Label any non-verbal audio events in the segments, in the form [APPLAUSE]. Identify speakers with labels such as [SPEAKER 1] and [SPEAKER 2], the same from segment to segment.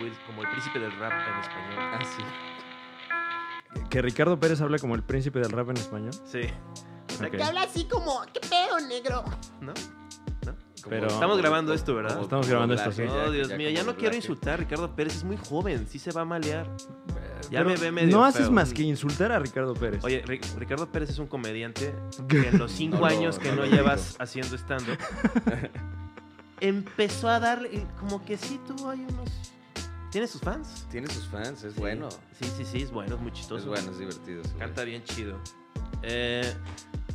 [SPEAKER 1] Will, como el príncipe del rap en español.
[SPEAKER 2] Ah, sí. ¿Que Ricardo Pérez habla como el príncipe del rap en español?
[SPEAKER 1] Sí. O sea,
[SPEAKER 2] Ok.
[SPEAKER 3] Que habla así como, ¿qué pedo, negro?
[SPEAKER 1] ¿No? pues, ¿No?
[SPEAKER 2] Pero-
[SPEAKER 1] Estamos grabando esto, ¿verdad?
[SPEAKER 2] Estamos grabando esto, sí.
[SPEAKER 1] No, Dios mío, ya no quiero insultar a Ricardo Pérez, es muy joven, sí se va a malear. Ya
[SPEAKER 2] Pero
[SPEAKER 1] me ve medio
[SPEAKER 2] No haces
[SPEAKER 1] feo.
[SPEAKER 2] más que insultar a Ricardo Pérez.
[SPEAKER 1] Oye, Ri- Ricardo Pérez es un comediante
[SPEAKER 2] [LAUGHS]
[SPEAKER 1] que en los cinco
[SPEAKER 4] No lo-
[SPEAKER 1] años que
[SPEAKER 4] no
[SPEAKER 1] no,
[SPEAKER 4] lo
[SPEAKER 1] llevas haciendo [LAUGHS] stand-up, empezó a darle, y como que sí tuvo ahí unos... ¿Tiene sus fans?
[SPEAKER 4] Tiene sus fans, es
[SPEAKER 1] Sí.
[SPEAKER 4] bueno.
[SPEAKER 1] Sí, sí, sí, es bueno, es muy chistoso.
[SPEAKER 4] Es bueno, es divertido. ese güey.
[SPEAKER 1] Canta bien chido. Eh,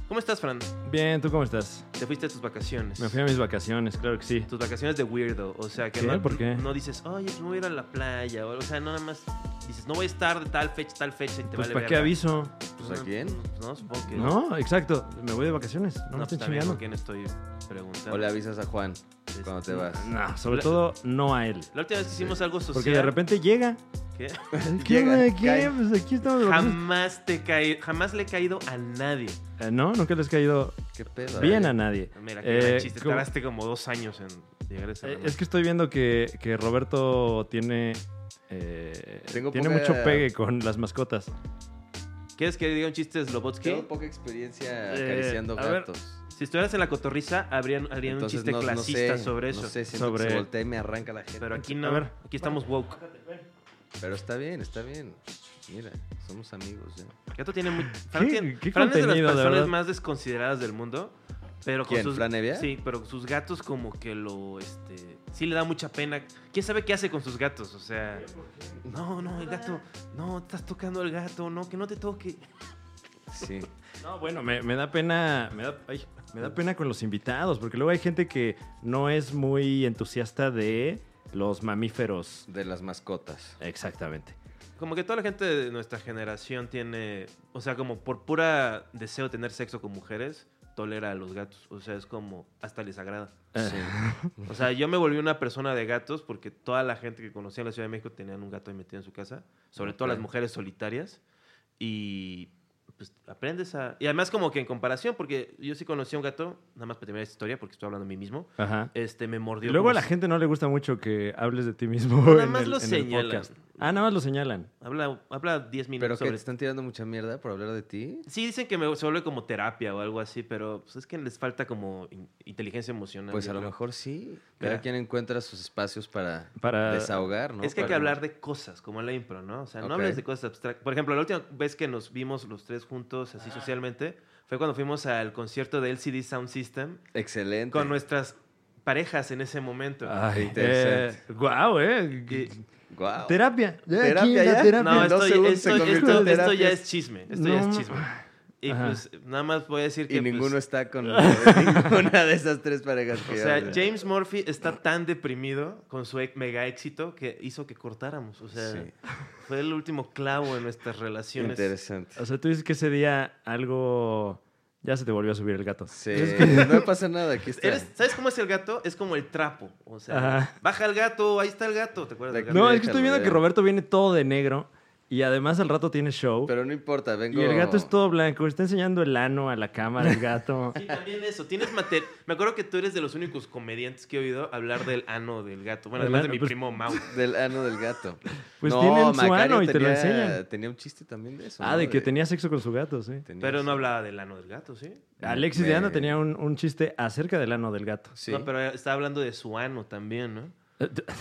[SPEAKER 1] ¿Cómo estás, Fran?
[SPEAKER 2] Bien, ¿tú cómo estás?
[SPEAKER 1] Te fuiste a tus vacaciones.
[SPEAKER 2] Me fui a mis vacaciones, claro que sí.
[SPEAKER 1] Tus vacaciones de weirdo. O sea, que
[SPEAKER 2] ¿Qué?
[SPEAKER 1] No,
[SPEAKER 2] ¿Por qué?
[SPEAKER 1] no dices, oye, pues me voy a ir a la playa. O, o sea, no nada más dices, no voy a estar de tal fecha, tal fecha. Y te
[SPEAKER 2] Pues,
[SPEAKER 1] vale
[SPEAKER 2] ¿para qué
[SPEAKER 1] verga.
[SPEAKER 2] aviso?
[SPEAKER 4] Pues, ¿a
[SPEAKER 1] No,
[SPEAKER 4] quién?
[SPEAKER 1] pues, No, supongo que.
[SPEAKER 2] No, exacto. Me voy de vacaciones. No, me
[SPEAKER 1] No, pues
[SPEAKER 2] estén
[SPEAKER 1] también,
[SPEAKER 2] chingando.
[SPEAKER 1] ¿con quién estoy preguntando?
[SPEAKER 4] O le avisas a Juan
[SPEAKER 1] Este,
[SPEAKER 4] cuando te vas.
[SPEAKER 2] No, sobre todo no a él.
[SPEAKER 1] La última vez que hicimos algo social.
[SPEAKER 2] Porque de
[SPEAKER 1] [LAUGHS]
[SPEAKER 2] repente llega. [LAUGHS]
[SPEAKER 1] ¿qué?
[SPEAKER 2] ¿Qué
[SPEAKER 4] Llega,
[SPEAKER 2] onda? ¿Qué?
[SPEAKER 4] cae.
[SPEAKER 2] Pues aquí estamos de vacaciones.
[SPEAKER 1] Jamás te caí, jamás le he caído a nadie.
[SPEAKER 2] Eh, no, nunca les he caído
[SPEAKER 4] ¿Qué pedo?
[SPEAKER 2] bien
[SPEAKER 4] eh?
[SPEAKER 2] a nadie.
[SPEAKER 1] Mira, qué gran
[SPEAKER 2] Eh,
[SPEAKER 1] chiste.
[SPEAKER 2] ¿cómo?
[SPEAKER 1] Tardaste como dos años en llegar a ese
[SPEAKER 2] Eh,
[SPEAKER 1] momento.
[SPEAKER 2] Es que estoy viendo que, que Roberto tiene. eh,
[SPEAKER 4] Tengo
[SPEAKER 2] tiene
[SPEAKER 4] poca-
[SPEAKER 2] mucho pegue con las mascotas.
[SPEAKER 1] ¿Quieres que diga un chiste de Slobotsky?
[SPEAKER 4] Tengo poca experiencia
[SPEAKER 2] Eh,
[SPEAKER 4] acariciando
[SPEAKER 2] a ver,
[SPEAKER 4] gatos.
[SPEAKER 1] Si estuvieras en la cotorriza, habrían, harían un
[SPEAKER 4] Entonces,
[SPEAKER 1] chiste
[SPEAKER 4] no- no
[SPEAKER 1] clasista
[SPEAKER 4] sé,
[SPEAKER 1] sobre eso.
[SPEAKER 4] No sé, siento que
[SPEAKER 2] Sobre-
[SPEAKER 4] se voltea y me arranca la gente.
[SPEAKER 1] Pero
[SPEAKER 4] Pero,
[SPEAKER 1] aquí no.
[SPEAKER 2] A ver.
[SPEAKER 1] Aquí estamos woke.
[SPEAKER 4] está bien, está bien. Mira, somos amigos. ya.
[SPEAKER 1] Gato tiene muy. Fran,
[SPEAKER 2] ¿Qué-
[SPEAKER 1] tiene-
[SPEAKER 2] qué
[SPEAKER 1] Fran es de las
[SPEAKER 2] contenido, de
[SPEAKER 1] personas
[SPEAKER 2] verdad?
[SPEAKER 1] más desconsideradas del mundo. Pero con
[SPEAKER 4] ¿Quién,
[SPEAKER 1] sus.
[SPEAKER 4] Fran Evia?
[SPEAKER 1] Sí, pero sus gatos como que lo. Este, sí le da mucha pena. ¿Quién sabe qué hace con sus gatos? O sea. No, no, el gato. No, estás tocando al gato. No, que no te toque.
[SPEAKER 4] Sí.
[SPEAKER 2] No, bueno, me, me da pena. Me da, ay, me da pena con los invitados, porque luego hay gente que no es muy entusiasta de los mamíferos.
[SPEAKER 4] De las mascotas.
[SPEAKER 2] Exactamente.
[SPEAKER 1] Como que toda la gente de nuestra generación tiene. O sea, como por pura deseo de tener sexo con mujeres, tolera a los gatos. O sea, es como. Hasta les agrada.
[SPEAKER 2] Eh,
[SPEAKER 4] Sí.
[SPEAKER 1] O sea, yo me volví una persona de gatos porque toda la gente que conocía en la Ciudad de México tenían un gato ahí metido en su casa, sobre todo
[SPEAKER 4] Ok.
[SPEAKER 1] las mujeres solitarias. Y pues aprendes a... Y además como que en comparación, porque yo sí conocí a un gato, nada más para terminar esta historia porque estoy hablando de mí mismo,
[SPEAKER 2] Ajá.
[SPEAKER 1] este me mordió.
[SPEAKER 2] Luego
[SPEAKER 1] como
[SPEAKER 2] a la
[SPEAKER 1] si-
[SPEAKER 2] gente no le gusta mucho que hables de ti mismo.
[SPEAKER 1] Nada
[SPEAKER 2] en
[SPEAKER 1] más
[SPEAKER 2] el-
[SPEAKER 1] lo
[SPEAKER 2] en el
[SPEAKER 1] señalan.
[SPEAKER 2] podcast. Ah, nada más lo señalan.
[SPEAKER 1] Habla, habla 10
[SPEAKER 4] Pero
[SPEAKER 1] minutos
[SPEAKER 4] que te
[SPEAKER 1] sobre...
[SPEAKER 4] están tirando mucha mierda por hablar de ti.
[SPEAKER 1] Sí, dicen que me, se vuelve como terapia o algo así, pero pues, es que les falta como in- inteligencia emocional.
[SPEAKER 4] Pues
[SPEAKER 1] yo
[SPEAKER 4] a lo
[SPEAKER 1] creo.
[SPEAKER 4] mejor sí. Cada
[SPEAKER 1] Mira.
[SPEAKER 4] quien encuentra sus espacios para,
[SPEAKER 2] Para-
[SPEAKER 4] desahogar, ¿no?
[SPEAKER 1] Es que hay que
[SPEAKER 4] Para-
[SPEAKER 1] hablar de cosas, como en la impro, ¿no? O sea, no
[SPEAKER 4] Ok.
[SPEAKER 1] hables de cosas abstractas. Por ejemplo, la última vez que nos vimos los tres juntos, así socialmente, fue cuando fuimos al concierto de LCD Sound System
[SPEAKER 4] Excelente.
[SPEAKER 1] con nuestras parejas en ese momento.
[SPEAKER 2] Ay, eh,
[SPEAKER 4] interesante.
[SPEAKER 2] guau, eh.
[SPEAKER 1] Y-
[SPEAKER 4] Guau.
[SPEAKER 2] Terapia. Ya,
[SPEAKER 4] Terapia,
[SPEAKER 2] aquí en la
[SPEAKER 4] ya.
[SPEAKER 2] terapia.
[SPEAKER 1] no,
[SPEAKER 4] en
[SPEAKER 1] esto,
[SPEAKER 4] dos segundos
[SPEAKER 1] esto-
[SPEAKER 4] se convirtió
[SPEAKER 1] esto-
[SPEAKER 4] en
[SPEAKER 1] esto
[SPEAKER 4] terapia.
[SPEAKER 1] ya es chisme. Esto ya
[SPEAKER 2] No,
[SPEAKER 1] es chisme. Y
[SPEAKER 2] Ajá.
[SPEAKER 1] pues nada más voy a decir
[SPEAKER 2] Este
[SPEAKER 1] que.
[SPEAKER 4] Y
[SPEAKER 1] pues,
[SPEAKER 4] ninguno
[SPEAKER 2] [LAUGHS]
[SPEAKER 4] está con ninguna de esas tres parejas que
[SPEAKER 1] o sea,
[SPEAKER 4] hablan.
[SPEAKER 1] James Murphy está tan deprimido con su e- mega éxito que hizo que cortáramos. O sea,
[SPEAKER 4] Sí.
[SPEAKER 1] fue el último clavo en nuestras relaciones.
[SPEAKER 4] Interesante.
[SPEAKER 2] O sea, tú dices que ese día algo. Ya se te volvió a subir el gato.
[SPEAKER 4] Sí, no pasa nada, aquí está.
[SPEAKER 1] Eres- ¿Sabes cómo es el gato? Es como el trapo. O sea,
[SPEAKER 2] Ajá.
[SPEAKER 1] baja el gato, ahí está el gato. ¿Te acuerdas del gato?
[SPEAKER 2] No, es que
[SPEAKER 4] Déjalo,
[SPEAKER 2] estoy viendo que
[SPEAKER 4] déjalo.
[SPEAKER 2] Roberto viene todo de negro y además al rato tiene show.
[SPEAKER 4] Pero no importa, vengo...
[SPEAKER 2] Y el gato es todo blanco, está enseñando el ano a la cámara, el
[SPEAKER 4] [LAUGHS]
[SPEAKER 2] gato.
[SPEAKER 1] Sí, también eso. Tienes mater... Me acuerdo que tú eres de los únicos comediantes que he oído hablar del ano del gato. Bueno,
[SPEAKER 2] Del
[SPEAKER 1] además de
[SPEAKER 2] ano,
[SPEAKER 1] mi
[SPEAKER 2] pues-
[SPEAKER 1] primo Mau.
[SPEAKER 4] Del ano del gato.
[SPEAKER 2] Pues tienen su
[SPEAKER 4] Macario
[SPEAKER 2] ano y te lo
[SPEAKER 4] tenía-
[SPEAKER 2] enseñan.
[SPEAKER 4] Tenía un chiste también de eso.
[SPEAKER 2] Ah,
[SPEAKER 4] ¿no?
[SPEAKER 2] de que tenía sexo con su gato, sí.
[SPEAKER 4] tenía
[SPEAKER 1] Pero
[SPEAKER 4] eso.
[SPEAKER 1] no hablaba del ano del gato, ¿sí?
[SPEAKER 2] Alexis de Anda
[SPEAKER 4] Me-
[SPEAKER 2] tenía un, un chiste acerca del ano del gato.
[SPEAKER 4] Sí,
[SPEAKER 1] No, pero estaba hablando de su ano también, ¿no? Bueno.
[SPEAKER 2] [LAUGHS]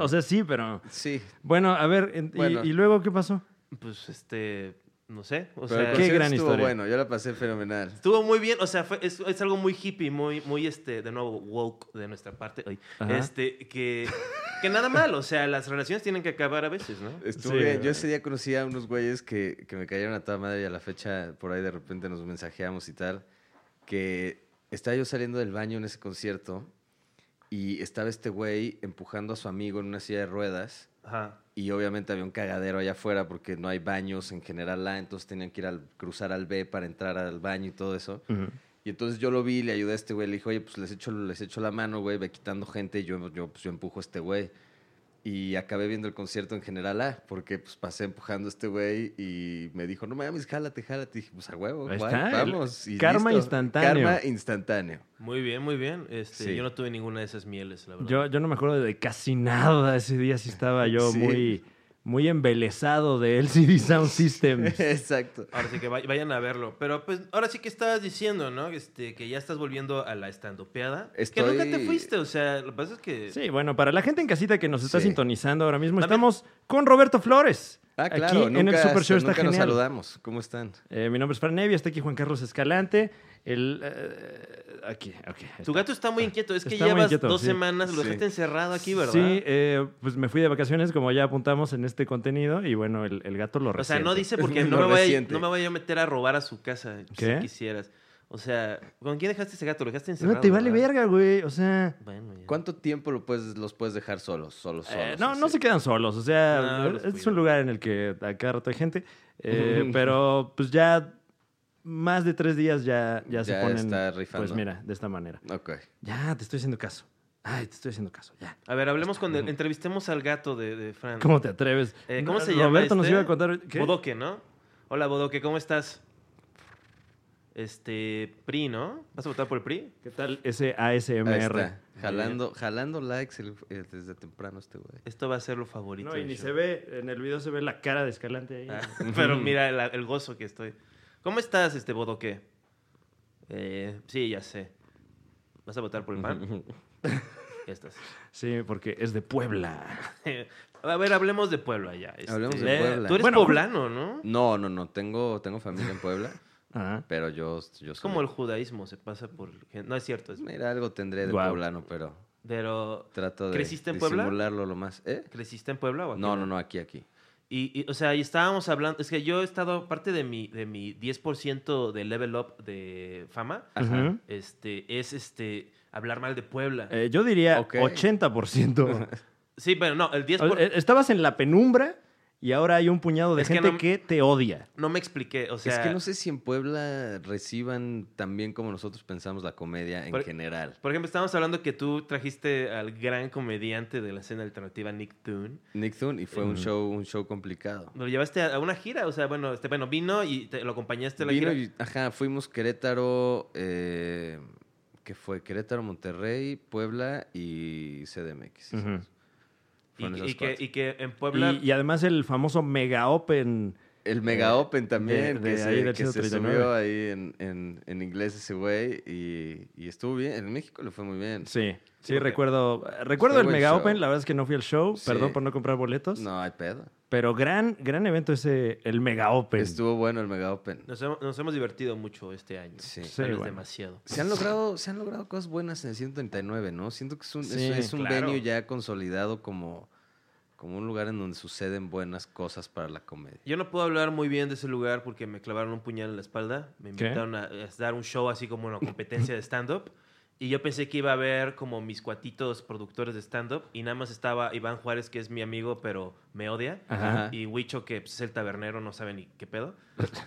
[SPEAKER 2] O sea, sí, pero...
[SPEAKER 4] sí.
[SPEAKER 2] Bueno, a ver, en- y-
[SPEAKER 4] Bueno.
[SPEAKER 2] y, luego qué pasó?
[SPEAKER 1] Pues este. No sé. O
[SPEAKER 4] Pero el
[SPEAKER 1] sea,
[SPEAKER 2] ¿qué?
[SPEAKER 4] concierto
[SPEAKER 2] gran
[SPEAKER 4] estuvo
[SPEAKER 2] historia.
[SPEAKER 4] bueno, yo la pasé fenomenal.
[SPEAKER 1] Estuvo muy bien, o sea, fue- es, es algo muy hippie, muy, muy este, de nuevo, woke de nuestra parte. ay,
[SPEAKER 2] Ajá.
[SPEAKER 1] este, que, que nada mal, o sea, las relaciones tienen que acabar a veces, ¿no?
[SPEAKER 4] Estuvo
[SPEAKER 2] Sí.
[SPEAKER 4] bien. Yo ese día conocí a unos güeyes que, que me cayeron a toda madre y a la fecha por ahí de repente nos mensajeamos y tal. Que estaba yo saliendo del baño en ese concierto y estaba este güey empujando a su amigo en una silla de ruedas.
[SPEAKER 1] Ajá.
[SPEAKER 4] Y obviamente había un cagadero allá afuera porque no hay baños en general A, entonces tenían que ir al cruzar al B para entrar al baño y todo eso. Y entonces yo lo vi, le ayudé a este güey, le dije, oye, pues les echo, les echo la mano, güey, ve quitando gente, y yo, yo, pues, yo empujo a este güey. Y acabé viendo el concierto en General A, porque pues pasé empujando a este güey y me dijo, no mames, jálate, jálate. Y dije, pues a huevo,
[SPEAKER 2] Ahí
[SPEAKER 4] guay,
[SPEAKER 2] está, el
[SPEAKER 4] vamos. Y
[SPEAKER 2] karma instantáneo.
[SPEAKER 4] Karma instantáneo.
[SPEAKER 1] Muy bien, muy bien. Este,
[SPEAKER 4] Sí.
[SPEAKER 1] Yo no tuve ninguna de esas mieles, la verdad.
[SPEAKER 2] Yo, yo no me acuerdo de casi nada. Ese día sí estaba yo
[SPEAKER 4] [LAUGHS] Sí.
[SPEAKER 2] muy, muy embelesado de [LAUGHS] LCD
[SPEAKER 4] [LAUGHS]
[SPEAKER 2] Sound Systems.
[SPEAKER 4] Exacto.
[SPEAKER 1] Ahora sí que vay- vayan a verlo. Pero pues ahora sí que estabas diciendo, ¿no? Este, que ya estás volviendo a la estandopeada.
[SPEAKER 4] Estoy-
[SPEAKER 1] Que nunca te fuiste, o sea, lo que pasa es que...
[SPEAKER 2] Sí, bueno, para la gente en casita que nos está
[SPEAKER 4] Sí.
[SPEAKER 2] sintonizando ahora mismo,
[SPEAKER 1] También-
[SPEAKER 2] estamos con Roberto Flores.
[SPEAKER 4] Ah, claro,
[SPEAKER 2] aquí
[SPEAKER 4] nunca,
[SPEAKER 2] en el Super Show está
[SPEAKER 4] nunca nos
[SPEAKER 2] genial.
[SPEAKER 4] saludamos. ¿Cómo están?
[SPEAKER 2] Eh, mi nombre es Fran Nevia, está aquí Juan Carlos Escalante. El, eh, aquí, ok.
[SPEAKER 1] Tu gato está muy inquieto, es que
[SPEAKER 2] Está muy
[SPEAKER 1] llevas
[SPEAKER 2] inquieto,
[SPEAKER 1] dos
[SPEAKER 2] sí.
[SPEAKER 1] semanas, lo
[SPEAKER 4] Sí.
[SPEAKER 1] dejaste encerrado aquí, ¿verdad?
[SPEAKER 2] Sí, eh, pues me fui de vacaciones, como ya apuntamos en este contenido, y bueno, el, el gato lo
[SPEAKER 1] O
[SPEAKER 2] recibe.
[SPEAKER 1] sea, no
[SPEAKER 2] [LAUGHS]
[SPEAKER 1] dice porque
[SPEAKER 4] Lo
[SPEAKER 1] no me, vaya,
[SPEAKER 4] resiente.
[SPEAKER 1] no me vaya a meter a robar a su casa
[SPEAKER 2] ¿Qué?
[SPEAKER 1] si quisieras. O sea, ¿con quién dejaste ese gato? Lo dejaste encerrado.
[SPEAKER 2] No te vale
[SPEAKER 1] ¿verdad?
[SPEAKER 2] verga, güey. O sea.
[SPEAKER 1] Bueno, ya.
[SPEAKER 4] ¿Cuánto tiempo lo puedes, los puedes dejar solos? Solos, solos.
[SPEAKER 2] eh, no,
[SPEAKER 4] así?
[SPEAKER 2] no se quedan solos, o sea,
[SPEAKER 1] No, los
[SPEAKER 2] este es
[SPEAKER 1] cuido.
[SPEAKER 2] un lugar en el que a cada rato hay gente, eh, pero pues ya más de tres días ya, ya, se
[SPEAKER 4] Ya
[SPEAKER 2] ponen,
[SPEAKER 4] está rifando.
[SPEAKER 2] pues mira, de esta manera.
[SPEAKER 4] Ok.
[SPEAKER 2] Ya, te estoy haciendo caso. Ay, te estoy haciendo caso, ya.
[SPEAKER 1] A ver, hablemos con el- entrevistemos al gato de, de Fran.
[SPEAKER 2] ¿Cómo te atreves?
[SPEAKER 1] Mm. Eh, ¿Cómo
[SPEAKER 2] No,
[SPEAKER 1] se llama?
[SPEAKER 2] Roberto nos
[SPEAKER 1] este?
[SPEAKER 2] iba a contar... ¿qué?
[SPEAKER 1] Bodoque, ¿no? Hola, Bodoque, ¿cómo estás? Este, PRI, ¿no? ¿Vas a votar por el PRI?
[SPEAKER 2] ¿Qué tal ese
[SPEAKER 4] Ahí
[SPEAKER 2] ASMR?
[SPEAKER 4] está. Jalando, jalando likes el- eh, desde temprano este güey.
[SPEAKER 1] Esto va a ser lo favorito.
[SPEAKER 2] No, y
[SPEAKER 1] del
[SPEAKER 2] ni
[SPEAKER 1] show.
[SPEAKER 2] se ve, en el video se ve la cara de Escalante ahí.
[SPEAKER 1] Ah, [LAUGHS] pero mira la- el gozo que estoy. ¿Cómo estás, este Bodoque? Eh, sí, ya sé. ¿Vas a votar por el PAN? [LAUGHS] Ya estás.
[SPEAKER 2] Sí, porque es de Puebla. [LAUGHS]
[SPEAKER 1] A ver, hablemos de Puebla ya. este.
[SPEAKER 4] Hablemos de
[SPEAKER 1] Eh,
[SPEAKER 4] Puebla.
[SPEAKER 1] Tú eres
[SPEAKER 2] Bueno,
[SPEAKER 1] poblano, ¿no?
[SPEAKER 4] No, no, no. Tengo, tengo familia en
[SPEAKER 1] [LAUGHS]
[SPEAKER 4] Puebla,
[SPEAKER 2] Ajá.
[SPEAKER 4] pero yo, yo
[SPEAKER 1] Es
[SPEAKER 4] soy. pues,
[SPEAKER 1] como el judaísmo, se pasa por... gen- No, es cierto. es-
[SPEAKER 4] Mira, algo tendré de
[SPEAKER 2] Guau.
[SPEAKER 4] poblano, pero
[SPEAKER 1] Pero,
[SPEAKER 4] trato de
[SPEAKER 1] ¿Creciste en Puebla?
[SPEAKER 4] disimularlo lo más. ¿Eh?
[SPEAKER 1] ¿creciste en Puebla o aquí?
[SPEAKER 4] No, no, no, aquí, aquí.
[SPEAKER 1] Y, y, o sea, y estábamos hablando... Es que yo he estado... Parte de mi, de mi 10% de level up de fama
[SPEAKER 2] Ajá.
[SPEAKER 1] este, es este hablar mal de Puebla.
[SPEAKER 2] Eh, yo diría
[SPEAKER 1] [LAUGHS]
[SPEAKER 4] Ok.
[SPEAKER 2] 80%.
[SPEAKER 1] sí, bueno, no, el 10%...
[SPEAKER 2] O- eh, Estabas en la penumbra y ahora hay un puñado de
[SPEAKER 1] Es que
[SPEAKER 2] gente que,
[SPEAKER 1] no-
[SPEAKER 2] te odia.
[SPEAKER 1] No me expliqué, o sea...
[SPEAKER 4] es que no sé si en Puebla reciban tan bien como nosotros pensamos la comedia en
[SPEAKER 1] Por- e
[SPEAKER 4] general.
[SPEAKER 1] Por ejemplo, estábamos hablando que tú trajiste al gran comediante de la escena alternativa, Nick Toon.
[SPEAKER 4] Nick Thune, y fue un
[SPEAKER 2] Ujú.
[SPEAKER 4] show, un show complicado.
[SPEAKER 1] Lo llevaste a a una gira, o sea, bueno, este, bueno vino y te- lo acompañaste a la
[SPEAKER 4] Vino
[SPEAKER 1] gira.
[SPEAKER 4] y- ajá, fuimos Querétaro, eh, que fue Querétaro, Monterrey, Puebla y CDMX.
[SPEAKER 2] Ujú.
[SPEAKER 4] Fueron
[SPEAKER 1] Y,
[SPEAKER 4] esas
[SPEAKER 1] y que,
[SPEAKER 4] cuatro.
[SPEAKER 1] y que en Puebla.
[SPEAKER 2] Y, y además el famoso Mega Open.
[SPEAKER 4] El Mega
[SPEAKER 2] de-
[SPEAKER 4] Open también,
[SPEAKER 2] de-
[SPEAKER 4] que,
[SPEAKER 2] de
[SPEAKER 4] se,
[SPEAKER 2] ahí del
[SPEAKER 4] que se
[SPEAKER 2] 139.
[SPEAKER 4] subió ahí en, en- en inglés ese güey y, y estuvo bien. En México le fue muy bien.
[SPEAKER 2] Sí, sí,
[SPEAKER 1] porque-
[SPEAKER 2] recuerdo. Recuerdo
[SPEAKER 4] Fue
[SPEAKER 2] el
[SPEAKER 4] buen
[SPEAKER 2] Mega
[SPEAKER 4] Pues show.
[SPEAKER 2] Open, la verdad es que no fui al show,
[SPEAKER 4] Sí.
[SPEAKER 2] perdón por no comprar boletos.
[SPEAKER 4] No, hay pedo.
[SPEAKER 2] Pero gran, gran evento ese, el Mega Open.
[SPEAKER 4] Estuvo bueno el Mega Open.
[SPEAKER 1] nos, hemos, nos hemos divertido mucho este año.
[SPEAKER 4] Sí.
[SPEAKER 1] Tal
[SPEAKER 2] Sí,
[SPEAKER 1] vez
[SPEAKER 2] bueno.
[SPEAKER 1] demasiado.
[SPEAKER 4] Se han, logrado, se han logrado cosas buenas en el 139, ¿no? Siento que es un, es-
[SPEAKER 2] Sí,
[SPEAKER 4] es, un
[SPEAKER 1] claro.
[SPEAKER 4] venue ya consolidado como, como un lugar en donde suceden buenas cosas para la comedia.
[SPEAKER 1] Yo no puedo hablar muy bien de ese lugar porque me clavaron un puñal en la espalda. Me
[SPEAKER 2] ¿Qué?
[SPEAKER 1] invitaron a, a dar un show así como una competencia de stand-up. Y yo pensé que iba a haber como mis cuatitos productores de stand-up. Y nada más estaba Iván Juárez, que es mi amigo, pero me odia.
[SPEAKER 2] Ajá.
[SPEAKER 1] Y Huicho, que pues, es el tabernero, no sabe ni qué pedo.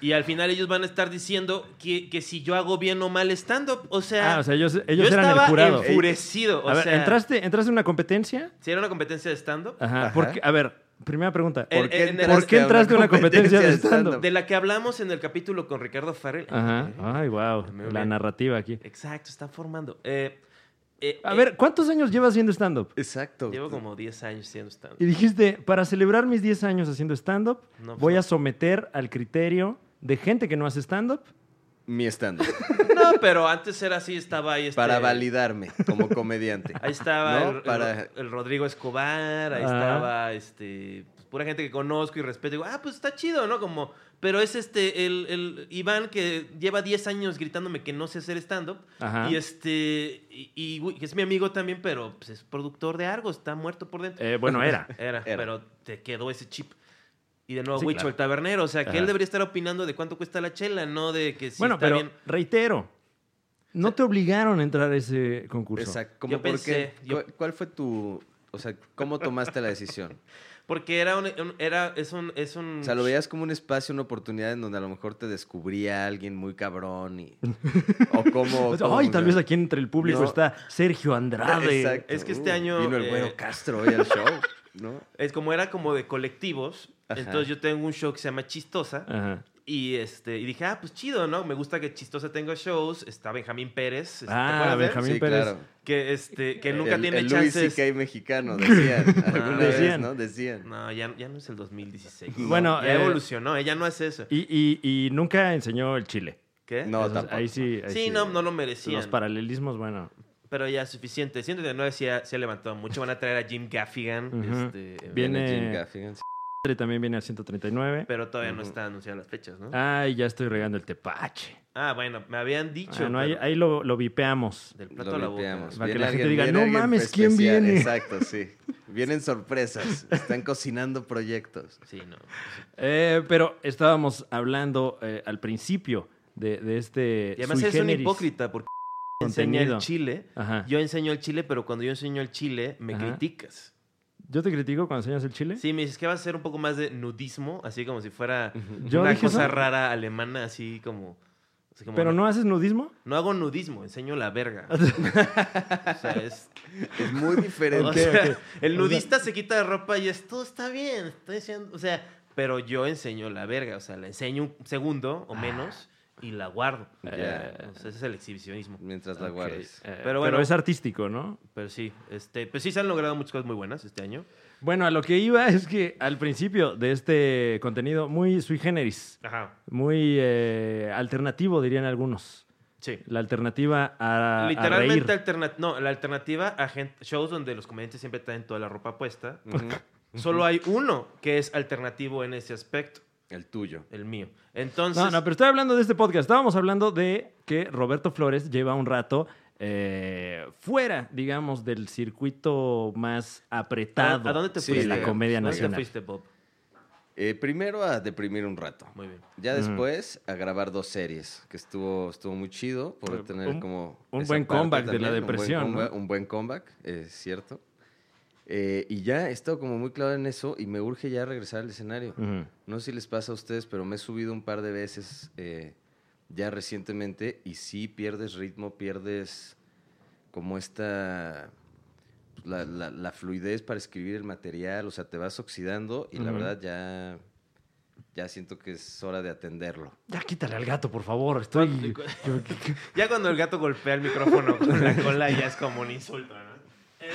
[SPEAKER 1] Y al final ellos van a estar diciendo que, que si yo hago bien o mal stand-up. O sea,
[SPEAKER 2] Ah, o sea, ellos,
[SPEAKER 1] yo
[SPEAKER 2] ellos eran el
[SPEAKER 1] estaba
[SPEAKER 2] jurado.
[SPEAKER 1] enfurecido. O
[SPEAKER 2] a ver,
[SPEAKER 1] sea,
[SPEAKER 2] ¿entraste, ¿entraste en una competencia?
[SPEAKER 1] si era una competencia de stand-up,
[SPEAKER 2] Ajá.
[SPEAKER 4] Ajá.
[SPEAKER 2] Porque, a ver, primera pregunta.
[SPEAKER 1] Eh, ¿Por
[SPEAKER 2] ¿Por,
[SPEAKER 1] qué
[SPEAKER 2] por qué entraste a una competencia de stand-up?
[SPEAKER 1] de la que hablamos en el capítulo con Ricardo Farrell.
[SPEAKER 4] eh.
[SPEAKER 2] Ajá. Ay, wow.
[SPEAKER 1] Muy
[SPEAKER 2] La
[SPEAKER 1] bien.
[SPEAKER 2] narrativa aquí.
[SPEAKER 1] Exacto, están formando. Eh, eh,
[SPEAKER 2] A
[SPEAKER 1] eh,
[SPEAKER 2] ver, ¿cuántos años llevas haciendo stand-up?
[SPEAKER 4] Exacto.
[SPEAKER 1] Llevo como 10 años siendo stand-up.
[SPEAKER 2] Y dijiste, para celebrar mis 10 años haciendo stand-up,
[SPEAKER 1] No, pues
[SPEAKER 2] voy
[SPEAKER 1] no.
[SPEAKER 2] a someter al criterio de gente que no hace stand-up. [LAUGHS]
[SPEAKER 4] Mi stand-up.
[SPEAKER 1] No, pero antes era así, estaba ahí. este-
[SPEAKER 4] Para validarme como comediante.
[SPEAKER 1] Ahí estaba
[SPEAKER 4] ¿No?
[SPEAKER 1] el- el,
[SPEAKER 4] Para-
[SPEAKER 1] el Rodrigo Escobar, ahí
[SPEAKER 2] Ajá.
[SPEAKER 1] estaba este, pues, pura gente que conozco y respeto. Digo, ah, pues está chido, ¿no? Como, pero es este, el, el Iván que lleva 10 años gritándome que no sé hacer stand-up.
[SPEAKER 2] Ajá.
[SPEAKER 1] Y este, y, y, güey, que es mi amigo también, pero pues, es productor de Argos, está muerto por dentro.
[SPEAKER 2] Eh, bueno,
[SPEAKER 1] [LAUGHS]
[SPEAKER 2] era.
[SPEAKER 1] Era,
[SPEAKER 4] Era.
[SPEAKER 1] pero te quedó ese chip. Y de nuevo,
[SPEAKER 2] Sí,
[SPEAKER 1] Huicho,
[SPEAKER 2] claro.
[SPEAKER 1] el tabernero. O sea, que
[SPEAKER 2] Ajá.
[SPEAKER 1] él debería estar opinando de cuánto cuesta la chela, no de que si
[SPEAKER 2] bueno,
[SPEAKER 1] está
[SPEAKER 2] pero
[SPEAKER 1] bien.
[SPEAKER 2] reitero, no te obligaron a entrar a ese concurso.
[SPEAKER 4] Exacto.
[SPEAKER 1] Yo
[SPEAKER 4] Como porque,
[SPEAKER 1] pensé, yo-
[SPEAKER 4] ¿cu- ¿Cuál fue tu... O sea, ¿cómo tomaste la decisión?
[SPEAKER 1] Porque era un, un- era, es un, es un. [LAUGHS]
[SPEAKER 4] O sea, lo veías como un espacio, una oportunidad en donde a lo mejor te descubría alguien muy
[SPEAKER 2] [LAUGHS]
[SPEAKER 4] cabrón y... O como...
[SPEAKER 2] O sea,
[SPEAKER 4] como-
[SPEAKER 2] Ay, tal vez aquí entre el público
[SPEAKER 4] No.
[SPEAKER 2] está Sergio Andrade.
[SPEAKER 4] Exacto.
[SPEAKER 1] Es que este
[SPEAKER 4] Uh,
[SPEAKER 1] año,
[SPEAKER 4] Vino el güero
[SPEAKER 1] eh,
[SPEAKER 4] Castro hoy al show.
[SPEAKER 2] [LAUGHS]
[SPEAKER 4] ¿no?
[SPEAKER 1] Es como era como de colectivos.
[SPEAKER 4] Ajá.
[SPEAKER 1] Entonces yo tengo un show que se llama Chistosa.
[SPEAKER 2] Ajá.
[SPEAKER 1] Y, este, y dije, ah, pues chido, ¿no? Me gusta que Chistosa tenga shows. Está Benjamín Pérez. este, ¿te
[SPEAKER 2] Ah,
[SPEAKER 1] acuerdas de él?
[SPEAKER 2] Benjamín
[SPEAKER 4] Sí,
[SPEAKER 2] Pérez.
[SPEAKER 4] claro.
[SPEAKER 1] Que, este, que nunca
[SPEAKER 4] el,
[SPEAKER 1] tiene
[SPEAKER 4] el Louis
[SPEAKER 1] chances.
[SPEAKER 4] CK mexicano, decían.
[SPEAKER 1] [LAUGHS]
[SPEAKER 4] Alguna vez,
[SPEAKER 2] Decían.
[SPEAKER 4] ¿no? Decían.
[SPEAKER 1] No, ya, ya no es el 2016.
[SPEAKER 2] Bueno,
[SPEAKER 1] ya
[SPEAKER 2] eh,
[SPEAKER 1] evolucionó, ella no hace eso.
[SPEAKER 2] Y, y- y nunca enseñó el chile.
[SPEAKER 1] ¿Qué?
[SPEAKER 4] No,
[SPEAKER 2] Entonces,
[SPEAKER 4] tampoco.
[SPEAKER 2] Ahí sí. ahí
[SPEAKER 1] sí, no, no lo merecía.
[SPEAKER 2] Los paralelismos, bueno.
[SPEAKER 1] Pero ya suficiente. 139 sí ha, sí ha levantado mucho. Van a traer a Jim Gaffigan.
[SPEAKER 2] Ujú.
[SPEAKER 1] este, eh,
[SPEAKER 2] Viene-
[SPEAKER 4] Jim Gaffigan, sí.
[SPEAKER 2] Padre También viene al 139.
[SPEAKER 1] Pero todavía no
[SPEAKER 4] Ujú.
[SPEAKER 1] están anunciadas las fechas, ¿no? Ah,
[SPEAKER 2] Ay, ya estoy regando el tepache.
[SPEAKER 1] bueno, me habían
[SPEAKER 2] Ah,
[SPEAKER 1] dicho.
[SPEAKER 2] no, ahí,
[SPEAKER 1] pero
[SPEAKER 2] ahí lo, lo vipeamos.
[SPEAKER 1] Del plato
[SPEAKER 4] Lo
[SPEAKER 1] a la boca.
[SPEAKER 4] vipeamos.
[SPEAKER 2] Para que
[SPEAKER 4] Viene
[SPEAKER 2] la gente
[SPEAKER 4] alguien-
[SPEAKER 2] diga,
[SPEAKER 4] viene
[SPEAKER 2] "No
[SPEAKER 4] alguien
[SPEAKER 2] mames, ¿quién
[SPEAKER 4] especial".
[SPEAKER 2] viene?
[SPEAKER 4] Exacto, sí.
[SPEAKER 2] [LAUGHS]
[SPEAKER 4] Vienen sorpresas. Están cocinando proyectos.
[SPEAKER 1] Sí, no.
[SPEAKER 2] Eh, pero estábamos hablando eh, al principio de, de este.
[SPEAKER 1] Y además
[SPEAKER 2] sui
[SPEAKER 1] es un
[SPEAKER 2] generis.
[SPEAKER 1] hipócrita porque enseña
[SPEAKER 2] Contenido.
[SPEAKER 1] el chile.
[SPEAKER 2] Ajá. Yo...
[SPEAKER 1] Yo enseño el chile, pero cuando yo enseño el chile, me
[SPEAKER 2] Ajá.
[SPEAKER 1] criticas.
[SPEAKER 2] te critico cuando enseñas el chile?
[SPEAKER 1] Sí, me dices que va a ser un poco más de nudismo, así como si fuera
[SPEAKER 2] Yo
[SPEAKER 1] una
[SPEAKER 2] dije
[SPEAKER 1] cosa
[SPEAKER 2] eso.
[SPEAKER 1] rara alemana, así como. así como-
[SPEAKER 2] ¿Pero no haces nudismo?
[SPEAKER 1] No hago nudismo, enseño la
[SPEAKER 2] [LAUGHS]
[SPEAKER 1] verga. o sea, es.
[SPEAKER 4] Es muy
[SPEAKER 1] o
[SPEAKER 4] diferente.
[SPEAKER 2] Ok,
[SPEAKER 1] sea,
[SPEAKER 2] ok.
[SPEAKER 1] [LAUGHS] El
[SPEAKER 2] [LAUGHS] O sea-
[SPEAKER 1] nudista se quita la ropa y es todo está bien, estoy diciendo. O sea, pero yo enseño la verga, o sea, la enseño un segundo
[SPEAKER 2] Ah.
[SPEAKER 1] o menos y la guardo.
[SPEAKER 4] Ya.
[SPEAKER 1] O sea, ese es el exhibicionismo.
[SPEAKER 4] Mientras la
[SPEAKER 2] Ok,
[SPEAKER 4] guardes.
[SPEAKER 2] eh,
[SPEAKER 1] Pero
[SPEAKER 2] pero,
[SPEAKER 1] bueno.
[SPEAKER 2] es artístico, ¿no?
[SPEAKER 1] Pero sí, este, pues sí se han logrado muchas cosas muy buenas este año.
[SPEAKER 2] Bueno, a lo que iba es que al principio de este contenido muy sui generis,
[SPEAKER 1] Ajá.
[SPEAKER 2] muy eh, alternativo, dirían algunos.
[SPEAKER 1] Sí.
[SPEAKER 2] La alternativa a, a reír.
[SPEAKER 1] Literalmente alterna- no, la alternativa a gen- shows donde los comediantes siempre traen toda la ropa puesta.
[SPEAKER 4] Ujú.
[SPEAKER 1] Solo hay uno que es alternativo en ese aspecto,
[SPEAKER 4] El tuyo.
[SPEAKER 1] el mío. Entonces,
[SPEAKER 2] No, no, pero estoy hablando de este podcast. Estábamos hablando de que Roberto Flores lleva un rato eh, fuera, digamos, del circuito más apretado
[SPEAKER 1] ¿a, a dónde te
[SPEAKER 4] Sí,
[SPEAKER 1] fuiste?
[SPEAKER 2] de la comedia
[SPEAKER 1] ¿Dónde
[SPEAKER 2] nacional.
[SPEAKER 1] te fuiste, Bob?
[SPEAKER 4] Eh, primero a deprimir un rato.
[SPEAKER 1] Muy bien.
[SPEAKER 4] Ya
[SPEAKER 2] Ujú.
[SPEAKER 4] después a grabar dos series, que estuvo, estuvo muy chido por
[SPEAKER 2] Eh, Un-
[SPEAKER 4] tener como...
[SPEAKER 2] un
[SPEAKER 4] esa
[SPEAKER 2] buen
[SPEAKER 4] parte
[SPEAKER 2] comeback de la
[SPEAKER 4] también,
[SPEAKER 2] depresión,
[SPEAKER 4] Un buen,
[SPEAKER 2] ¿no?
[SPEAKER 4] comba- un buen comeback, es cierto. Eh, y ya he estado como muy claro en eso y me urge ya regresar al escenario.
[SPEAKER 2] Ujú.
[SPEAKER 4] No sé si les pasa a ustedes, pero me he subido un par de veces eh, ya recientemente y sí pierdes ritmo, pierdes como esta... pues, La, la- la fluidez para escribir el material, o sea, te vas oxidando y la
[SPEAKER 2] Ujú.
[SPEAKER 4] verdad ya, ya siento que es hora de atenderlo.
[SPEAKER 2] Ya quítale al gato, por favor. Estoy.
[SPEAKER 1] [LAUGHS] Ya cuando el gato golpea el micrófono con la cola ya es como un insulto, ¿no?
[SPEAKER 2] [LAUGHS]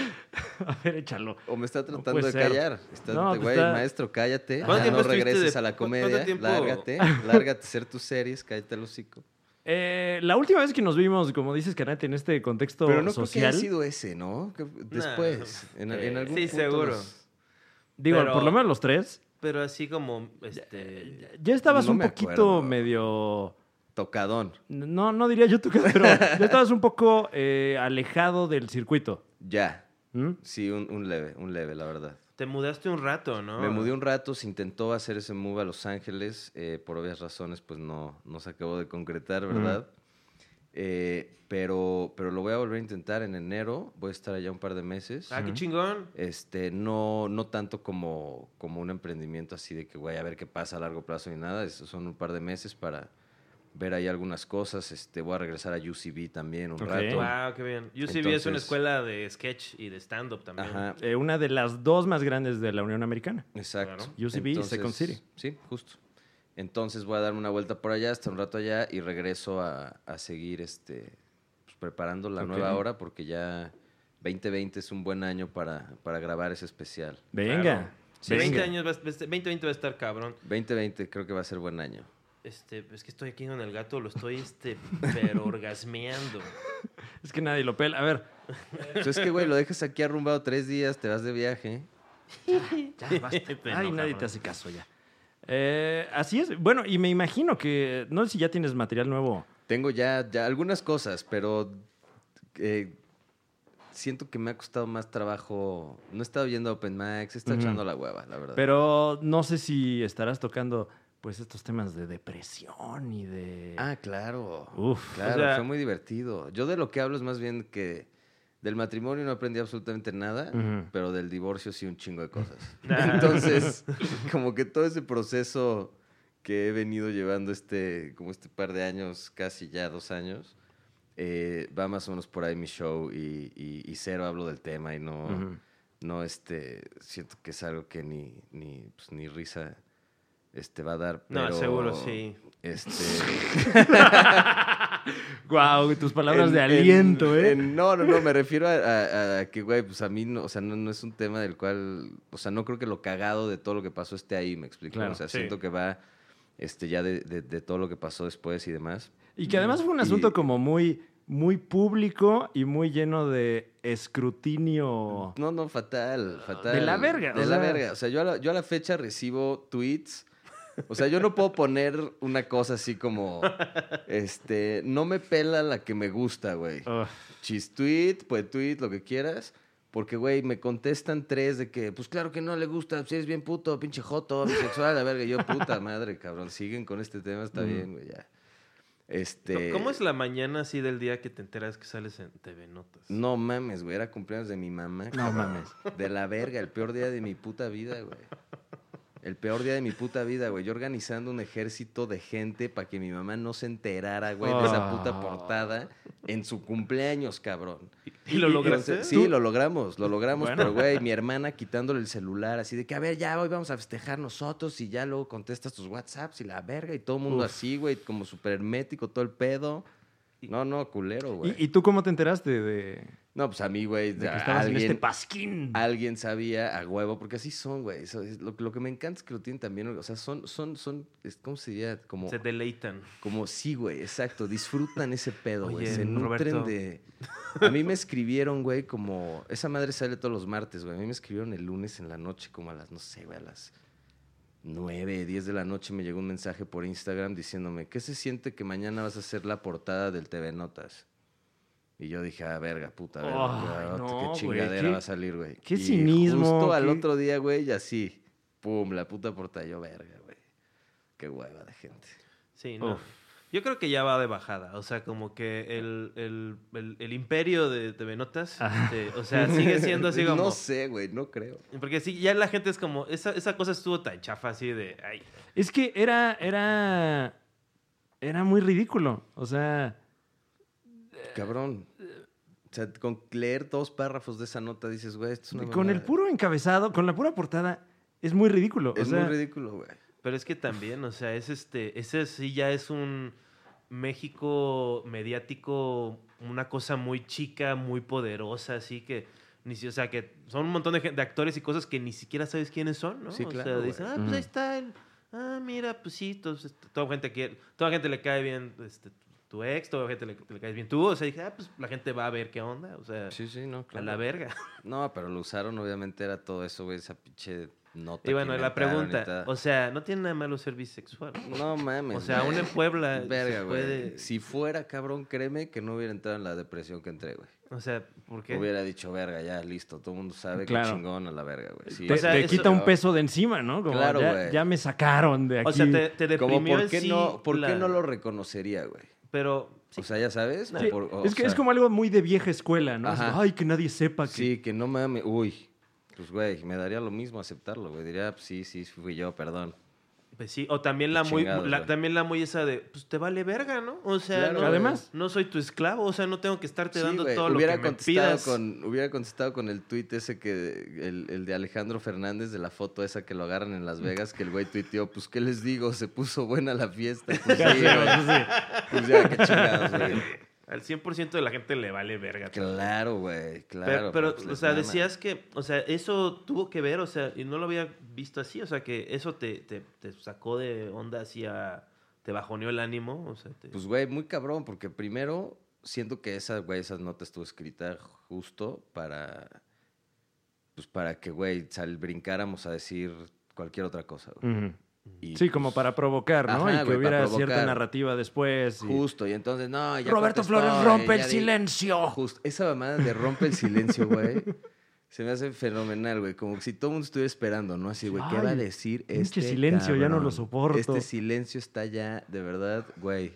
[SPEAKER 2] a ver, échalo.
[SPEAKER 4] O me está
[SPEAKER 2] No
[SPEAKER 4] tratando
[SPEAKER 2] puede
[SPEAKER 4] de
[SPEAKER 2] ser.
[SPEAKER 4] callar. Está,
[SPEAKER 2] No, te
[SPEAKER 4] güey,
[SPEAKER 2] está-
[SPEAKER 4] maestro, cállate.
[SPEAKER 1] pues ¿Cuánto
[SPEAKER 4] ya
[SPEAKER 1] tiempo
[SPEAKER 4] no
[SPEAKER 1] estuviste
[SPEAKER 4] regreses
[SPEAKER 1] de-
[SPEAKER 4] a la
[SPEAKER 1] cu- cuánto
[SPEAKER 4] comedia.
[SPEAKER 1] tiempo? [LAUGHS]
[SPEAKER 4] Lárgate, lárgate a hacer tus series, cállate el hocico.
[SPEAKER 2] Eh, la última vez que nos vimos, como dices, Canate, en este contexto
[SPEAKER 4] Pero no creo
[SPEAKER 2] social.
[SPEAKER 4] que haya sido ese, ¿no? Que Después, en, en
[SPEAKER 1] Eh,
[SPEAKER 4] algún
[SPEAKER 1] sí,
[SPEAKER 4] punto
[SPEAKER 1] seguro.
[SPEAKER 4] nos-
[SPEAKER 2] Digo,
[SPEAKER 1] pero-
[SPEAKER 2] por lo menos los tres.
[SPEAKER 1] Pero así como, este...
[SPEAKER 2] Ya estabas
[SPEAKER 4] No
[SPEAKER 2] un
[SPEAKER 4] me
[SPEAKER 2] poquito
[SPEAKER 4] acuerdo.
[SPEAKER 2] medio.
[SPEAKER 4] Tocadón.
[SPEAKER 2] No, no diría yo tu cara, pero ya estabas un poco eh, alejado del circuito.
[SPEAKER 4] Ya.
[SPEAKER 2] ¿Mm?
[SPEAKER 4] Sí, un, un leve, un leve, la verdad.
[SPEAKER 1] Te mudaste un rato, ¿no?
[SPEAKER 4] Me mudé un rato, se intentó hacer ese move a Los Ángeles, eh, por obvias razones, pues no, no se acabó de concretar, ¿verdad? Eh, pero, pero lo voy a volver a intentar en enero, voy a estar allá un par de meses.
[SPEAKER 1] Ah, qué chingón.
[SPEAKER 4] Este, no, no tanto como, como un emprendimiento así de que, güey, a ver qué pasa a largo plazo ni nada. Eso son un par de meses para ver ahí algunas cosas. Este, voy a regresar a UCB también un
[SPEAKER 2] Ok.
[SPEAKER 4] rato.
[SPEAKER 1] Wow, qué bien. UCB es una
[SPEAKER 4] Entonces-
[SPEAKER 1] escuela de sketch y de stand-up también.
[SPEAKER 4] Ajá,
[SPEAKER 2] Eh, una de las dos más grandes de la Unión Americana.
[SPEAKER 4] exacto.
[SPEAKER 2] Claro. UCB y Second City.
[SPEAKER 4] Sí, justo. Entonces voy a darme una vuelta por allá, hasta un rato allá y regreso a, a seguir este, pues, preparando la
[SPEAKER 2] Ok.
[SPEAKER 4] nueva hora porque ya 2020 es un buen año para, para grabar ese especial.
[SPEAKER 2] Venga.
[SPEAKER 1] Claro. Sí, 20
[SPEAKER 2] venga.
[SPEAKER 1] años va a- 2020 va a estar cabrón.
[SPEAKER 4] 2020 creo que va a ser buen año.
[SPEAKER 1] Este, es que estoy aquí con el gato, lo estoy este, pero
[SPEAKER 4] [LAUGHS]
[SPEAKER 1] orgasmeando.
[SPEAKER 2] Es que nadie lo pela. A ver,
[SPEAKER 4] Entonces, Pues que, güey, lo dejas aquí arrumbado tres días, te vas de viaje.
[SPEAKER 2] ya [LAUGHS] basta.
[SPEAKER 1] Te
[SPEAKER 2] Ay,
[SPEAKER 1] enoja,
[SPEAKER 2] nadie
[SPEAKER 1] ¿no?
[SPEAKER 2] te hace caso ya. Eh, así es. Bueno, y me imagino que. No sé si ya tienes material nuevo.
[SPEAKER 4] Tengo ya, ya algunas cosas, pero eh, siento que me ha costado más trabajo. No he estado yendo a Open Max, he estado
[SPEAKER 2] Ujú.
[SPEAKER 4] echando la hueva, la verdad.
[SPEAKER 2] Pero no sé si estarás tocando pues estos temas de depresión y de.
[SPEAKER 4] ah, claro.
[SPEAKER 2] Uf.
[SPEAKER 4] Claro,
[SPEAKER 1] O sea-
[SPEAKER 4] fue muy divertido. Yo de lo que hablo es más bien que del matrimonio no aprendí absolutamente nada,
[SPEAKER 2] Ujú.
[SPEAKER 4] pero del divorcio sí un chingo de cosas.
[SPEAKER 1] [LAUGHS]
[SPEAKER 4] [LAUGHS]
[SPEAKER 1] Nah.
[SPEAKER 4] Entonces, como que todo ese proceso que he venido llevando este, como este par de años, casi ya dos años, eh, va más o menos por ahí mi show y, y- y cero hablo del tema y no,
[SPEAKER 2] Ujú.
[SPEAKER 4] no este, siento que es algo que ni, ni, pues, ni risa este, va a dar.
[SPEAKER 1] No,
[SPEAKER 4] pero,
[SPEAKER 1] seguro sí.
[SPEAKER 4] Este,
[SPEAKER 2] Guau, tus palabras
[SPEAKER 4] en-
[SPEAKER 2] de
[SPEAKER 4] en-
[SPEAKER 2] aliento, ¿eh?
[SPEAKER 4] en- no, no, no, me refiero a, a- a que, güey, pues a mí, no, o sea, no, no es un tema del cual, o sea, no creo que lo cagado de todo lo que pasó esté ahí, me explico.
[SPEAKER 2] Claro,
[SPEAKER 4] o sea,
[SPEAKER 5] sí.
[SPEAKER 4] siento que va este, ya de, de- de todo lo que pasó después y demás.
[SPEAKER 2] Y que además fue un
[SPEAKER 4] Y-
[SPEAKER 2] asunto como muy, muy público y muy lleno de escrutinio.
[SPEAKER 4] No, no, fatal, fatal.
[SPEAKER 2] De la verga, o
[SPEAKER 4] De la
[SPEAKER 2] sea.
[SPEAKER 4] verga. O sea, yo a la, yo a la fecha recibo tweets. O sea, yo no puedo poner una cosa así como, este, no me pela la que me gusta, güey.
[SPEAKER 2] Ugh.
[SPEAKER 4] Chis tweet, pues tweet, lo que quieras. Porque, güey, me contestan tres de que, pues claro que no le gusta, si eres bien puto, pinche joto, bisexual, la verga. Y Yo,
[SPEAKER 2] [LAUGHS]
[SPEAKER 4] puta madre, cabrón, siguen con este tema, está
[SPEAKER 2] Mm.
[SPEAKER 4] bien, güey, ya. Este...
[SPEAKER 1] ¿Cómo es la mañana así del día que te enteras que sales en TV Notas?
[SPEAKER 4] No mames, güey. Era cumpleaños de mi mamá.
[SPEAKER 2] No
[SPEAKER 4] cabrón.
[SPEAKER 2] mames.
[SPEAKER 4] De la verga, el peor día de mi puta vida, güey. El peor día de mi puta vida, güey. Yo organizando un ejército de gente para que mi mamá no se enterara, güey, de esa puta
[SPEAKER 2] Ah.
[SPEAKER 4] portada en su cumpleaños, cabrón.
[SPEAKER 1] ¿Y lo lograste?
[SPEAKER 4] Entonces, sí, lo logramos, lo logramos,
[SPEAKER 2] Bueno.
[SPEAKER 4] pero güey, mi hermana quitándole el celular, así de que a ver, ya hoy vamos a festejar nosotros y ya luego contestas tus WhatsApps y la verga y todo el mundo así, güey, como súper hermético, todo el pedo. No, no, culero, güey.
[SPEAKER 2] ¿Y, y tú cómo te enteraste de,
[SPEAKER 4] No, pues a mí, güey,
[SPEAKER 2] de que
[SPEAKER 4] a-
[SPEAKER 2] estabas en
[SPEAKER 4] alguien,
[SPEAKER 2] este pasquín?
[SPEAKER 4] alguien sabía a huevo, porque así son, güey. Eso es- lo, lo que me encanta es que lo tienen también, o sea, son, son, son, es- ¿cómo se diría? Como,
[SPEAKER 1] Se deleitan.
[SPEAKER 4] como sí, güey, exacto. Disfrutan ese pedo, güey.
[SPEAKER 1] Oye,
[SPEAKER 4] Se nutren
[SPEAKER 1] Roberto.
[SPEAKER 4] de... A mí me escribieron, güey, como... Esa madre sale todos los martes, güey. A mí me escribieron el lunes en la noche, como a las, no sé, güey, a las 9, 10 de la noche me llegó un mensaje por Instagram diciéndome, ¿qué se siente que mañana vas a hacer la portada del TV Notas? Y yo dije, ah, verga, puta, verga,
[SPEAKER 2] Ay,
[SPEAKER 4] qué-
[SPEAKER 2] no,
[SPEAKER 4] qué
[SPEAKER 2] güey,
[SPEAKER 4] chingadera
[SPEAKER 2] qué-
[SPEAKER 4] va a salir, güey.
[SPEAKER 2] qué
[SPEAKER 4] Y
[SPEAKER 2] cinismo,
[SPEAKER 4] Justo al
[SPEAKER 2] qué-
[SPEAKER 4] otro día, güey, y así, pum, la puta portada. Yo, verga, güey. Qué hueva de gente.
[SPEAKER 1] Sí, no.
[SPEAKER 2] Uf.
[SPEAKER 1] Yo creo que ya va de bajada. O sea, como que el, el, el, el imperio de TV Notas, este, o sea, sigue siendo así como...
[SPEAKER 4] Ah. [LAUGHS] No sé, güey, no creo.
[SPEAKER 1] Porque sí, ya la gente es como... Esa, esa cosa estuvo tan chafa así de... Ay,
[SPEAKER 2] Es que era, era, era muy ridículo. O sea,
[SPEAKER 4] Cabrón. O sea, con leer dos párrafos de esa nota dices, güey, esto es una
[SPEAKER 2] con el
[SPEAKER 4] mamada.
[SPEAKER 2] puro encabezado, con la pura portada, es muy ridículo. O
[SPEAKER 4] Es
[SPEAKER 2] sea,
[SPEAKER 4] muy ridículo, güey.
[SPEAKER 1] Pero es que también, o sea, es este, ese sí ya es un México mediático, una cosa muy chica, muy poderosa, así que, ni si- o sea, que son un montón de, gen- de actores y cosas que ni siquiera sabes quiénes son, ¿no?
[SPEAKER 4] Sí,
[SPEAKER 1] o
[SPEAKER 4] claro,
[SPEAKER 1] sea, dicen,
[SPEAKER 4] güey.
[SPEAKER 1] ah, pues
[SPEAKER 2] Ujú.
[SPEAKER 1] ahí está el, ah, mira, pues sí, todos este- toda gente que, toda gente le cae bien, este, tu ex, toda gente le, le caes bien tú, o sea, dije, ah, pues la gente va a ver qué onda, o sea,
[SPEAKER 4] Sí, sí, no,
[SPEAKER 1] a
[SPEAKER 4] claro.
[SPEAKER 1] la verga.
[SPEAKER 4] No, pero lo usaron, obviamente, era todo eso, güey, esa pinche nota.
[SPEAKER 1] Y
[SPEAKER 4] que
[SPEAKER 1] bueno, la
[SPEAKER 4] inventaron y
[SPEAKER 1] pregunta,
[SPEAKER 4] tal.
[SPEAKER 1] o sea, no tiene nada de malo ser bisexual.
[SPEAKER 4] No mames.
[SPEAKER 1] O sea, aún
[SPEAKER 4] güey.
[SPEAKER 1] en Puebla se
[SPEAKER 4] Verga, güey.
[SPEAKER 1] puede-
[SPEAKER 4] Si fuera, cabrón, créeme que no hubiera entrado en la depresión que entré, güey.
[SPEAKER 1] O sea, ¿por qué?
[SPEAKER 4] Hubiera dicho, verga, ya, listo. Todo el mundo sabe
[SPEAKER 2] Claro.
[SPEAKER 4] que chingón a la verga, güey. Sí,
[SPEAKER 2] te,
[SPEAKER 1] O sea,
[SPEAKER 2] te
[SPEAKER 1] eso-
[SPEAKER 2] quita un peso de encima, ¿no? Como
[SPEAKER 4] Claro,
[SPEAKER 2] ya,
[SPEAKER 4] güey.
[SPEAKER 2] ya me sacaron de aquí.
[SPEAKER 1] O sea, te, te deprimió
[SPEAKER 4] Como, ¿por
[SPEAKER 1] en
[SPEAKER 4] qué,
[SPEAKER 1] sí
[SPEAKER 4] no, ¿por
[SPEAKER 1] la-
[SPEAKER 4] qué no lo reconocería, güey?
[SPEAKER 1] Pero, sí,
[SPEAKER 4] O sea, ya sabes.
[SPEAKER 2] Sí,
[SPEAKER 4] o por- o
[SPEAKER 2] es, que, es
[SPEAKER 4] sea-
[SPEAKER 2] como algo muy de vieja escuela, ¿no? Es,
[SPEAKER 4] Ajá.
[SPEAKER 2] Ay, que nadie sepa que... [LAUGHS]
[SPEAKER 4] Sí, que no mames. Uy, pues güey, me daría lo mismo aceptarlo, güey. Diría, pues, sí, sí, fui yo, perdón.
[SPEAKER 1] pues sí, o también la muy,
[SPEAKER 4] Chingado,
[SPEAKER 1] la-
[SPEAKER 4] güey.
[SPEAKER 1] también la muy esa de, pues te vale verga, ¿no? O sea,
[SPEAKER 4] Claro,
[SPEAKER 1] no,
[SPEAKER 4] güey.
[SPEAKER 2] Además.
[SPEAKER 1] no soy tu esclavo, o sea, no tengo que estarte
[SPEAKER 4] Sí,
[SPEAKER 1] dando
[SPEAKER 4] güey,
[SPEAKER 1] todo lo
[SPEAKER 4] hubiera
[SPEAKER 1] que me
[SPEAKER 4] contestado
[SPEAKER 1] pidas.
[SPEAKER 4] Con, hubiera contestado con el tuit ese que, el, el de Alejandro Fernández, de la foto esa que lo agarran en Las Vegas, que el güey tuiteó, pues qué les digo, se puso buena la fiesta.
[SPEAKER 1] [LAUGHS]
[SPEAKER 4] Pues sí, güey. Pues ya, qué chingados, güey.
[SPEAKER 1] Al 100% de la gente le vale verga.
[SPEAKER 4] Claro, güey,
[SPEAKER 1] Pero-
[SPEAKER 4] claro.
[SPEAKER 1] pero,
[SPEAKER 4] pues,
[SPEAKER 1] o
[SPEAKER 4] les
[SPEAKER 1] sea,
[SPEAKER 4] mama.
[SPEAKER 1] decías que, o sea, eso tuvo que ver, o sea, y no lo había visto así, o sea, que eso te, te, te sacó de onda así a, te bajoneó el ánimo, o sea, te-
[SPEAKER 4] Pues, güey, muy cabrón, porque primero siento que esa, güey, esa nota estuvo escrita justo para. Pues para que, güey, sal, brincáramos a decir cualquier otra cosa, güey.
[SPEAKER 2] Ujú.
[SPEAKER 4] Y,
[SPEAKER 2] Sí,
[SPEAKER 4] pues,
[SPEAKER 2] como para provocar, ¿no?
[SPEAKER 4] Ajá,
[SPEAKER 2] y que
[SPEAKER 4] güey, para
[SPEAKER 2] hubiera
[SPEAKER 4] provocar.
[SPEAKER 2] cierta narrativa después. y-
[SPEAKER 4] Justo, y entonces, no, ya.
[SPEAKER 2] Roberto
[SPEAKER 4] contestó,
[SPEAKER 2] Flores rompe
[SPEAKER 4] ya
[SPEAKER 2] el
[SPEAKER 4] di-
[SPEAKER 2] silencio.
[SPEAKER 4] Justo, esa mamada de rompe el silencio, güey. Se me hace fenomenal, güey. Como si todo el mundo estuviera esperando, ¿no? Así, güey, ¿qué va a
[SPEAKER 2] Ay,
[SPEAKER 4] decir
[SPEAKER 2] pinche
[SPEAKER 4] este
[SPEAKER 2] silencio, ya no lo
[SPEAKER 4] cabrón?
[SPEAKER 2] soporto.
[SPEAKER 4] Este silencio está ya, de verdad, güey.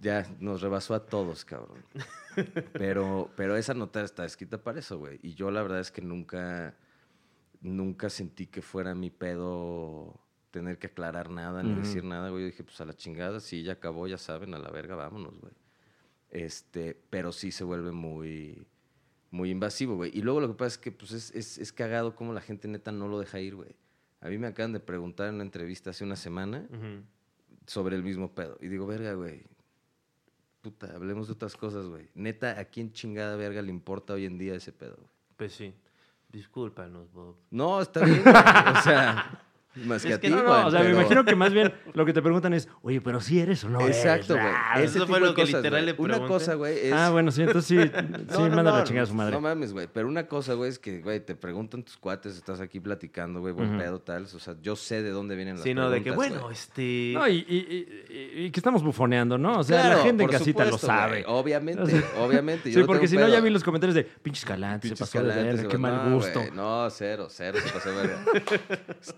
[SPEAKER 4] Ya nos rebasó a todos, cabrón. Pero, pero esa nota está escrita para eso, güey. Y yo la verdad es que nunca, nunca sentí que fuera mi pedo tener que aclarar nada ni
[SPEAKER 2] Ujú.
[SPEAKER 4] decir nada, güey. Yo dije, pues a la chingada, sí, ya acabó, ya saben, a la verga, vámonos, güey. Este, pero sí se vuelve muy, muy invasivo, güey. Y luego lo que pasa es que pues, es, es- es cagado cómo la gente neta no lo deja ir, güey. A mí me acaban de preguntar en una entrevista hace una semana
[SPEAKER 1] Ujú.
[SPEAKER 4] sobre el mismo pedo. Y digo, verga, güey. Puta, hablemos de otras cosas, güey. Neta, ¿a quién chingada verga le importa hoy en día ese pedo, güey?
[SPEAKER 1] Pues sí. Discúlpanos, Bob.
[SPEAKER 4] No, está bien, güey. O
[SPEAKER 2] [LAUGHS]
[SPEAKER 4] sea, más
[SPEAKER 1] Es
[SPEAKER 4] que, a
[SPEAKER 1] que
[SPEAKER 4] ti,
[SPEAKER 1] no,
[SPEAKER 2] No, no,
[SPEAKER 4] Juan,
[SPEAKER 2] o sea, me
[SPEAKER 4] pero-
[SPEAKER 2] imagino que más bien lo que te preguntan es, oye, pero si eres o no eres,
[SPEAKER 4] [LAUGHS] Exacto, güey.
[SPEAKER 2] nah".
[SPEAKER 1] eso
[SPEAKER 4] Ese
[SPEAKER 1] fue
[SPEAKER 4] tipo de
[SPEAKER 1] lo que
[SPEAKER 4] cosas,
[SPEAKER 1] literal
[SPEAKER 4] güey.
[SPEAKER 1] le
[SPEAKER 4] Una
[SPEAKER 1] pregunté.
[SPEAKER 4] cosa, güey, es...
[SPEAKER 2] Ah, bueno, sí, entonces
[SPEAKER 4] [LAUGHS]
[SPEAKER 2] sí, sí,
[SPEAKER 4] No, no,
[SPEAKER 2] mándalo
[SPEAKER 4] no,
[SPEAKER 2] a chingar a su madre.
[SPEAKER 4] No mames, güey. Pero una cosa, güey, es que, güey, te preguntan tus cuates, estás aquí platicando, güey, buen
[SPEAKER 2] Ujú.
[SPEAKER 4] pedo, tal. O sea, yo sé de dónde vienen las
[SPEAKER 1] Sino de
[SPEAKER 4] preguntas,
[SPEAKER 1] que, bueno,
[SPEAKER 4] güey.
[SPEAKER 1] este.
[SPEAKER 2] No, y, y- y- y que estamos bufoneando, ¿no? O sea, la
[SPEAKER 4] Claro,
[SPEAKER 2] gente en
[SPEAKER 4] por
[SPEAKER 2] casita
[SPEAKER 4] supuesto,
[SPEAKER 2] lo
[SPEAKER 4] güey.
[SPEAKER 2] sabe.
[SPEAKER 4] Obviamente,
[SPEAKER 2] O sea,
[SPEAKER 4] obviamente.
[SPEAKER 2] [LAUGHS]
[SPEAKER 4] yo
[SPEAKER 2] Sí,
[SPEAKER 4] no
[SPEAKER 2] porque
[SPEAKER 4] tengo
[SPEAKER 2] si no, ya
[SPEAKER 4] pedo.
[SPEAKER 2] vi los comentarios de pinche escalante, se
[SPEAKER 4] Pinches
[SPEAKER 2] pasó de
[SPEAKER 4] calantes,
[SPEAKER 2] verga,
[SPEAKER 4] güey.
[SPEAKER 2] qué mal
[SPEAKER 4] No,
[SPEAKER 2] gusto.
[SPEAKER 4] güey, No, cero, cero, se pasó de verga.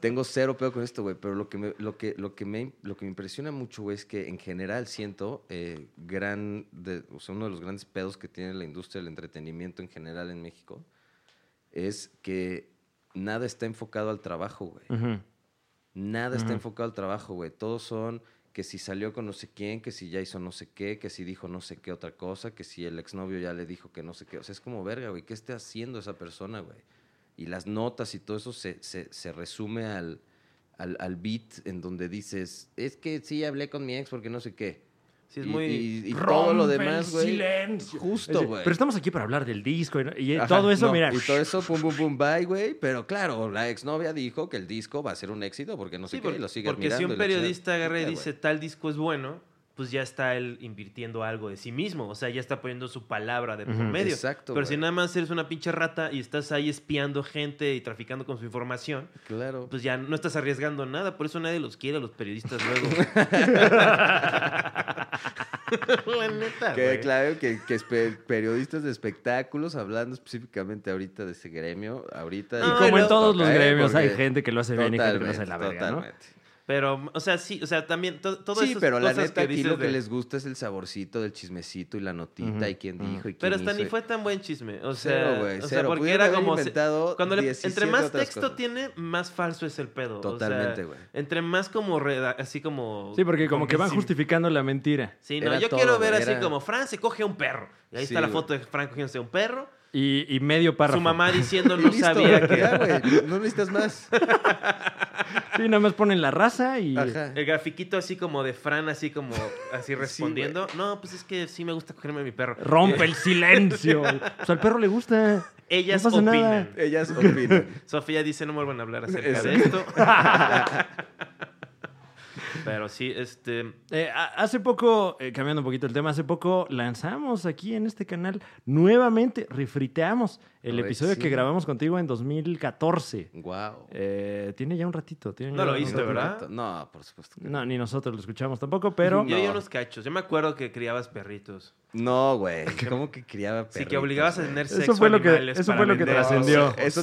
[SPEAKER 4] Tengo cero pedo con esto, güey. Pero lo que me, lo que, lo que me, lo que me impresiona mucho, güey, es que en general siento eh, gran, de- o sea, uno de los grandes pedos que tiene la industria del entretenimiento en general en México es que nada está enfocado al trabajo, güey.
[SPEAKER 2] Ujú.
[SPEAKER 4] Nada está
[SPEAKER 2] Ujú.
[SPEAKER 4] enfocado al trabajo, güey. Todos son que si salió con no sé quién, que si ya hizo no sé qué, que si dijo no sé qué otra cosa, que si el exnovio ya le dijo que no sé qué. O sea, es como verga, güey. ¿Qué está haciendo esa persona, güey? Y las notas y todo eso se, se- se resume al, al, al beat en donde dices, es que sí hablé con mi ex porque no sé qué.
[SPEAKER 1] sí, es
[SPEAKER 4] y,
[SPEAKER 1] muy.
[SPEAKER 4] y- y todo lo
[SPEAKER 2] Rompe el
[SPEAKER 4] demás, güey.
[SPEAKER 2] silencio.
[SPEAKER 4] Justo,
[SPEAKER 2] Es decir,
[SPEAKER 4] güey.
[SPEAKER 2] Pero estamos aquí para hablar del disco y, y eh,
[SPEAKER 4] Ajá,
[SPEAKER 2] todo eso,
[SPEAKER 4] no,
[SPEAKER 2] mira.
[SPEAKER 4] Y todo eso, pum, pum, pum, bye, güey. Pero claro, la exnovia dijo que el disco va a ser un éxito porque no
[SPEAKER 1] Sí,
[SPEAKER 4] sé qué, y
[SPEAKER 1] porque,
[SPEAKER 4] lo sigue
[SPEAKER 1] porque si
[SPEAKER 4] admirando
[SPEAKER 1] un
[SPEAKER 4] y la chingada.
[SPEAKER 1] periodista agarra y
[SPEAKER 4] Puta,
[SPEAKER 1] dice tal disco es bueno, pues ya está él invirtiendo algo de sí mismo. O sea, ya está poniendo su palabra de por
[SPEAKER 2] Ujú.
[SPEAKER 1] medio.
[SPEAKER 4] Exacto,
[SPEAKER 1] Pero si
[SPEAKER 4] güey.
[SPEAKER 1] nada más eres una pinche rata y estás ahí espiando gente y traficando con su información,
[SPEAKER 4] güey. Claro.
[SPEAKER 1] pues ya no estás arriesgando nada. Por eso nadie los quiere a los periodistas
[SPEAKER 4] [LAUGHS]
[SPEAKER 1] luego. La neta,
[SPEAKER 4] Que
[SPEAKER 1] güey.
[SPEAKER 4] claro
[SPEAKER 1] [LAUGHS]
[SPEAKER 4] que, que espe- periodistas de espectáculos hablando específicamente ahorita de ese gremio, ahorita
[SPEAKER 1] No,
[SPEAKER 2] Y
[SPEAKER 1] y
[SPEAKER 2] como en
[SPEAKER 1] luego-
[SPEAKER 2] todos los
[SPEAKER 4] Toca, ¿eh?
[SPEAKER 2] gremios hay
[SPEAKER 4] Porque-
[SPEAKER 2] gente que lo hace bien y gente que lo hace la
[SPEAKER 4] Totalmente,
[SPEAKER 2] verga, ¿no?
[SPEAKER 4] totalmente.
[SPEAKER 1] Pero, o sea, sí, o sea, también to- todo
[SPEAKER 4] sí,
[SPEAKER 1] esas
[SPEAKER 4] pero la
[SPEAKER 1] cosas
[SPEAKER 4] neta
[SPEAKER 1] que
[SPEAKER 4] aquí
[SPEAKER 1] dices
[SPEAKER 4] lo que
[SPEAKER 1] de-
[SPEAKER 4] les gusta es el saborcito del chismecito y la notita
[SPEAKER 2] Ujú,
[SPEAKER 4] y quién
[SPEAKER 2] ujú.
[SPEAKER 4] dijo y quién
[SPEAKER 1] Pero hasta
[SPEAKER 4] hizo
[SPEAKER 1] ni
[SPEAKER 4] y-
[SPEAKER 1] fue tan buen chisme. O sea,
[SPEAKER 4] Cero, güey,
[SPEAKER 1] o sea,
[SPEAKER 4] cero.
[SPEAKER 1] porque
[SPEAKER 4] Pudieron
[SPEAKER 1] era
[SPEAKER 4] haber
[SPEAKER 1] como. se-
[SPEAKER 4] inventado
[SPEAKER 1] cuando le-
[SPEAKER 4] 17
[SPEAKER 1] entre más
[SPEAKER 4] otras
[SPEAKER 1] texto
[SPEAKER 4] cosas.
[SPEAKER 1] tiene, más falso es el pedo. o sea,
[SPEAKER 4] Totalmente, güey.
[SPEAKER 1] entre más como. reda- así como.
[SPEAKER 2] Sí, porque como que van
[SPEAKER 1] convincim-
[SPEAKER 2] justificando la mentira.
[SPEAKER 1] Sí, no,
[SPEAKER 4] Era
[SPEAKER 1] yo
[SPEAKER 4] todo,
[SPEAKER 1] quiero ver
[SPEAKER 4] güey,
[SPEAKER 1] así
[SPEAKER 4] era-
[SPEAKER 1] como. Fran se coge a un perro. Y ahí
[SPEAKER 4] Sí,
[SPEAKER 1] está la
[SPEAKER 4] güey.
[SPEAKER 1] foto de Fran cogiéndose a un perro.
[SPEAKER 2] Y, y medio párrafo.
[SPEAKER 1] Su mamá
[SPEAKER 2] [LAUGHS]
[SPEAKER 1] diciendo
[SPEAKER 4] Y
[SPEAKER 1] no
[SPEAKER 4] listo,
[SPEAKER 1] sabía que.
[SPEAKER 4] [LAUGHS] ya, güey, no necesitas más.
[SPEAKER 2] Sí, nada más ponen la raza y.
[SPEAKER 4] Ajá.
[SPEAKER 1] El grafiquito así como de Fran, así como.
[SPEAKER 4] [LAUGHS]
[SPEAKER 1] Así respondiendo. no, pues es que sí me gusta cogerme a mi perro. Eh, [LAUGHS]
[SPEAKER 2] Rompe el silencio. Pues al perro le gusta.
[SPEAKER 1] Ellas
[SPEAKER 2] no pasa
[SPEAKER 1] opinan.
[SPEAKER 2] nada.
[SPEAKER 4] Ellas opinan.
[SPEAKER 1] Sofía dice, no me vuelvan a hablar acerca de
[SPEAKER 4] Exacto.
[SPEAKER 1] esto. [LAUGHS] Pero sí, este...
[SPEAKER 2] Eh, a- hace poco, eh, cambiando un poquito el tema, hace poco lanzamos aquí en este canal nuevamente, refriteamos el
[SPEAKER 4] Correcto.
[SPEAKER 2] episodio que grabamos contigo en 2014.
[SPEAKER 4] Wow.
[SPEAKER 2] Eh, tiene ya un ratito. tiene
[SPEAKER 1] No
[SPEAKER 2] ya
[SPEAKER 1] lo
[SPEAKER 2] un
[SPEAKER 1] oíste,
[SPEAKER 2] ratito.
[SPEAKER 1] ¿verdad?
[SPEAKER 4] No, por supuesto que no.
[SPEAKER 2] No, ni nosotros lo escuchamos tampoco,
[SPEAKER 4] [LAUGHS]
[SPEAKER 2] pero...
[SPEAKER 1] Yo
[SPEAKER 4] No.
[SPEAKER 1] oí unos cachos. Yo me acuerdo que criabas perritos.
[SPEAKER 4] No, güey. ¿Cómo que criaba perritos? eh.
[SPEAKER 1] sí, que obligabas a
[SPEAKER 4] güey?
[SPEAKER 1] tener
[SPEAKER 2] Eso
[SPEAKER 1] sexo
[SPEAKER 2] fue lo que-
[SPEAKER 1] animales
[SPEAKER 2] eso
[SPEAKER 1] para
[SPEAKER 2] fue lo que
[SPEAKER 1] vender.
[SPEAKER 2] trascendió.
[SPEAKER 4] No, Eso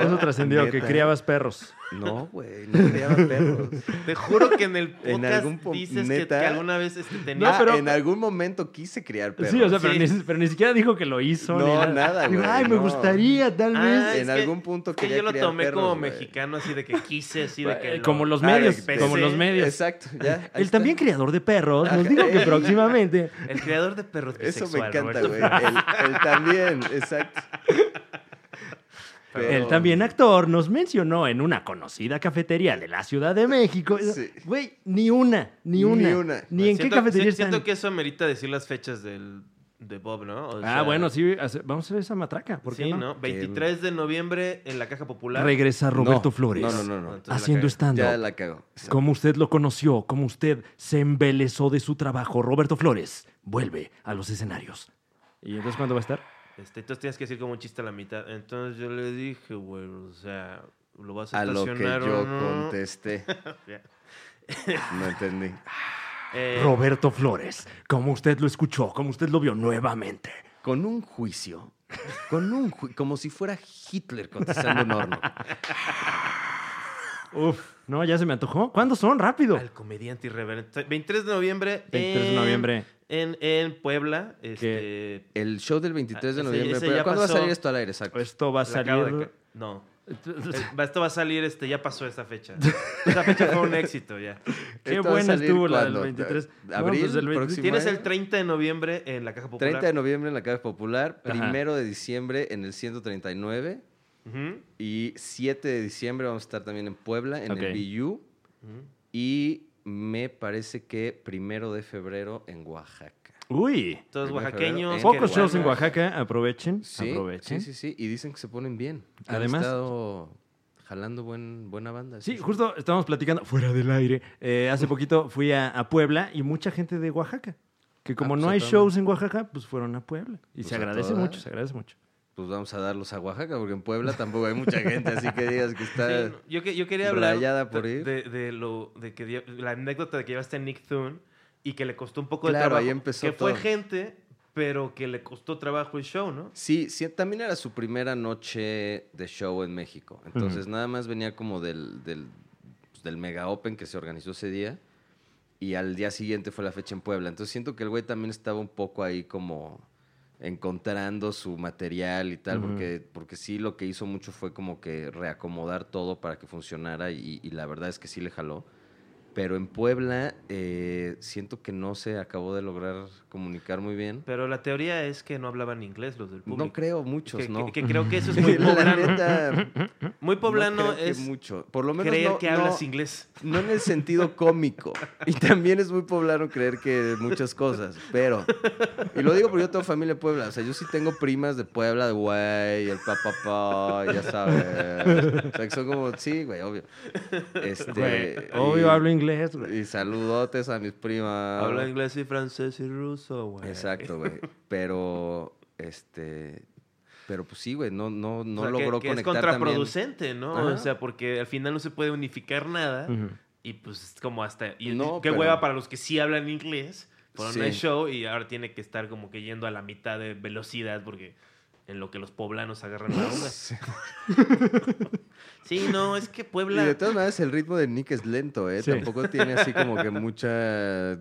[SPEAKER 2] [LAUGHS] Eso trascendió, que
[SPEAKER 4] Neta.
[SPEAKER 2] criabas perros.
[SPEAKER 4] No, güey, no
[SPEAKER 2] [LAUGHS]
[SPEAKER 4] criaba perros.
[SPEAKER 1] Te juro que en el
[SPEAKER 4] [LAUGHS] En
[SPEAKER 1] podcast
[SPEAKER 4] algún po-
[SPEAKER 1] dices que,
[SPEAKER 4] neta.
[SPEAKER 1] que alguna vez este,
[SPEAKER 4] Ah,
[SPEAKER 1] tenías...
[SPEAKER 2] pero-
[SPEAKER 4] en algún momento quise criar perros.
[SPEAKER 2] Sí, o sea, pero,
[SPEAKER 1] Sí.
[SPEAKER 2] ni, pero ni siquiera dijo que lo hizo. ni
[SPEAKER 4] No, nada,
[SPEAKER 2] Dijo,
[SPEAKER 4] güey,
[SPEAKER 2] Ay, me
[SPEAKER 4] no.
[SPEAKER 2] gustaría, tal
[SPEAKER 1] Ah,
[SPEAKER 2] vez.
[SPEAKER 1] es
[SPEAKER 4] en
[SPEAKER 1] que-
[SPEAKER 4] algún punto
[SPEAKER 1] es que
[SPEAKER 4] quería
[SPEAKER 1] yo lo
[SPEAKER 4] criar
[SPEAKER 1] tomé
[SPEAKER 4] perros,
[SPEAKER 1] como
[SPEAKER 4] güey.
[SPEAKER 1] mexicano, así de que quise, así de que...
[SPEAKER 2] Eh,
[SPEAKER 1] lo-
[SPEAKER 2] como los
[SPEAKER 4] Ah,
[SPEAKER 2] medios,
[SPEAKER 4] de-
[SPEAKER 2] como
[SPEAKER 1] pensé.
[SPEAKER 2] los medios.
[SPEAKER 4] Exacto, ya. ahí
[SPEAKER 2] El
[SPEAKER 4] está.
[SPEAKER 2] también criador de perros
[SPEAKER 4] Ah,
[SPEAKER 2] nos dijo
[SPEAKER 4] [LAUGHS]
[SPEAKER 2] que próximamente...
[SPEAKER 1] El creador de perros
[SPEAKER 4] Eso
[SPEAKER 1] bisexual,
[SPEAKER 4] me encanta,
[SPEAKER 1] Roberto.
[SPEAKER 4] güey. El, el también, exacto.
[SPEAKER 2] [LAUGHS]
[SPEAKER 4] Pero-
[SPEAKER 2] El también actor nos mencionó en una conocida cafetería de la Ciudad de México.
[SPEAKER 4] Sí.
[SPEAKER 2] Güey, ni una, ni
[SPEAKER 4] Ni
[SPEAKER 2] una. Ni,
[SPEAKER 4] una.
[SPEAKER 2] en
[SPEAKER 1] Siento-
[SPEAKER 2] qué cafetería
[SPEAKER 1] siento
[SPEAKER 2] están.
[SPEAKER 1] que eso amerita decir las fechas del, de Bob, ¿no? O
[SPEAKER 2] Ah,
[SPEAKER 1] sea,
[SPEAKER 2] bueno, sí, hace- vamos a hacer esa matraca. ¿Por qué
[SPEAKER 1] sí,
[SPEAKER 2] no?
[SPEAKER 1] no? 23 de noviembre en la Caja Popular.
[SPEAKER 2] Regresa Roberto
[SPEAKER 4] No,
[SPEAKER 2] Flores.
[SPEAKER 4] No, no, no, no.
[SPEAKER 1] Entonces la
[SPEAKER 2] Haciendo
[SPEAKER 1] cagué.
[SPEAKER 4] Ya
[SPEAKER 2] stand-up.
[SPEAKER 4] la cago. Exacto.
[SPEAKER 2] Como usted lo conoció, como usted se embelezó de su trabajo, Roberto Flores vuelve a los escenarios. ¿Y entonces cuándo va a estar?
[SPEAKER 1] Este, entonces tienes que decir como un chiste a la mitad. Entonces yo le dije, güey, o sea, lo vas a,
[SPEAKER 4] A lo que
[SPEAKER 1] estacionar o
[SPEAKER 4] yo
[SPEAKER 1] no?
[SPEAKER 4] contesté.
[SPEAKER 1] [LAUGHS] Ya.
[SPEAKER 4] No entendí.
[SPEAKER 1] Eh,
[SPEAKER 2] Roberto Flores, como usted lo escuchó, como usted lo vio nuevamente.
[SPEAKER 4] Con un juicio. Con un ju- como si fuera Hitler contestando un horno.
[SPEAKER 2] Uf, no, ya se me antojó. ¿Cuándo son? Rápido.
[SPEAKER 1] al comediante irreverente. 23 de noviembre.
[SPEAKER 2] 23 de
[SPEAKER 1] en-
[SPEAKER 2] noviembre.
[SPEAKER 1] En, en Puebla. Este,
[SPEAKER 4] El show del 23
[SPEAKER 1] Ah,
[SPEAKER 4] de
[SPEAKER 1] ese-
[SPEAKER 4] noviembre.
[SPEAKER 1] Ah, ese
[SPEAKER 4] pero
[SPEAKER 1] ya
[SPEAKER 4] ¿Cuándo va
[SPEAKER 1] pasó. Pues,
[SPEAKER 4] a salir esto al aire? Exacto.
[SPEAKER 2] Esto va a
[SPEAKER 1] la acabo de
[SPEAKER 2] salir.
[SPEAKER 1] ca- No. Eh, Esto va a salir, este, ya pasó esta
[SPEAKER 2] [LAUGHS]
[SPEAKER 1] fecha. Esta fecha fue un éxito ya.
[SPEAKER 2] Qué
[SPEAKER 4] Esto va a
[SPEAKER 2] buena
[SPEAKER 4] salir
[SPEAKER 2] estuvo la del
[SPEAKER 4] cuando,
[SPEAKER 2] 23.
[SPEAKER 4] de- abril,
[SPEAKER 2] No, pues el 23.
[SPEAKER 4] próximo
[SPEAKER 1] Tienes
[SPEAKER 4] año.
[SPEAKER 1] el 30 de noviembre en la Caja Popular.
[SPEAKER 4] 30 de noviembre en la Caja Popular,
[SPEAKER 2] Ajá.
[SPEAKER 4] primero de diciembre en el 139
[SPEAKER 1] Ujú,
[SPEAKER 4] y 7 de diciembre vamos a estar también en Puebla, en
[SPEAKER 2] Ok.
[SPEAKER 4] el BU
[SPEAKER 1] ujú.
[SPEAKER 4] y me parece que primero de febrero en Oaxaca.
[SPEAKER 2] Uy.
[SPEAKER 1] Todos
[SPEAKER 4] Primero de
[SPEAKER 1] oaxaqueños.
[SPEAKER 4] febrero en
[SPEAKER 2] Pocos
[SPEAKER 1] que-
[SPEAKER 2] shows en Oaxaca, aprovechen.
[SPEAKER 4] Sí,
[SPEAKER 2] aprovechen.
[SPEAKER 4] sí, sí, sí, y dicen que se ponen bien. que
[SPEAKER 2] Además-
[SPEAKER 4] han estado jalando buen, buena banda.
[SPEAKER 2] Sí, justo estábamos platicando fuera del aire. eh, hace poquito fui a, a Puebla y mucha gente de Oaxaca. Que como
[SPEAKER 4] Ah, pues
[SPEAKER 2] no
[SPEAKER 4] a
[SPEAKER 2] hay
[SPEAKER 4] toda
[SPEAKER 2] shows en Oaxaca, pues fueron a Puebla. Y
[SPEAKER 4] Pues
[SPEAKER 2] se
[SPEAKER 4] a
[SPEAKER 2] agradece
[SPEAKER 4] toda.
[SPEAKER 2] mucho, se agradece mucho.
[SPEAKER 4] Pues vamos a darlos a Oaxaca, porque en Puebla tampoco hay mucha gente, así que digas que está...
[SPEAKER 1] Sí, no, yo, que- yo quería hablar
[SPEAKER 4] rayada por
[SPEAKER 1] de,
[SPEAKER 4] ir.
[SPEAKER 1] de- de lo de que dio- la anécdota de que llevaste a Nick Thune y que le costó un poco de
[SPEAKER 4] Claro,
[SPEAKER 1] trabajo.
[SPEAKER 4] ahí empezó
[SPEAKER 1] que fue
[SPEAKER 4] todo.
[SPEAKER 1] gente, pero que le costó trabajo el show, ¿no?
[SPEAKER 4] Sí, sí, también era su primera noche de show en México. Entonces, nada más venía como del, del, pues, del Mega Open que se organizó ese día. Y al día siguiente fue la fecha en Puebla. Entonces, siento que el güey también estaba un poco ahí como encontrando su material y tal.
[SPEAKER 2] Ujú.
[SPEAKER 4] porque, porque sí, lo que hizo mucho fue como que reacomodar todo para que funcionara. Y, y la verdad es que sí le jaló. Pero en Puebla eh, siento que no se acabó de lograr comunicar muy bien.
[SPEAKER 1] Pero la teoría es que no hablaban inglés los del público.
[SPEAKER 4] No creo muchos,
[SPEAKER 1] que,
[SPEAKER 4] no.
[SPEAKER 1] que- que creo que eso es
[SPEAKER 4] [LAUGHS]
[SPEAKER 1] [LAUGHS] muy
[SPEAKER 4] La
[SPEAKER 1] poblano.
[SPEAKER 4] neta,
[SPEAKER 1] Muy poblano
[SPEAKER 4] no creo que
[SPEAKER 1] es
[SPEAKER 4] mucho. Por lo menos
[SPEAKER 1] creer
[SPEAKER 4] no,
[SPEAKER 1] que
[SPEAKER 4] no-
[SPEAKER 1] hablas inglés.
[SPEAKER 4] [LAUGHS] no en el sentido cómico. Y también es muy poblano creer que muchas cosas. Pero, y lo digo porque yo tengo familia de Puebla. O sea, yo sí tengo primas de Puebla, de güey, el papapá, ya sabes. O sea, que son como, sí, güey, obvio. Este,
[SPEAKER 2] Güey,
[SPEAKER 4] y-
[SPEAKER 2] eh, obvio hablo inglés, güey.
[SPEAKER 4] Y saludotes a mis primas.
[SPEAKER 1] Habla inglés y francés y ruso, güey.
[SPEAKER 4] Ah. Exacto, güey. Pero, este... Pero pues sí, güey, no, no, no
[SPEAKER 1] O sea, que-
[SPEAKER 4] logró
[SPEAKER 1] que,
[SPEAKER 4] conectar
[SPEAKER 1] es
[SPEAKER 4] también.
[SPEAKER 1] contraproducente, ¿no?
[SPEAKER 4] Ajá.
[SPEAKER 1] O sea, porque al final no se puede unificar nada.
[SPEAKER 2] Ujú.
[SPEAKER 1] Y pues es como hasta... Y,
[SPEAKER 4] No,
[SPEAKER 1] y qué
[SPEAKER 4] pero-
[SPEAKER 1] hueva para los que sí hablan inglés, pero
[SPEAKER 4] Sí.
[SPEAKER 1] no hay show y ahora tiene que estar como que yendo a la mitad de velocidad porque en lo que los poblanos agarran la
[SPEAKER 4] [LAUGHS]
[SPEAKER 1] onda. Sí, no, es que
[SPEAKER 4] Y
[SPEAKER 1] Puebla...
[SPEAKER 4] de todas maneras, el ritmo de Nick es lento, ¿eh?
[SPEAKER 2] Sí.
[SPEAKER 4] Tampoco tiene así como
[SPEAKER 2] [LAUGHS]
[SPEAKER 4] que mucha.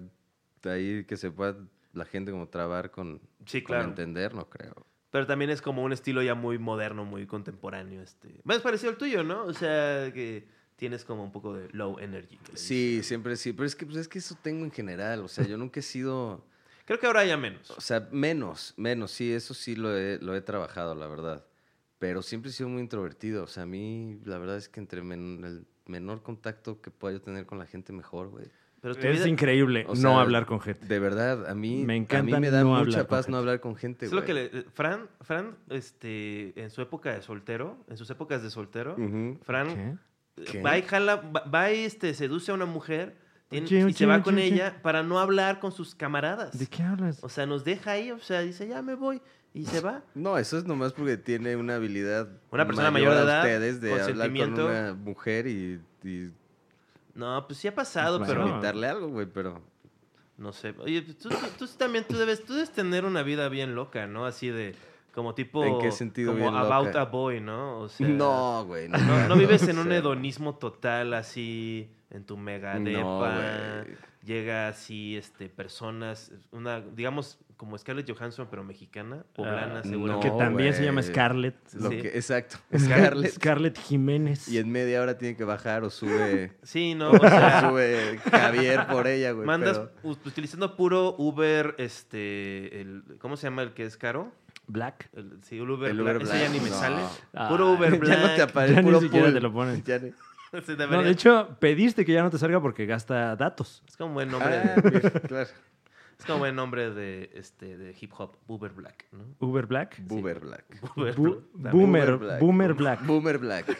[SPEAKER 4] Ahí que se pueda la gente como trabar con,
[SPEAKER 1] Sí,
[SPEAKER 4] con
[SPEAKER 1] claro.
[SPEAKER 4] entender, no creo.
[SPEAKER 1] Pero también es como un estilo ya muy moderno, muy contemporáneo. Este. Más parecido al tuyo, ¿no? O sea, que tienes como un poco de low energy. que le
[SPEAKER 4] Sí,
[SPEAKER 1] dicen.
[SPEAKER 4] siempre sí. Pero es que, pues, es que eso tengo en general. O sea, yo nunca he sido.
[SPEAKER 1] Creo que ahora ya menos.
[SPEAKER 4] O sea, menos, menos, sí, eso sí lo he, lo he trabajado, la verdad. Pero siempre he sido muy introvertido. O sea, a mí, la verdad es que entre men- el menor contacto que pueda yo tener con la gente, mejor, güey.
[SPEAKER 1] Pero tu
[SPEAKER 2] Es
[SPEAKER 1] vida-
[SPEAKER 2] increíble
[SPEAKER 4] Pues O
[SPEAKER 2] no
[SPEAKER 4] sea,
[SPEAKER 2] hablar con gente.
[SPEAKER 4] De verdad, a mí a mí
[SPEAKER 2] Me
[SPEAKER 4] me,
[SPEAKER 2] encanta
[SPEAKER 4] da
[SPEAKER 2] no hablar
[SPEAKER 4] mucha
[SPEAKER 2] con
[SPEAKER 4] paz no
[SPEAKER 2] gente.
[SPEAKER 4] hablar con gente,
[SPEAKER 1] Es
[SPEAKER 4] güey.
[SPEAKER 1] lo que le- Fran, Fran, este, en su época de soltero, en sus épocas de soltero,
[SPEAKER 4] Ujú.
[SPEAKER 1] Fran
[SPEAKER 2] ¿Qué?
[SPEAKER 1] eh,
[SPEAKER 4] ¿Qué?
[SPEAKER 1] va y jala, va, va y este, seduce a una mujer tiene-
[SPEAKER 2] Oye,
[SPEAKER 1] y
[SPEAKER 2] oye,
[SPEAKER 1] se va
[SPEAKER 2] oye,
[SPEAKER 1] con
[SPEAKER 2] oye.
[SPEAKER 1] ella para no hablar con sus camaradas.
[SPEAKER 2] ¿De qué hablas?
[SPEAKER 1] O sea, nos deja ahí, o sea, dice, ya me voy, y se va.
[SPEAKER 4] No, eso es nomás porque tiene una habilidad.
[SPEAKER 1] Una persona mayor de
[SPEAKER 4] a
[SPEAKER 1] edad,
[SPEAKER 4] ustedes de hablar con
[SPEAKER 1] consentimiento.
[SPEAKER 4] una mujer y, y
[SPEAKER 1] No, pues sí ha pasado,
[SPEAKER 2] Claro.
[SPEAKER 1] pero
[SPEAKER 4] invitarle algo, güey, pero.
[SPEAKER 1] no sé. Oye, pues tú, tú- tú sí también tú debes, tú debes tener una vida bien loca, ¿no? Así de, como tipo...
[SPEAKER 4] ¿En qué sentido
[SPEAKER 1] Como
[SPEAKER 4] bien loca?
[SPEAKER 1] About a Boy, ¿no? O sea,
[SPEAKER 4] no, güey. No,
[SPEAKER 1] No, no vives en
[SPEAKER 4] o
[SPEAKER 1] un
[SPEAKER 4] sea,
[SPEAKER 1] hedonismo total así, en tu mega
[SPEAKER 4] No,
[SPEAKER 1] depa.
[SPEAKER 4] güey.
[SPEAKER 1] llega así, este, personas, una, digamos, como Scarlett Johansson, pero mexicana, poblana,
[SPEAKER 2] Ah,
[SPEAKER 1] seguramente.
[SPEAKER 2] que
[SPEAKER 4] no,
[SPEAKER 2] también se llama
[SPEAKER 4] güey.
[SPEAKER 2] Scarlett.
[SPEAKER 4] Lo
[SPEAKER 1] Sí.
[SPEAKER 4] que,
[SPEAKER 2] [LAUGHS]
[SPEAKER 4] exacto.
[SPEAKER 2] Scarlett.
[SPEAKER 4] [LAUGHS] Scarlett.
[SPEAKER 2] Scarlett Jiménez.
[SPEAKER 4] Y en media hora tiene que bajar o sube.
[SPEAKER 1] Sí, [LAUGHS] no,
[SPEAKER 4] o [LAUGHS]
[SPEAKER 1] o sea,
[SPEAKER 4] sube Javier por ella, güey.
[SPEAKER 1] mandas
[SPEAKER 4] pero-
[SPEAKER 1] u- utilizando puro Uber, este, el, ¿cómo se llama el que es caro?
[SPEAKER 2] Black.
[SPEAKER 1] El, sí, el Uber,
[SPEAKER 4] El Uber
[SPEAKER 1] Black. Ese ya
[SPEAKER 4] Black,
[SPEAKER 1] ni me
[SPEAKER 4] no.
[SPEAKER 1] sale.
[SPEAKER 2] Ah,
[SPEAKER 1] Puro Uber Black.
[SPEAKER 4] [LAUGHS] Ya no te aparece
[SPEAKER 2] Ya ni
[SPEAKER 4] puro
[SPEAKER 2] siquiera
[SPEAKER 4] pool.
[SPEAKER 2] te lo ponen.
[SPEAKER 4] Ya ni-
[SPEAKER 1] [LAUGHS] Se debería-
[SPEAKER 2] No, de hecho, pediste que ya no te salga porque gasta datos.
[SPEAKER 1] es como buen nombre,
[SPEAKER 4] Ah,
[SPEAKER 1] de,
[SPEAKER 4] mira, claro.
[SPEAKER 1] es como buen nombre de, este, de hip hop, Uber Black, ¿no?
[SPEAKER 2] Uber Black.
[SPEAKER 4] Boomer Black.
[SPEAKER 1] Uber
[SPEAKER 2] Bu-
[SPEAKER 1] Black.
[SPEAKER 2] boomer,
[SPEAKER 4] Uber Black.
[SPEAKER 2] Boomer Black.
[SPEAKER 4] Boomer Black.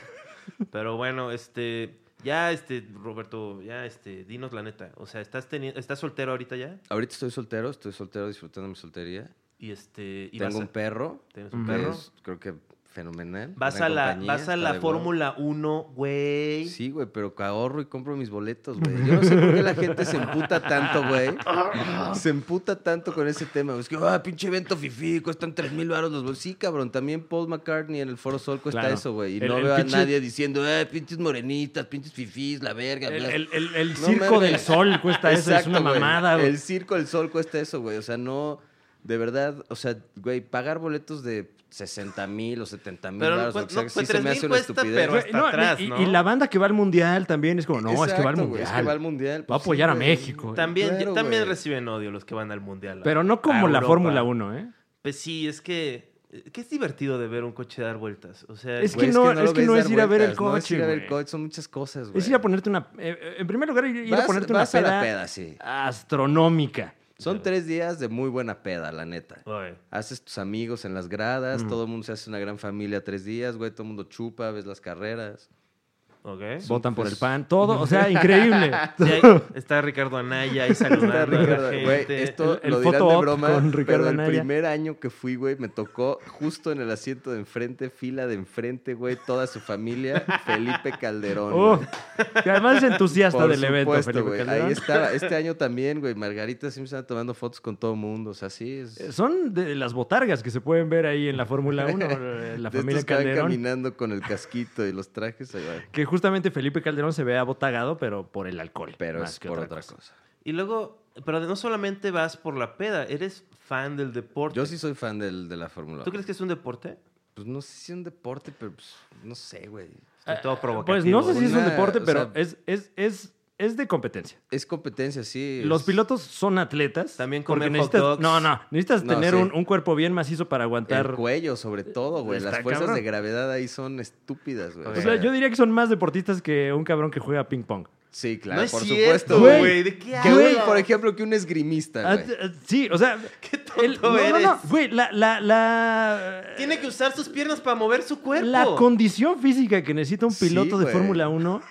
[SPEAKER 1] Pero bueno, este, ya este, Roberto, ya este, dinos la neta. O sea, estás teniendo, estás soltero ahorita ya
[SPEAKER 4] Ahorita estoy soltero, estoy soltero disfrutando mi soltería.
[SPEAKER 1] y este, y vas
[SPEAKER 4] Tengo
[SPEAKER 1] a-
[SPEAKER 4] un perro.
[SPEAKER 1] tienes un
[SPEAKER 4] que
[SPEAKER 1] perro.
[SPEAKER 4] es, creo que fenomenal.
[SPEAKER 1] Vas a
[SPEAKER 4] gran
[SPEAKER 1] la,
[SPEAKER 4] compañía,
[SPEAKER 1] vas a
[SPEAKER 4] está de
[SPEAKER 1] la
[SPEAKER 4] huevo.
[SPEAKER 1] Fórmula 1, güey.
[SPEAKER 4] Sí, güey, pero que ahorro y compro mis boletos, güey. Yo no sé por qué la gente se emputa
[SPEAKER 1] [LAUGHS]
[SPEAKER 4] tanto, güey. Se emputa tanto con ese tema. Es que, ah, pinche evento fifí, cuestan 3 mil baros los boletos. Sí, cabrón, también Paul McCartney en el Foro Sol cuesta
[SPEAKER 2] Claro.
[SPEAKER 4] eso, güey. Y
[SPEAKER 2] El-
[SPEAKER 4] no
[SPEAKER 2] el
[SPEAKER 4] veo
[SPEAKER 2] pinche-
[SPEAKER 4] a nadie diciendo, ah, pinches morenitas, pinches fifís, la verga,
[SPEAKER 2] El,
[SPEAKER 4] bla".
[SPEAKER 2] el- el- el
[SPEAKER 4] No
[SPEAKER 2] circo
[SPEAKER 4] mames.
[SPEAKER 2] del sol cuesta eso, es
[SPEAKER 4] Exacto,
[SPEAKER 2] una
[SPEAKER 4] güey.
[SPEAKER 2] mamada. güey.
[SPEAKER 4] El circo, el sol cuesta eso, güey. O sea, no, de verdad, o sea, güey, pagar boletos de 60 mil o 70 mil
[SPEAKER 1] Pero no
[SPEAKER 4] varos, lo
[SPEAKER 1] cuen-
[SPEAKER 4] que sea,
[SPEAKER 1] no,
[SPEAKER 4] sí
[SPEAKER 1] pues,
[SPEAKER 4] se me
[SPEAKER 1] 3,000
[SPEAKER 4] hace una
[SPEAKER 1] cuesta,
[SPEAKER 4] estupidez.
[SPEAKER 1] pero-
[SPEAKER 4] Güey,
[SPEAKER 1] hasta atrás,
[SPEAKER 2] y,
[SPEAKER 1] ¿no?
[SPEAKER 2] y la banda que va al mundial también es como, no, es que va al
[SPEAKER 4] exacto, güey,
[SPEAKER 2] mundial.
[SPEAKER 4] Es que va al mundial.
[SPEAKER 2] Va a
[SPEAKER 4] pues sí,
[SPEAKER 2] apoyar a
[SPEAKER 4] güey.
[SPEAKER 2] México. eh.
[SPEAKER 1] También,
[SPEAKER 4] Claro,
[SPEAKER 1] también
[SPEAKER 4] güey.
[SPEAKER 1] reciben odio los que van al mundial. a-
[SPEAKER 2] Pero no
[SPEAKER 1] a
[SPEAKER 2] como la
[SPEAKER 1] Europa.
[SPEAKER 2] Fórmula 1, ¿eh?
[SPEAKER 1] Pues sí, es que, que es divertido de ver un coche dar vueltas. O sea,
[SPEAKER 2] Es que
[SPEAKER 4] Güey,
[SPEAKER 2] no-
[SPEAKER 4] lo
[SPEAKER 2] es que
[SPEAKER 4] ves
[SPEAKER 2] no
[SPEAKER 4] dar
[SPEAKER 2] es ir a ver el
[SPEAKER 4] vueltas, No es ir
[SPEAKER 2] coche,
[SPEAKER 4] a ver
[SPEAKER 2] güey.
[SPEAKER 4] el coche, son muchas cosas, güey.
[SPEAKER 2] Es ir a ponerte una. eh, en primer lugar, ir a
[SPEAKER 4] Vas-
[SPEAKER 2] ponerte
[SPEAKER 4] vas
[SPEAKER 2] una
[SPEAKER 4] a
[SPEAKER 2] peda
[SPEAKER 4] la peda, sí.
[SPEAKER 2] astronómica.
[SPEAKER 4] Son tres días de muy buena peda, la neta.
[SPEAKER 1] Oye,
[SPEAKER 4] Haces tus amigos en las
[SPEAKER 2] Mm.
[SPEAKER 4] gradas, todo el mundo se hace una gran familia tres días, güey, todo el mundo chupa, ves las carreras.
[SPEAKER 1] ok.
[SPEAKER 2] Votan por
[SPEAKER 4] pues-
[SPEAKER 2] el pan, todo. O
[SPEAKER 4] [LAUGHS]
[SPEAKER 2] sea, increíble.
[SPEAKER 1] Sí,
[SPEAKER 2] [LAUGHS]
[SPEAKER 1] ahí está Ricardo Anaya ahí saludando
[SPEAKER 4] Está Ricardo,
[SPEAKER 1] a la
[SPEAKER 4] güey,
[SPEAKER 1] gente.
[SPEAKER 4] esto
[SPEAKER 2] El- el
[SPEAKER 4] lo dirán
[SPEAKER 2] photo
[SPEAKER 4] de
[SPEAKER 2] op
[SPEAKER 4] broma,
[SPEAKER 2] con Ricardo
[SPEAKER 4] pero el
[SPEAKER 2] Anaya.
[SPEAKER 4] primer año que fui, güey, me tocó justo en el asiento de enfrente, fila de enfrente, güey, toda su familia, Felipe Calderón.
[SPEAKER 2] Uf,
[SPEAKER 4] güey.
[SPEAKER 2] que además es entusiasta
[SPEAKER 4] Por
[SPEAKER 2] Oh, del evento,
[SPEAKER 4] supuesto,
[SPEAKER 2] Felipe
[SPEAKER 4] güey,
[SPEAKER 2] Calderón.
[SPEAKER 4] Ahí estaba. Este año también, güey, Margarita siempre está tomando fotos con todo el mundo, o sea, sí. Es...
[SPEAKER 2] Eh, Son de las botargas que se pueden ver ahí en la
[SPEAKER 4] [LAUGHS]
[SPEAKER 2] Fórmula 1, eh, la
[SPEAKER 4] de
[SPEAKER 2] familia
[SPEAKER 4] estos que van
[SPEAKER 2] Calderón.
[SPEAKER 4] caminando con el casquito y los trajes, ahí va.
[SPEAKER 2] Que justamente Felipe Calderón se ve abotagado, pero por el alcohol.
[SPEAKER 4] Pero
[SPEAKER 2] más
[SPEAKER 4] es
[SPEAKER 2] que
[SPEAKER 4] por otra cosa.
[SPEAKER 1] Y luego, pero no solamente vas por la peda, eres fan del deporte.
[SPEAKER 4] Yo sí soy fan del, de la Fórmula
[SPEAKER 1] ¿Tú
[SPEAKER 4] 1.
[SPEAKER 1] crees que es un deporte?
[SPEAKER 4] Pues no sé si es un deporte, pero pues, no sé, güey.
[SPEAKER 1] Estoy todo provocativo.
[SPEAKER 2] Pues no sé si es un
[SPEAKER 4] Una-
[SPEAKER 2] deporte,
[SPEAKER 4] o
[SPEAKER 2] pero
[SPEAKER 4] sea-
[SPEAKER 2] es, es, es, es de competencia.
[SPEAKER 4] Es competencia, sí.
[SPEAKER 2] Los
[SPEAKER 4] es-
[SPEAKER 2] pilotos son atletas.
[SPEAKER 1] También
[SPEAKER 2] porque
[SPEAKER 1] comen hot
[SPEAKER 2] necesitas-
[SPEAKER 1] dogs.
[SPEAKER 2] No, no. Necesitas
[SPEAKER 4] No,
[SPEAKER 2] tener
[SPEAKER 4] sí.
[SPEAKER 2] un, un cuerpo bien macizo para aguantar.
[SPEAKER 4] El cuello, sobre todo, güey.
[SPEAKER 2] Está
[SPEAKER 4] Las fuerzas
[SPEAKER 2] cabrón.
[SPEAKER 4] de gravedad ahí son estúpidas, güey.
[SPEAKER 1] O
[SPEAKER 2] O sea, yo diría que son más deportistas que un cabrón que juega ping pong.
[SPEAKER 4] Sí, claro,
[SPEAKER 1] No es
[SPEAKER 4] por
[SPEAKER 1] cierto,
[SPEAKER 4] supuesto,
[SPEAKER 2] güey.
[SPEAKER 1] güey. ¿De qué
[SPEAKER 4] Que
[SPEAKER 2] Güey.
[SPEAKER 4] un,
[SPEAKER 1] hablas?
[SPEAKER 4] por ejemplo, que un esgrimista,
[SPEAKER 2] Ah,
[SPEAKER 4] Eh, güey.
[SPEAKER 2] ah, sí, o
[SPEAKER 4] [LAUGHS]
[SPEAKER 2] sea.
[SPEAKER 1] Qué tonto
[SPEAKER 2] el- no, no, no,
[SPEAKER 1] eres.
[SPEAKER 2] güey, la, la, la-
[SPEAKER 1] Tiene que usar sus piernas para mover su cuerpo.
[SPEAKER 2] la condición física que necesita un
[SPEAKER 4] Sí,
[SPEAKER 2] piloto de
[SPEAKER 4] güey.
[SPEAKER 2] Fórmula 1.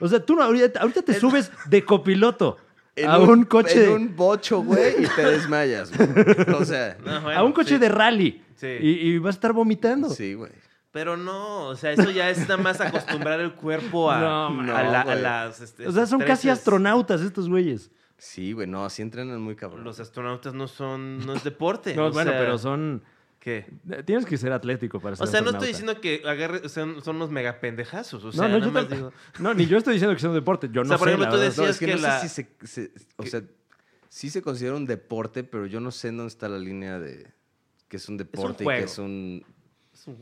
[SPEAKER 2] O sea, tú no, ahorita, ahorita te subes de copiloto
[SPEAKER 4] En
[SPEAKER 2] a un, coche,
[SPEAKER 4] En
[SPEAKER 2] de-
[SPEAKER 4] un bocho, güey, y te desmayas, güey. O sea,
[SPEAKER 1] No, bueno,
[SPEAKER 2] a un coche
[SPEAKER 1] sí.
[SPEAKER 2] de rally.
[SPEAKER 1] Sí.
[SPEAKER 2] Y, y vas a estar vomitando.
[SPEAKER 4] sí, güey.
[SPEAKER 1] Pero no, o sea, eso ya es nada más acostumbrar el cuerpo a,
[SPEAKER 2] [LAUGHS] No, man.
[SPEAKER 1] a la- a
[SPEAKER 4] güey.
[SPEAKER 1] las. este,
[SPEAKER 2] O sea, son casi
[SPEAKER 1] estreses.
[SPEAKER 2] astronautas estos güeyes.
[SPEAKER 4] Sí, güey, no, así entrenan muy cabrón.
[SPEAKER 1] Los astronautas no son. No es deporte.
[SPEAKER 2] [LAUGHS] No,
[SPEAKER 1] o
[SPEAKER 2] bueno,
[SPEAKER 1] sea,
[SPEAKER 2] pero son.
[SPEAKER 1] ¿Qué?
[SPEAKER 2] Tienes que ser atlético para ser
[SPEAKER 1] O sea, no estoy diciendo
[SPEAKER 2] astronauta.
[SPEAKER 1] que agarre, o sea, son unos megapendejazos. O sea,
[SPEAKER 2] no, no,
[SPEAKER 1] nada
[SPEAKER 2] yo
[SPEAKER 1] más
[SPEAKER 2] tam-
[SPEAKER 1] digo.
[SPEAKER 2] no, ni yo estoy diciendo que sea un deporte. Yo no
[SPEAKER 1] sea, por
[SPEAKER 2] sé,
[SPEAKER 1] ejemplo,
[SPEAKER 2] la
[SPEAKER 1] tú
[SPEAKER 2] verdad.
[SPEAKER 1] decías-
[SPEAKER 4] no, es que,
[SPEAKER 1] que
[SPEAKER 4] no
[SPEAKER 1] la-
[SPEAKER 4] sé si se, se- O sea, sí se considera un deporte, pero yo no sé en dónde está la línea de que es un deporte y
[SPEAKER 1] juego.
[SPEAKER 4] que es un...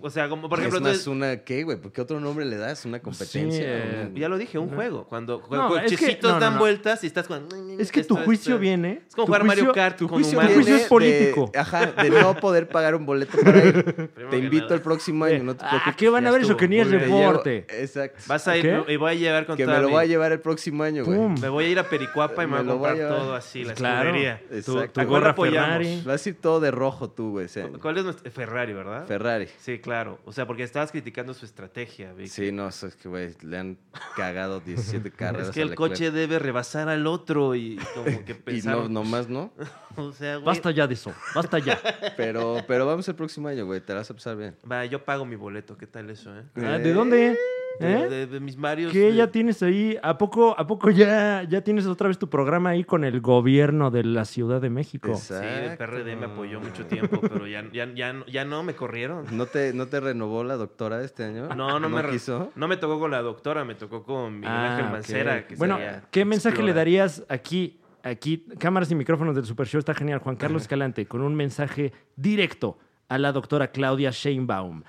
[SPEAKER 1] O sea, como por ejemplo.
[SPEAKER 4] es más
[SPEAKER 1] tú-
[SPEAKER 4] una... ¿Qué, güey? ¿Por qué otro nombre le das? ¿Una competencia?
[SPEAKER 2] eh,
[SPEAKER 4] Un-
[SPEAKER 1] Ya lo dije, un juego. Cuando cuando
[SPEAKER 2] es que-
[SPEAKER 1] cochecitos
[SPEAKER 2] no, no,
[SPEAKER 1] dan
[SPEAKER 2] no.
[SPEAKER 1] vueltas y estás jugando.
[SPEAKER 2] Es que tu
[SPEAKER 1] Esto,
[SPEAKER 2] juicio
[SPEAKER 1] esto.
[SPEAKER 2] viene.
[SPEAKER 1] Es como
[SPEAKER 2] tu
[SPEAKER 1] jugar Mario
[SPEAKER 2] juicio-
[SPEAKER 1] Kart
[SPEAKER 2] Tu
[SPEAKER 1] con
[SPEAKER 2] juicio, Ah, tu
[SPEAKER 1] humanos. ah,
[SPEAKER 2] juicio es
[SPEAKER 4] de-
[SPEAKER 2] político.
[SPEAKER 4] ajá, de no poder pagar un boleto
[SPEAKER 1] [LAUGHS]
[SPEAKER 4] para ir.
[SPEAKER 1] Primero
[SPEAKER 4] Te
[SPEAKER 1] que
[SPEAKER 4] invito
[SPEAKER 1] nada.
[SPEAKER 4] el próximo año, no te
[SPEAKER 2] Ah,
[SPEAKER 4] preocupes.
[SPEAKER 2] ¿qué van a
[SPEAKER 1] ya
[SPEAKER 2] ver eso
[SPEAKER 1] estuvo,
[SPEAKER 2] que ni es
[SPEAKER 1] muy
[SPEAKER 4] Te llevo-
[SPEAKER 2] deporte?
[SPEAKER 4] Exacto.
[SPEAKER 1] Vas a ir
[SPEAKER 2] ¿Qué?
[SPEAKER 1] y voy a llevar con
[SPEAKER 4] que
[SPEAKER 1] toda
[SPEAKER 4] me lo
[SPEAKER 1] mi-
[SPEAKER 4] voy a llevar el próximo año,
[SPEAKER 2] Pum.
[SPEAKER 4] güey.
[SPEAKER 1] Me voy a ir a Pericuapa y me, voy a
[SPEAKER 4] Me lo voy
[SPEAKER 1] comprar
[SPEAKER 4] a llevar.
[SPEAKER 1] todo así, la
[SPEAKER 2] Pues Claro.
[SPEAKER 1] escudería.
[SPEAKER 2] Tu,
[SPEAKER 4] Exacto.
[SPEAKER 2] tu
[SPEAKER 4] ¿A cuál
[SPEAKER 2] gorra
[SPEAKER 1] apoyamos?
[SPEAKER 2] Ferrari.
[SPEAKER 4] Vas a ir todo de rojo tú, güey. ese año.
[SPEAKER 1] ¿Cuál es nuestro? Ferrari, ¿verdad?
[SPEAKER 4] Ferrari.
[SPEAKER 1] Sí, claro. O sea, porque estabas criticando su estrategia, Vic.
[SPEAKER 4] Sí, no, eso es que, güey, le han cagado
[SPEAKER 1] [LAUGHS]
[SPEAKER 4] 17 carreras.
[SPEAKER 1] Es que
[SPEAKER 4] a
[SPEAKER 1] el
[SPEAKER 4] Leclerc.
[SPEAKER 1] coche debe rebasar al otro y como que
[SPEAKER 4] [LAUGHS] Y no,
[SPEAKER 1] pensaron...
[SPEAKER 4] nomás no.
[SPEAKER 1] O sea, güey,
[SPEAKER 2] Basta ya de eso.
[SPEAKER 1] [LAUGHS]
[SPEAKER 2] Basta ya.
[SPEAKER 4] Pero, pero vamos el próximo año, güey. Te la vas a pasar bien.
[SPEAKER 1] Va, yo pago mi boleto. ¿Qué tal eso, eh?
[SPEAKER 2] Ah, ¿De dónde?
[SPEAKER 1] De,
[SPEAKER 2] ¿Eh?
[SPEAKER 1] de- de mis varios...
[SPEAKER 2] ¿Qué
[SPEAKER 1] de-
[SPEAKER 2] ya tienes ahí? ¿A poco, a poco ya, ya tienes otra vez tu programa ahí con el gobierno de la Ciudad de México?
[SPEAKER 1] Sí, el PRD me apoyó mucho tiempo, pero ya, ya, ya, no- ya no, me corrieron.
[SPEAKER 4] ¿No te, ¿No te renovó la doctora este año?
[SPEAKER 1] No, no, me re-
[SPEAKER 4] quiso.
[SPEAKER 1] No me tocó con la doctora, me tocó con Miguel
[SPEAKER 2] Ah,
[SPEAKER 1] Ángel
[SPEAKER 2] ok.
[SPEAKER 1] Mancera. que
[SPEAKER 2] bueno,
[SPEAKER 1] sería
[SPEAKER 2] ¿qué mensaje le
[SPEAKER 1] Explora.
[SPEAKER 2] darías aquí? Aquí, cámaras y micrófonos del Super Show está genial. Juan Carlos Escalante, con un mensaje directo a la doctora Claudia Sheinbaum,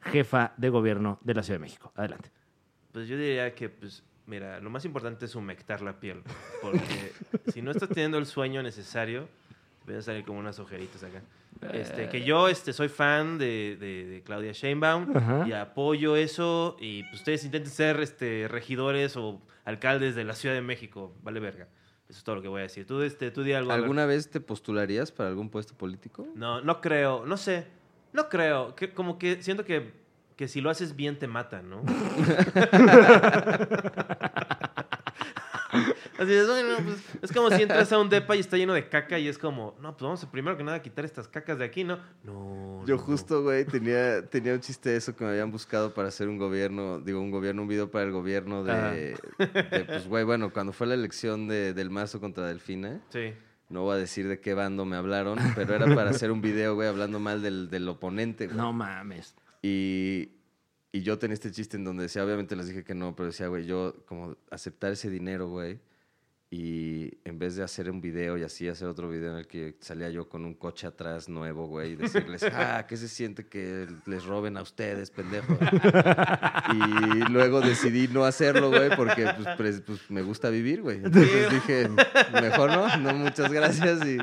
[SPEAKER 2] jefa de gobierno de la Ciudad de México. Adelante.
[SPEAKER 1] Pues yo diría que, pues, mira, lo más importante es humectar la piel.
[SPEAKER 2] [LAUGHS]
[SPEAKER 1] Porque si no estás teniendo el sueño necesario, voy a salir como unas ojeritas acá. Este,
[SPEAKER 2] Eh.
[SPEAKER 1] que yo este, soy fan de, de- de Claudia Sheinbaum
[SPEAKER 2] Ajá.
[SPEAKER 1] y apoyo eso. Y pues, ustedes intenten ser este, regidores o alcaldes de la Ciudad de México. Vale verga. Eso es todo lo que voy a decir. Tú, este, tú di algo. Albert.
[SPEAKER 4] ¿Alguna vez te postularías para algún puesto político?
[SPEAKER 1] No, no creo. No sé. No creo. Que, como que siento que, que si lo haces bien te matan,
[SPEAKER 4] [LAUGHS]
[SPEAKER 1] ¿no? Así es, bueno, pues, es como si entras a un depa y está lleno de caca y es como, no, pues vamos a primero que nada a quitar estas cacas de aquí, ¿no? No.
[SPEAKER 4] Yo
[SPEAKER 1] no.
[SPEAKER 4] justo, güey, tenía, tenía un chiste de eso que me habían buscado para hacer un gobierno, digo, un gobierno, un video para el gobierno de, de, pues, güey, bueno, cuando fue la elección de, del Mazo contra Delfina,
[SPEAKER 1] Sí.
[SPEAKER 4] no voy a decir de qué bando me hablaron, pero era para hacer un video, güey, hablando mal del, del oponente, güey.
[SPEAKER 2] No mames.
[SPEAKER 4] Y, y yo tenía este chiste en donde decía, obviamente les dije que no, pero decía, güey, yo como aceptar ese dinero, güey, Y en vez de hacer un video y así, hacer otro video en el que salía yo con un coche atrás nuevo, güey, y
[SPEAKER 1] [LAUGHS]
[SPEAKER 4] decirles, ah, ¿qué se siente que les roben a ustedes, pendejo? y luego decidí no hacerlo, güey, porque pues, pres- pues, me gusta vivir, güey. Entonces dije, mejor no, no, muchas gracias. Y,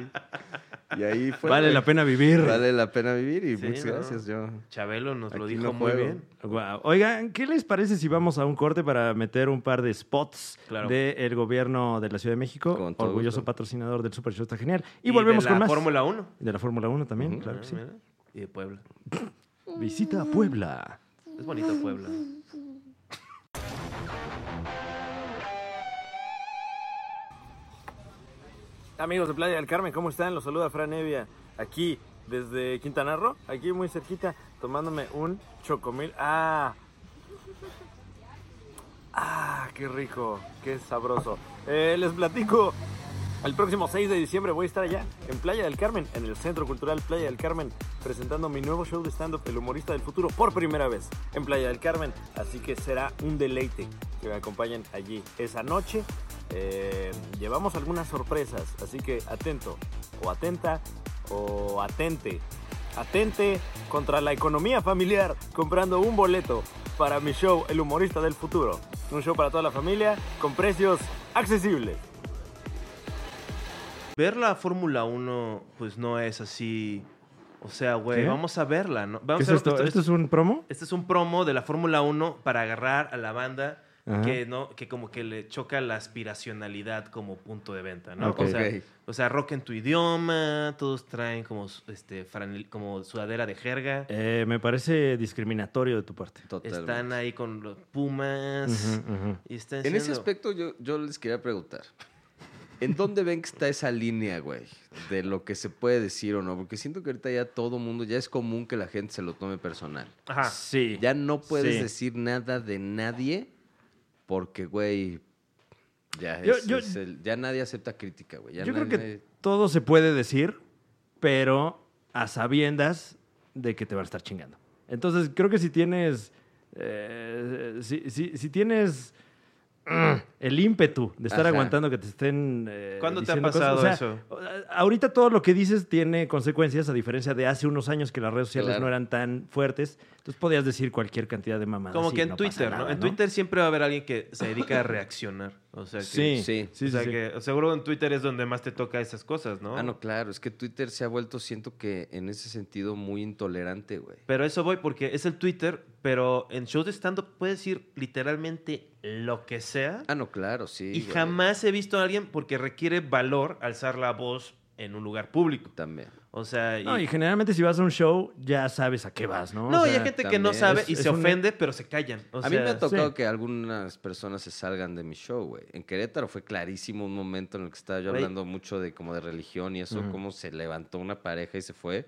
[SPEAKER 4] y ahí fue.
[SPEAKER 2] vale
[SPEAKER 4] güey.
[SPEAKER 2] la pena vivir.
[SPEAKER 4] Vale la pena vivir y
[SPEAKER 1] Sí,
[SPEAKER 4] muchas
[SPEAKER 1] ¿no?
[SPEAKER 4] gracias, yo.
[SPEAKER 1] Chabelo nos lo
[SPEAKER 4] Aquí
[SPEAKER 1] dijo
[SPEAKER 4] no
[SPEAKER 1] muy
[SPEAKER 4] juego.
[SPEAKER 1] bien.
[SPEAKER 2] Guau. Oigan, ¿qué les parece si vamos a un corte para meter un par de spots
[SPEAKER 1] Claro.
[SPEAKER 2] del gobierno de la Ciudad de México?
[SPEAKER 4] Con todo
[SPEAKER 2] orgulloso
[SPEAKER 4] gusto.
[SPEAKER 2] patrocinador del Super Show está genial. Y, volvemos
[SPEAKER 1] de
[SPEAKER 2] con
[SPEAKER 1] la
[SPEAKER 2] más.
[SPEAKER 1] Fórmula 1.
[SPEAKER 2] De la Fórmula 1 también,
[SPEAKER 4] Ujú.
[SPEAKER 2] claro que sí.
[SPEAKER 1] Ah, mira. Y de Puebla.
[SPEAKER 2] Visita a Puebla.
[SPEAKER 1] Es bonito Puebla.
[SPEAKER 2] Amigos de Playa del Carmen, ¿cómo están? Los saluda Fran Evia, aquí desde Quintana Roo, aquí muy cerquita, tomándome un chocomil. ¡Ah! ¡Ah! ¡Qué rico! ¡Qué sabroso! Eh, les platico, el próximo 6 de diciembre voy a estar allá, en Playa del Carmen, en el Centro Cultural Playa del Carmen, presentando mi nuevo show de stand-up, El Humorista del Futuro, por primera vez, en Playa del Carmen. Así que será un deleite que me acompañen allí esa noche. Eh, llevamos algunas sorpresas, así que atento, o atenta, o atente. Atente contra la economía familiar comprando un boleto para mi show El Humorista del Futuro. Un show para toda la familia con precios accesibles.
[SPEAKER 1] Ver la Fórmula 1, pues no es así. O sea, güey,
[SPEAKER 2] ¿Qué?
[SPEAKER 1] vamos a verla, ¿no? Vamos
[SPEAKER 2] ¿Qué es
[SPEAKER 1] a ver lo
[SPEAKER 2] esto?
[SPEAKER 1] que
[SPEAKER 2] ¿Esto es un promo?
[SPEAKER 1] Este es un promo de la Fórmula 1 para agarrar a la banda
[SPEAKER 2] Ajá.
[SPEAKER 1] que no que como que le choca la aspiracionalidad como punto de venta, ¿no?
[SPEAKER 2] Ok.
[SPEAKER 1] O, sea,
[SPEAKER 4] Ok.
[SPEAKER 1] o sea, rock en tu idioma, todos traen como su- este franel- como sudadera de jerga.
[SPEAKER 2] Eh, me parece discriminatorio de tu parte.
[SPEAKER 4] Totalmente.
[SPEAKER 1] Están ahí con los Pumas
[SPEAKER 2] Ujú, ujú.
[SPEAKER 1] y están
[SPEAKER 4] En ese
[SPEAKER 1] siendo-
[SPEAKER 4] aspecto, yo, yo les quería preguntar. ¿En dónde ven que está esa línea, güey? De lo que se puede decir o no. Porque siento que ahorita ya todo mundo, ya es común que la gente se lo tome personal.
[SPEAKER 1] Ajá.
[SPEAKER 2] Sí.
[SPEAKER 4] Ya no puedes
[SPEAKER 2] Sí.
[SPEAKER 4] decir nada de nadie porque, güey, ya,
[SPEAKER 2] Yo-
[SPEAKER 4] es-
[SPEAKER 2] yo-
[SPEAKER 4] es el- ya nadie acepta crítica, güey. Ya
[SPEAKER 2] Yo creo que
[SPEAKER 4] nadie-
[SPEAKER 2] todo se puede decir, pero a sabiendas de que te van a estar chingando. Entonces, creo que si tienes. eh, si, si- si tienes. mm, El ímpetu de estar
[SPEAKER 4] Ajá.
[SPEAKER 2] aguantando que te estén. eh,
[SPEAKER 1] ¿Cuándo te ha
[SPEAKER 2] diciendo cosas.
[SPEAKER 1] pasado
[SPEAKER 2] O sea,
[SPEAKER 1] eso?
[SPEAKER 2] a- Ahorita todo lo que dices tiene consecuencias, a diferencia de hace unos años que las redes sociales
[SPEAKER 4] Claro.
[SPEAKER 2] no eran tan fuertes. Entonces podías decir cualquier cantidad de mamadas.
[SPEAKER 1] Como
[SPEAKER 2] y
[SPEAKER 1] que en
[SPEAKER 2] no pasa
[SPEAKER 1] Twitter, ¿no?
[SPEAKER 2] nada,
[SPEAKER 1] En Twitter siempre va a haber alguien que se dedica a reaccionar. O sea que,
[SPEAKER 2] Sí, sí,
[SPEAKER 4] Sí.
[SPEAKER 2] sí.
[SPEAKER 1] o sea
[SPEAKER 2] sí.
[SPEAKER 1] que seguro en Twitter es donde más te toca esas cosas, ¿no?
[SPEAKER 4] Ah, no, claro. Es que Twitter se ha vuelto, siento que en ese sentido, muy intolerante, güey.
[SPEAKER 1] Pero eso voy porque es el Twitter, pero en shows de stand-up puedes decir literalmente lo que sea.
[SPEAKER 4] Ah, no, claro, sí.
[SPEAKER 1] y
[SPEAKER 4] güey.
[SPEAKER 1] jamás he visto a alguien porque requiere valor alzar la voz en un lugar público.
[SPEAKER 4] También.
[SPEAKER 1] O sea, y-
[SPEAKER 2] No, y generalmente si vas a un show, ya sabes a qué vas, ¿no? O
[SPEAKER 1] No, y
[SPEAKER 2] sea,
[SPEAKER 1] hay gente que no
[SPEAKER 4] también
[SPEAKER 1] sabe
[SPEAKER 4] es-
[SPEAKER 1] y
[SPEAKER 2] es
[SPEAKER 1] se
[SPEAKER 2] una-
[SPEAKER 1] ofende, pero se callan. O
[SPEAKER 4] a mí me
[SPEAKER 1] sea,
[SPEAKER 4] ha tocado
[SPEAKER 2] sí.
[SPEAKER 4] que algunas personas se salgan de mi show, güey. En Querétaro fue clarísimo un momento en el que estaba yo
[SPEAKER 1] Güey.
[SPEAKER 4] hablando mucho de como de religión y eso,
[SPEAKER 2] Ujú.
[SPEAKER 4] cómo se levantó una pareja y se fue.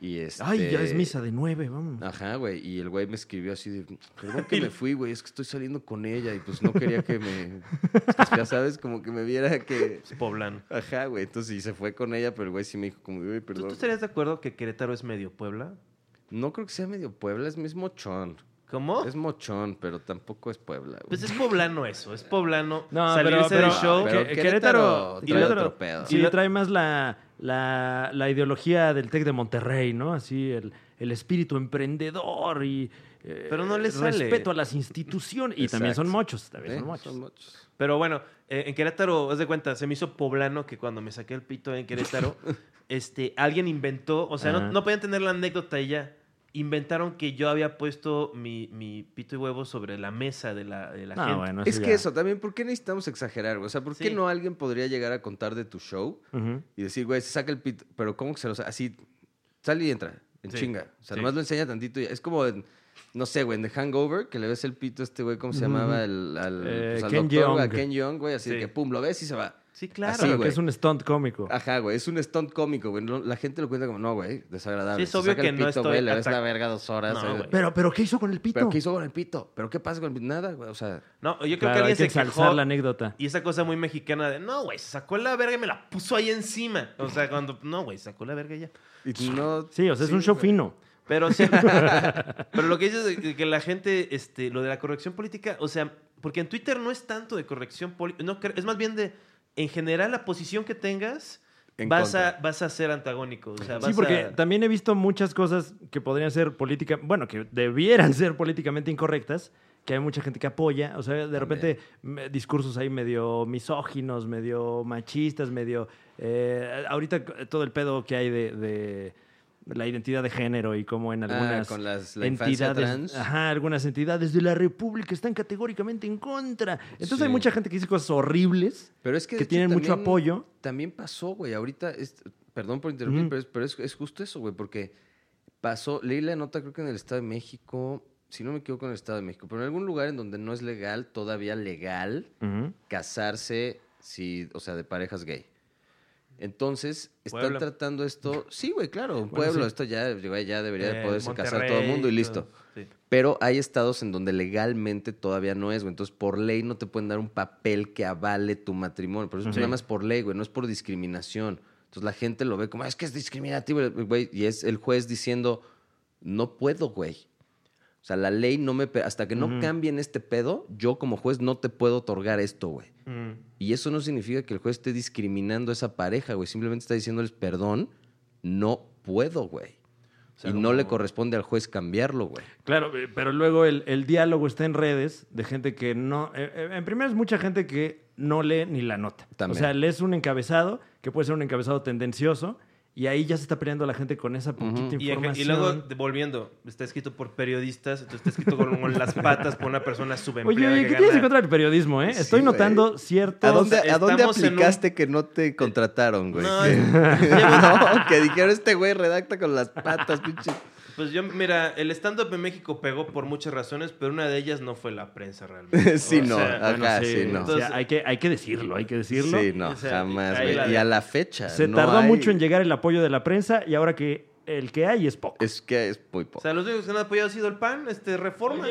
[SPEAKER 4] Y este...
[SPEAKER 2] Ay, ya es misa de nueve, vamos.
[SPEAKER 4] Ajá, güey. Y el güey me escribió así de,
[SPEAKER 2] [LAUGHS]
[SPEAKER 4] perdón que me fui, güey, es que estoy saliendo con ella y pues no quería que me, pues, ya sabes, como que me viera que...
[SPEAKER 1] es poblano.
[SPEAKER 4] Ajá, güey. Entonces, y se fue con ella, pero el güey sí me dijo como, de, güey,
[SPEAKER 1] ¿Tú,
[SPEAKER 4] perdón.
[SPEAKER 1] tú estarías de acuerdo que Querétaro es medio Puebla?
[SPEAKER 4] No creo que sea medio Puebla, es mi- es mochón.
[SPEAKER 1] ¿Cómo?
[SPEAKER 4] Es mochón, pero tampoco es Puebla, güey.
[SPEAKER 1] Pues es poblano eso, es poblano
[SPEAKER 2] No,
[SPEAKER 1] salirse
[SPEAKER 2] pero, pero-
[SPEAKER 1] del show.
[SPEAKER 2] que-
[SPEAKER 4] pero
[SPEAKER 2] Querétaro,
[SPEAKER 4] Querétaro
[SPEAKER 2] y
[SPEAKER 4] trae
[SPEAKER 2] otro-
[SPEAKER 4] otro pedo.
[SPEAKER 2] Sí,
[SPEAKER 1] Y lo-
[SPEAKER 2] trae más la, la, la ideología del Tec de Monterrey, ¿no? Así, el, el espíritu emprendedor y... eh,
[SPEAKER 1] Pero no les sale.
[SPEAKER 2] Respeto a las instituciones. Y también son
[SPEAKER 4] Exacto.
[SPEAKER 2] mochos, también
[SPEAKER 4] ¿Eh?
[SPEAKER 2] son mochos.
[SPEAKER 4] Son mochos.
[SPEAKER 1] Pero bueno, eh, en Querétaro, haz de cuenta, se me hizo poblano que cuando me saqué el pito en
[SPEAKER 2] [LAUGHS]
[SPEAKER 1] Querétaro, este, alguien inventó, o sea,
[SPEAKER 2] Ajá.
[SPEAKER 1] no, no podían tener la anécdota y ya. Inventaron que yo había puesto mi, mi pito y huevo sobre la mesa de la, de la
[SPEAKER 2] No,
[SPEAKER 1] gente.
[SPEAKER 2] Ah, bueno,
[SPEAKER 4] Es
[SPEAKER 2] ya-
[SPEAKER 4] que eso, también, ¿por qué necesitamos exagerar, güey? O sea, ¿por qué
[SPEAKER 1] Sí.
[SPEAKER 4] no alguien podría llegar a contar de tu show
[SPEAKER 2] Ujú.
[SPEAKER 4] y decir, güey, se saca el pito, pero ¿cómo que se lo saca? Así, sale y entra, en
[SPEAKER 1] Sí,
[SPEAKER 4] chinga. O sea,
[SPEAKER 1] sí.
[SPEAKER 4] nomás lo enseña tantito y es como en, no sé, güey, en The Hangover, que le ves el pito a este güey, ¿cómo se
[SPEAKER 2] Ujú.
[SPEAKER 4] llamaba? El, al,
[SPEAKER 2] Eh,
[SPEAKER 4] pues, al
[SPEAKER 2] Ken
[SPEAKER 4] doctor, güey, a
[SPEAKER 2] Jeong.
[SPEAKER 4] Ken Young, güey, así de
[SPEAKER 1] Sí.
[SPEAKER 4] que pum, lo ves y se va.
[SPEAKER 1] Sí, claro.
[SPEAKER 4] Así,
[SPEAKER 2] Claro, que
[SPEAKER 4] güey. Ah.
[SPEAKER 2] es un stunt cómico.
[SPEAKER 4] Ajá, güey, es un stunt cómico, güey. no- la gente lo cuenta como, no, güey, desagradable.
[SPEAKER 1] Sí, es
[SPEAKER 4] Se
[SPEAKER 1] obvio
[SPEAKER 4] saca el
[SPEAKER 1] que no
[SPEAKER 4] pito,
[SPEAKER 1] estoy
[SPEAKER 4] güey, le ves
[SPEAKER 1] atac-
[SPEAKER 4] la verga dos horas.
[SPEAKER 1] No,
[SPEAKER 4] güey.
[SPEAKER 1] güey.
[SPEAKER 2] Pero, pero, ¿qué hizo con el pito?
[SPEAKER 4] ¿Pero qué hizo con el pito? ¿Pero qué pasa con el pito? Nada, güey, o sea...
[SPEAKER 1] No, yo creo
[SPEAKER 2] Claro,
[SPEAKER 1] que
[SPEAKER 2] hay
[SPEAKER 1] alguien
[SPEAKER 2] que
[SPEAKER 1] se
[SPEAKER 2] ensalzar
[SPEAKER 1] quejó.
[SPEAKER 2] la anécdota.
[SPEAKER 1] Y esa cosa muy mexicana de, no, güey, se sacó la verga y me la puso ahí encima. O sea, cuando, no, güey, se sacó la verga y ya.
[SPEAKER 4] Y no...
[SPEAKER 2] Sí, o sea, es un show
[SPEAKER 4] güey.
[SPEAKER 2] fino.
[SPEAKER 1] Pero
[SPEAKER 4] [LAUGHS]
[SPEAKER 1] sí, pero lo que dices de- de que la gente, este, lo de la corrección política, o sea, porque en Twitter no es tanto de corrección política, no, cre- es más bien de en general, la posición que tengas,
[SPEAKER 4] En
[SPEAKER 1] vas a,
[SPEAKER 4] contra.
[SPEAKER 1] vas a ser antagónico. O sea,
[SPEAKER 5] Sí,
[SPEAKER 1] vas
[SPEAKER 5] porque
[SPEAKER 1] a-
[SPEAKER 5] también he visto muchas cosas que podrían ser política, bueno, que debieran [LAUGHS] ser políticamente incorrectas, que hay mucha gente que apoya, o sea, de repente me- discursos ahí medio misóginos, medio machistas, medio... eh, ahorita c- todo el pedo que hay de, de la identidad de género y cómo en
[SPEAKER 4] Ah,
[SPEAKER 5] algunas
[SPEAKER 4] con las- la infancia
[SPEAKER 5] entidades...
[SPEAKER 4] trans.
[SPEAKER 5] Ajá, algunas entidades de la República están categóricamente en contra. Entonces
[SPEAKER 4] Sí.
[SPEAKER 5] hay mucha gente que dice cosas horribles.
[SPEAKER 4] Pero es que, de
[SPEAKER 5] que
[SPEAKER 4] hecho,
[SPEAKER 5] tienen mucho
[SPEAKER 4] también-
[SPEAKER 5] apoyo.
[SPEAKER 4] También pasó, güey. Ahorita, es- perdón por interrumpir,
[SPEAKER 5] Ujú.
[SPEAKER 4] pero, es, pero es- es justo eso, güey, porque pasó, leí la nota creo que en el Estado de México, si no me equivoco en el Estado de México, pero en algún lugar en donde no es legal, todavía legal, casarse, si, o sea, de parejas gay. Entonces, están
[SPEAKER 1] Puebla.
[SPEAKER 4] tratando esto, sí, güey, claro, en
[SPEAKER 5] Bueno,
[SPEAKER 4] Pueblo,
[SPEAKER 5] sí.
[SPEAKER 4] esto ya, güey, ya debería de
[SPEAKER 1] eh,
[SPEAKER 4] poderse casar todo el
[SPEAKER 1] Monterrey,
[SPEAKER 4] mundo y listo.
[SPEAKER 1] todo. Sí.
[SPEAKER 4] Pero hay estados en donde legalmente todavía no es, güey. Entonces, por ley no te pueden dar un papel que avale tu matrimonio. Por eso es
[SPEAKER 5] Sí.
[SPEAKER 4] nada más por ley, güey. No es por discriminación. Entonces, la gente lo ve como, "Ah, es que es discriminativo, güey. Y es el juez diciendo, no puedo, güey. O sea, la ley no me... pe- Hasta que no cambien este pedo, yo como juez no te puedo otorgar esto, güey.
[SPEAKER 1] Mm.
[SPEAKER 4] Y eso no significa que el juez esté discriminando a esa pareja, güey. Simplemente está diciéndoles, perdón, no puedo, güey.
[SPEAKER 1] sea,
[SPEAKER 4] y no le
[SPEAKER 1] como-
[SPEAKER 4] corresponde al juez cambiarlo, güey.
[SPEAKER 5] Claro, eh, pero luego el, el diálogo está en redes de gente que no. eh, eh, en primera es mucha gente que no lee ni la nota.
[SPEAKER 4] También.
[SPEAKER 5] O sea, lees un encabezado que puede ser un encabezado tendencioso y ahí ya se está peleando la gente con esa poquita
[SPEAKER 1] Y, en-
[SPEAKER 5] información.
[SPEAKER 1] y luego, de- volviendo, está escrito por periodistas, entonces está escrito con, con las patas por una persona subempleada.
[SPEAKER 5] Oye, oye, ¿qué
[SPEAKER 1] que
[SPEAKER 5] tienes en
[SPEAKER 1] gana-
[SPEAKER 5] contra del periodismo, eh?
[SPEAKER 4] Sí,
[SPEAKER 5] Estoy
[SPEAKER 4] güey.
[SPEAKER 5] notando ciertos.
[SPEAKER 4] ¿A dónde, ¿a dónde
[SPEAKER 1] estamos en un-
[SPEAKER 4] aplicaste que no te contrataron, güey? [LAUGHS]
[SPEAKER 1] No,
[SPEAKER 4] que,
[SPEAKER 1] es-
[SPEAKER 4] no, que dijeron, este güey redacta con las patas, pinche.
[SPEAKER 1] Pues yo, mira, el stand-up en México pegó por muchas razones, pero una de ellas no fue la prensa realmente.
[SPEAKER 4] [LAUGHS] sí,
[SPEAKER 1] O
[SPEAKER 4] no,
[SPEAKER 1] sea,
[SPEAKER 5] bueno,
[SPEAKER 4] acá
[SPEAKER 5] Ah, sí,
[SPEAKER 4] Ah, sí, no.
[SPEAKER 5] o sea, hay, que, hay que decirlo, hay que decirlo.
[SPEAKER 4] sí, no,
[SPEAKER 1] o sea,
[SPEAKER 4] jamás,
[SPEAKER 1] ahí la
[SPEAKER 4] güey. Y
[SPEAKER 1] de-
[SPEAKER 4] a la fecha.
[SPEAKER 5] Se
[SPEAKER 4] no
[SPEAKER 5] tardó
[SPEAKER 4] hay-
[SPEAKER 5] mucho en llegar el apoyo de la prensa y ahora que el que hay es poco.
[SPEAKER 4] Es que es muy
[SPEAKER 1] O
[SPEAKER 4] poco.
[SPEAKER 1] sea, los únicos que han apoyado ha sido el PAN, este, Reforma.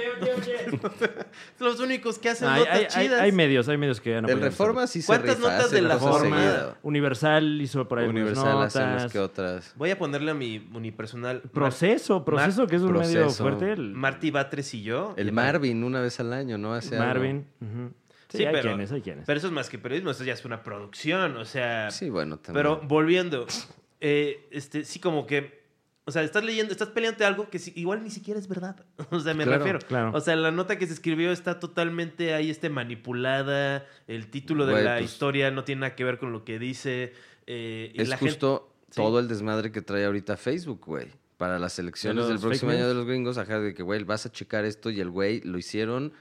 [SPEAKER 1] Son los únicos que hacen
[SPEAKER 5] Ay,
[SPEAKER 1] notas
[SPEAKER 5] hay, hay-
[SPEAKER 1] chidas.
[SPEAKER 5] hay medios, hay medios que han
[SPEAKER 4] el
[SPEAKER 5] apoyado.
[SPEAKER 4] Reforma sí se
[SPEAKER 1] ¿Cuántas
[SPEAKER 4] rifa,
[SPEAKER 1] notas
[SPEAKER 4] hace
[SPEAKER 1] de la
[SPEAKER 4] cosas
[SPEAKER 1] Reforma?
[SPEAKER 4] seguido.
[SPEAKER 5] Universal hizo por ahí
[SPEAKER 4] Universal
[SPEAKER 5] Universal
[SPEAKER 4] hace unas que otras.
[SPEAKER 1] Voy a ponerle a mi unipersonal. Mar-
[SPEAKER 5] Proceso, proceso, que es un medio
[SPEAKER 4] Proceso.
[SPEAKER 5] fuerte. El
[SPEAKER 1] Marty Batres y yo.
[SPEAKER 4] El Marvin una vez al año, ¿no? Hace algo.
[SPEAKER 5] Marvin. ujú. Sí,
[SPEAKER 1] Sí,
[SPEAKER 5] hay
[SPEAKER 1] pero-
[SPEAKER 5] quienes, hay quienes.
[SPEAKER 1] Pero eso es más que periodismo, eso ya es una producción, o sea...
[SPEAKER 4] Sí, bueno, también.
[SPEAKER 1] Pero volviendo, eh, este, sí, como que. O sea, estás leyendo, estás peleando algo que sí- igual ni siquiera es verdad. [LAUGHS] O sea, me
[SPEAKER 4] Claro,
[SPEAKER 1] refiero.
[SPEAKER 5] claro.
[SPEAKER 1] O sea, la nota que se escribió está totalmente ahí este, manipulada. El título de
[SPEAKER 4] Güey,
[SPEAKER 1] la
[SPEAKER 4] pues-
[SPEAKER 1] historia no tiene nada que ver con lo que dice. eh, y
[SPEAKER 4] es
[SPEAKER 1] la
[SPEAKER 4] justo
[SPEAKER 1] sí.
[SPEAKER 4] todo el desmadre que trae ahorita Facebook, güey. Para las elecciones
[SPEAKER 5] los
[SPEAKER 4] del próximo
[SPEAKER 5] fake
[SPEAKER 4] año de los
[SPEAKER 5] news.
[SPEAKER 4] gringos, ajá, de que, güey, vas a checar esto y el güey lo hicieron,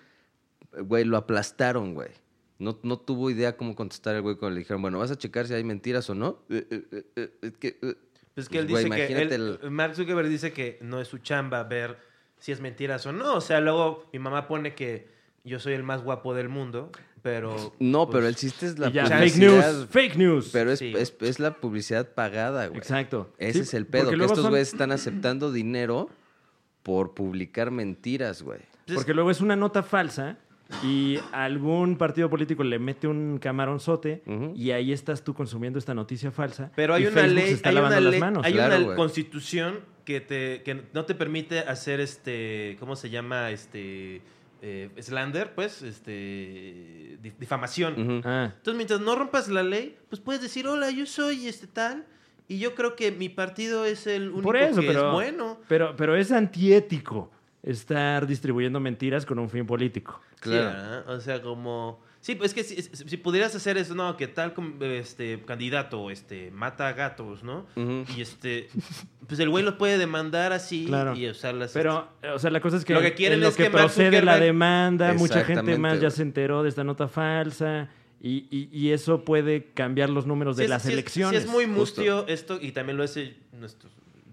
[SPEAKER 4] eh, güey, lo aplastaron, güey. No, no tuvo idea cómo contestar el güey cuando le dijeron, bueno, vas a checar si hay mentiras o no. Eh, eh, eh, eh, es que, eh,
[SPEAKER 1] gente. Es que él
[SPEAKER 4] Pues,
[SPEAKER 1] dice
[SPEAKER 4] güey,
[SPEAKER 1] que.
[SPEAKER 4] imagínate
[SPEAKER 1] él-
[SPEAKER 4] el-
[SPEAKER 1] Mark Zuckerberg dice que no es su chamba ver si es mentiras o no. O sea, luego mi mamá pone que yo soy el más guapo del mundo, pero.
[SPEAKER 4] No,
[SPEAKER 1] pues,
[SPEAKER 4] pero el chiste es la
[SPEAKER 5] Y ya,
[SPEAKER 4] publicidad.
[SPEAKER 5] fake news, fake news.
[SPEAKER 4] Pero es,
[SPEAKER 1] Sí.
[SPEAKER 4] es, es la publicidad pagada, güey.
[SPEAKER 5] Exacto.
[SPEAKER 4] Ese
[SPEAKER 5] Sí,
[SPEAKER 4] es el
[SPEAKER 5] porque
[SPEAKER 4] pedo, que
[SPEAKER 5] luego
[SPEAKER 4] estos
[SPEAKER 5] son-
[SPEAKER 4] güeyes están aceptando dinero por publicar mentiras, güey.
[SPEAKER 1] pues,
[SPEAKER 5] Porque luego es una nota falsa y algún partido político le mete un camaronzote
[SPEAKER 4] Ujú.
[SPEAKER 5] y ahí estás tú consumiendo esta noticia falsa.
[SPEAKER 1] Pero hay
[SPEAKER 5] y
[SPEAKER 1] una
[SPEAKER 5] Facebook
[SPEAKER 1] ley,
[SPEAKER 5] se está
[SPEAKER 1] hay
[SPEAKER 5] lavando
[SPEAKER 1] una
[SPEAKER 5] las
[SPEAKER 1] ley-
[SPEAKER 5] manos.
[SPEAKER 1] hay
[SPEAKER 4] Claro,
[SPEAKER 1] una
[SPEAKER 4] güey.
[SPEAKER 1] constitución que te que no te permite hacer este, ¿cómo se llama? Este eh, slander, pues, este di- difamación.
[SPEAKER 4] Ujú.
[SPEAKER 5] Ah,
[SPEAKER 1] Entonces, mientras no rompas la ley, pues puedes decir, "Hola, yo soy este tal y yo creo que mi partido es el único
[SPEAKER 5] Por eso,
[SPEAKER 1] que
[SPEAKER 5] pero,
[SPEAKER 1] es bueno."
[SPEAKER 5] pero, pero es antiético estar distribuyendo mentiras con un fin político.
[SPEAKER 1] Sí,
[SPEAKER 4] Claro.
[SPEAKER 1] ¿verdad? o sea, como Sí, pues es que si, si- si pudieras hacer eso, no, que tal com- este candidato este mata gatos, ¿no?
[SPEAKER 4] Ujú.
[SPEAKER 1] Y este pues el güey los puede demandar así
[SPEAKER 5] Claro.
[SPEAKER 1] y usar las
[SPEAKER 5] Pero, eh, o sea, la cosa es que
[SPEAKER 1] Lo que quieren
[SPEAKER 5] en lo
[SPEAKER 1] es
[SPEAKER 5] que,
[SPEAKER 1] que Mark
[SPEAKER 5] procede la
[SPEAKER 1] Zuckerberg-
[SPEAKER 5] demanda, mucha gente
[SPEAKER 4] Exactamente,
[SPEAKER 5] más ya
[SPEAKER 4] güey.
[SPEAKER 5] se enteró de esta nota falsa y, y- y eso puede cambiar los números de
[SPEAKER 1] Sí es-
[SPEAKER 5] las
[SPEAKER 1] sí es-
[SPEAKER 5] elecciones.
[SPEAKER 1] sí es muy
[SPEAKER 4] justo.
[SPEAKER 1] mustio esto, y también lo hace nuestro.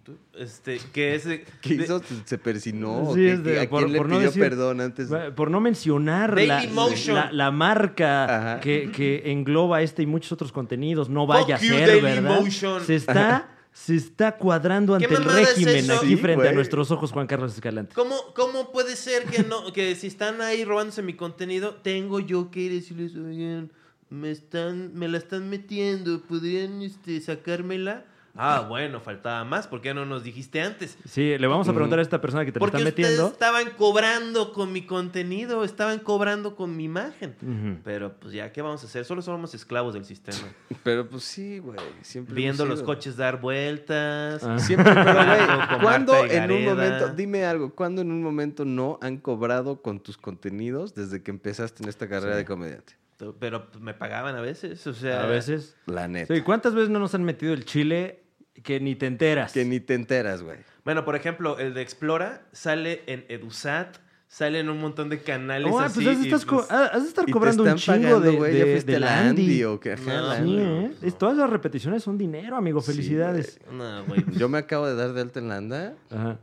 [SPEAKER 1] tú, Este, que es. de-
[SPEAKER 4] ¿Qué
[SPEAKER 1] de-
[SPEAKER 4] hizo? ¿Se persinó?
[SPEAKER 5] Sí,
[SPEAKER 4] ¿Qué-
[SPEAKER 5] es de-
[SPEAKER 4] qué- ¿A
[SPEAKER 5] por-
[SPEAKER 4] quién le
[SPEAKER 5] por no
[SPEAKER 4] pidió
[SPEAKER 5] decir-
[SPEAKER 4] perdón antes?
[SPEAKER 5] Bueno, Por no mencionar
[SPEAKER 1] Daily
[SPEAKER 5] la,
[SPEAKER 1] Motion.
[SPEAKER 5] la- la marca
[SPEAKER 4] Ajá.
[SPEAKER 5] que, que engloba este y muchos otros contenidos, no vaya a
[SPEAKER 1] you,
[SPEAKER 5] ser,
[SPEAKER 1] Daily
[SPEAKER 5] ¿verdad?
[SPEAKER 1] Motion.
[SPEAKER 5] Se está, se está cuadrando
[SPEAKER 1] ¿Qué
[SPEAKER 5] ante el
[SPEAKER 1] mamada es
[SPEAKER 5] régimen
[SPEAKER 1] eso?
[SPEAKER 5] aquí
[SPEAKER 4] Sí,
[SPEAKER 5] frente a
[SPEAKER 4] güey.
[SPEAKER 5] nuestros ojos, Juan Carlos Escalante.
[SPEAKER 1] ¿Cómo, ¿Cómo puede ser que no que si están ahí robándose mi contenido, tengo yo que ir y decirles, oigan, me, están, me la están metiendo, podrían este, sacármela? Ah, bueno, faltaba más. ¿Por qué no nos dijiste antes?
[SPEAKER 5] Sí, le vamos a preguntar a esta persona que te lo
[SPEAKER 1] Porque
[SPEAKER 5] está
[SPEAKER 1] ustedes
[SPEAKER 5] metiendo.
[SPEAKER 1] estaban cobrando con mi contenido, estaban cobrando con mi imagen.
[SPEAKER 5] Ujú.
[SPEAKER 1] Pero pues ya, ¿qué vamos a hacer? Solo somos esclavos del
[SPEAKER 5] [LAUGHS]
[SPEAKER 1] sistema.
[SPEAKER 4] Pero pues sí, güey. Siempre
[SPEAKER 1] Viendo
[SPEAKER 4] hemos
[SPEAKER 1] los
[SPEAKER 4] sido.
[SPEAKER 1] coches dar vueltas.
[SPEAKER 5] Ah.
[SPEAKER 4] Siempre,
[SPEAKER 1] [LAUGHS]
[SPEAKER 4] pero
[SPEAKER 1] Con Marta
[SPEAKER 4] güey, ¿cuándo
[SPEAKER 1] y
[SPEAKER 4] en un
[SPEAKER 1] Gareda.
[SPEAKER 4] momento, dime algo, ¿cuándo en un momento no han cobrado con tus contenidos desde que empezaste en esta carrera de comediante?
[SPEAKER 1] Pero pues, me pagaban a veces. O
[SPEAKER 4] Eh,
[SPEAKER 1] sea,
[SPEAKER 5] A veces.
[SPEAKER 4] La neta.
[SPEAKER 5] Sí, ¿Cuántas veces no nos han metido el chile que ni te enteras?
[SPEAKER 4] Que ni te enteras, güey.
[SPEAKER 1] Bueno, por ejemplo, el de Explora sale en EduSat, sale en un montón de canales
[SPEAKER 5] Oh, ah,
[SPEAKER 1] así.
[SPEAKER 5] pues has de
[SPEAKER 1] y,
[SPEAKER 5] estar, co-
[SPEAKER 1] pues,
[SPEAKER 5] has de estar
[SPEAKER 4] Y te
[SPEAKER 5] cobrando un
[SPEAKER 4] están
[SPEAKER 5] chingo
[SPEAKER 4] pagando,
[SPEAKER 5] de,
[SPEAKER 4] güey,
[SPEAKER 5] de,
[SPEAKER 4] ya fuiste
[SPEAKER 5] de
[SPEAKER 4] la
[SPEAKER 5] la Andy.
[SPEAKER 4] o que ajá,
[SPEAKER 1] No,
[SPEAKER 4] la
[SPEAKER 5] Sí,
[SPEAKER 4] Andy.
[SPEAKER 5] ¿eh? Es- Todas las repeticiones son dinero, amigo.
[SPEAKER 4] Sí,
[SPEAKER 5] Felicidades.
[SPEAKER 1] No, güey.
[SPEAKER 4] pues, Yo me acabo de dar de alta en la ANDA.
[SPEAKER 5] Ajá.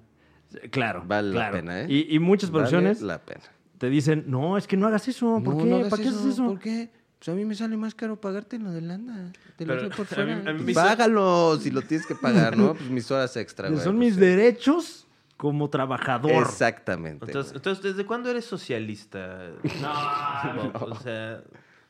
[SPEAKER 5] Claro.
[SPEAKER 4] Vale
[SPEAKER 5] claro.
[SPEAKER 4] la pena, ¿eh?
[SPEAKER 5] Y, y muchas
[SPEAKER 4] Vale
[SPEAKER 5] producciones
[SPEAKER 4] la pena.
[SPEAKER 5] te dicen, no, es que no hagas eso. ¿Por
[SPEAKER 4] No,
[SPEAKER 5] qué?
[SPEAKER 4] no hagas
[SPEAKER 5] ¿Para qué haces eso?
[SPEAKER 4] ¿Por qué? Pues a mí me sale más caro pagarte en lo de Landa. Te lo
[SPEAKER 1] Pero
[SPEAKER 4] doy por
[SPEAKER 1] [LAUGHS] a mí-
[SPEAKER 4] fuera. Pues
[SPEAKER 1] a mí me hizo-
[SPEAKER 4] Págalo si lo tienes que pagar, ¿no? Pues mis horas extra, güey.
[SPEAKER 5] Son
[SPEAKER 4] pues
[SPEAKER 5] mis
[SPEAKER 4] sí.
[SPEAKER 5] derechos como trabajador.
[SPEAKER 4] Exactamente.
[SPEAKER 1] Entonces,
[SPEAKER 4] güey.
[SPEAKER 1] entonces, ¿desde cuándo eres socialista? [LAUGHS] No, pues, O sea,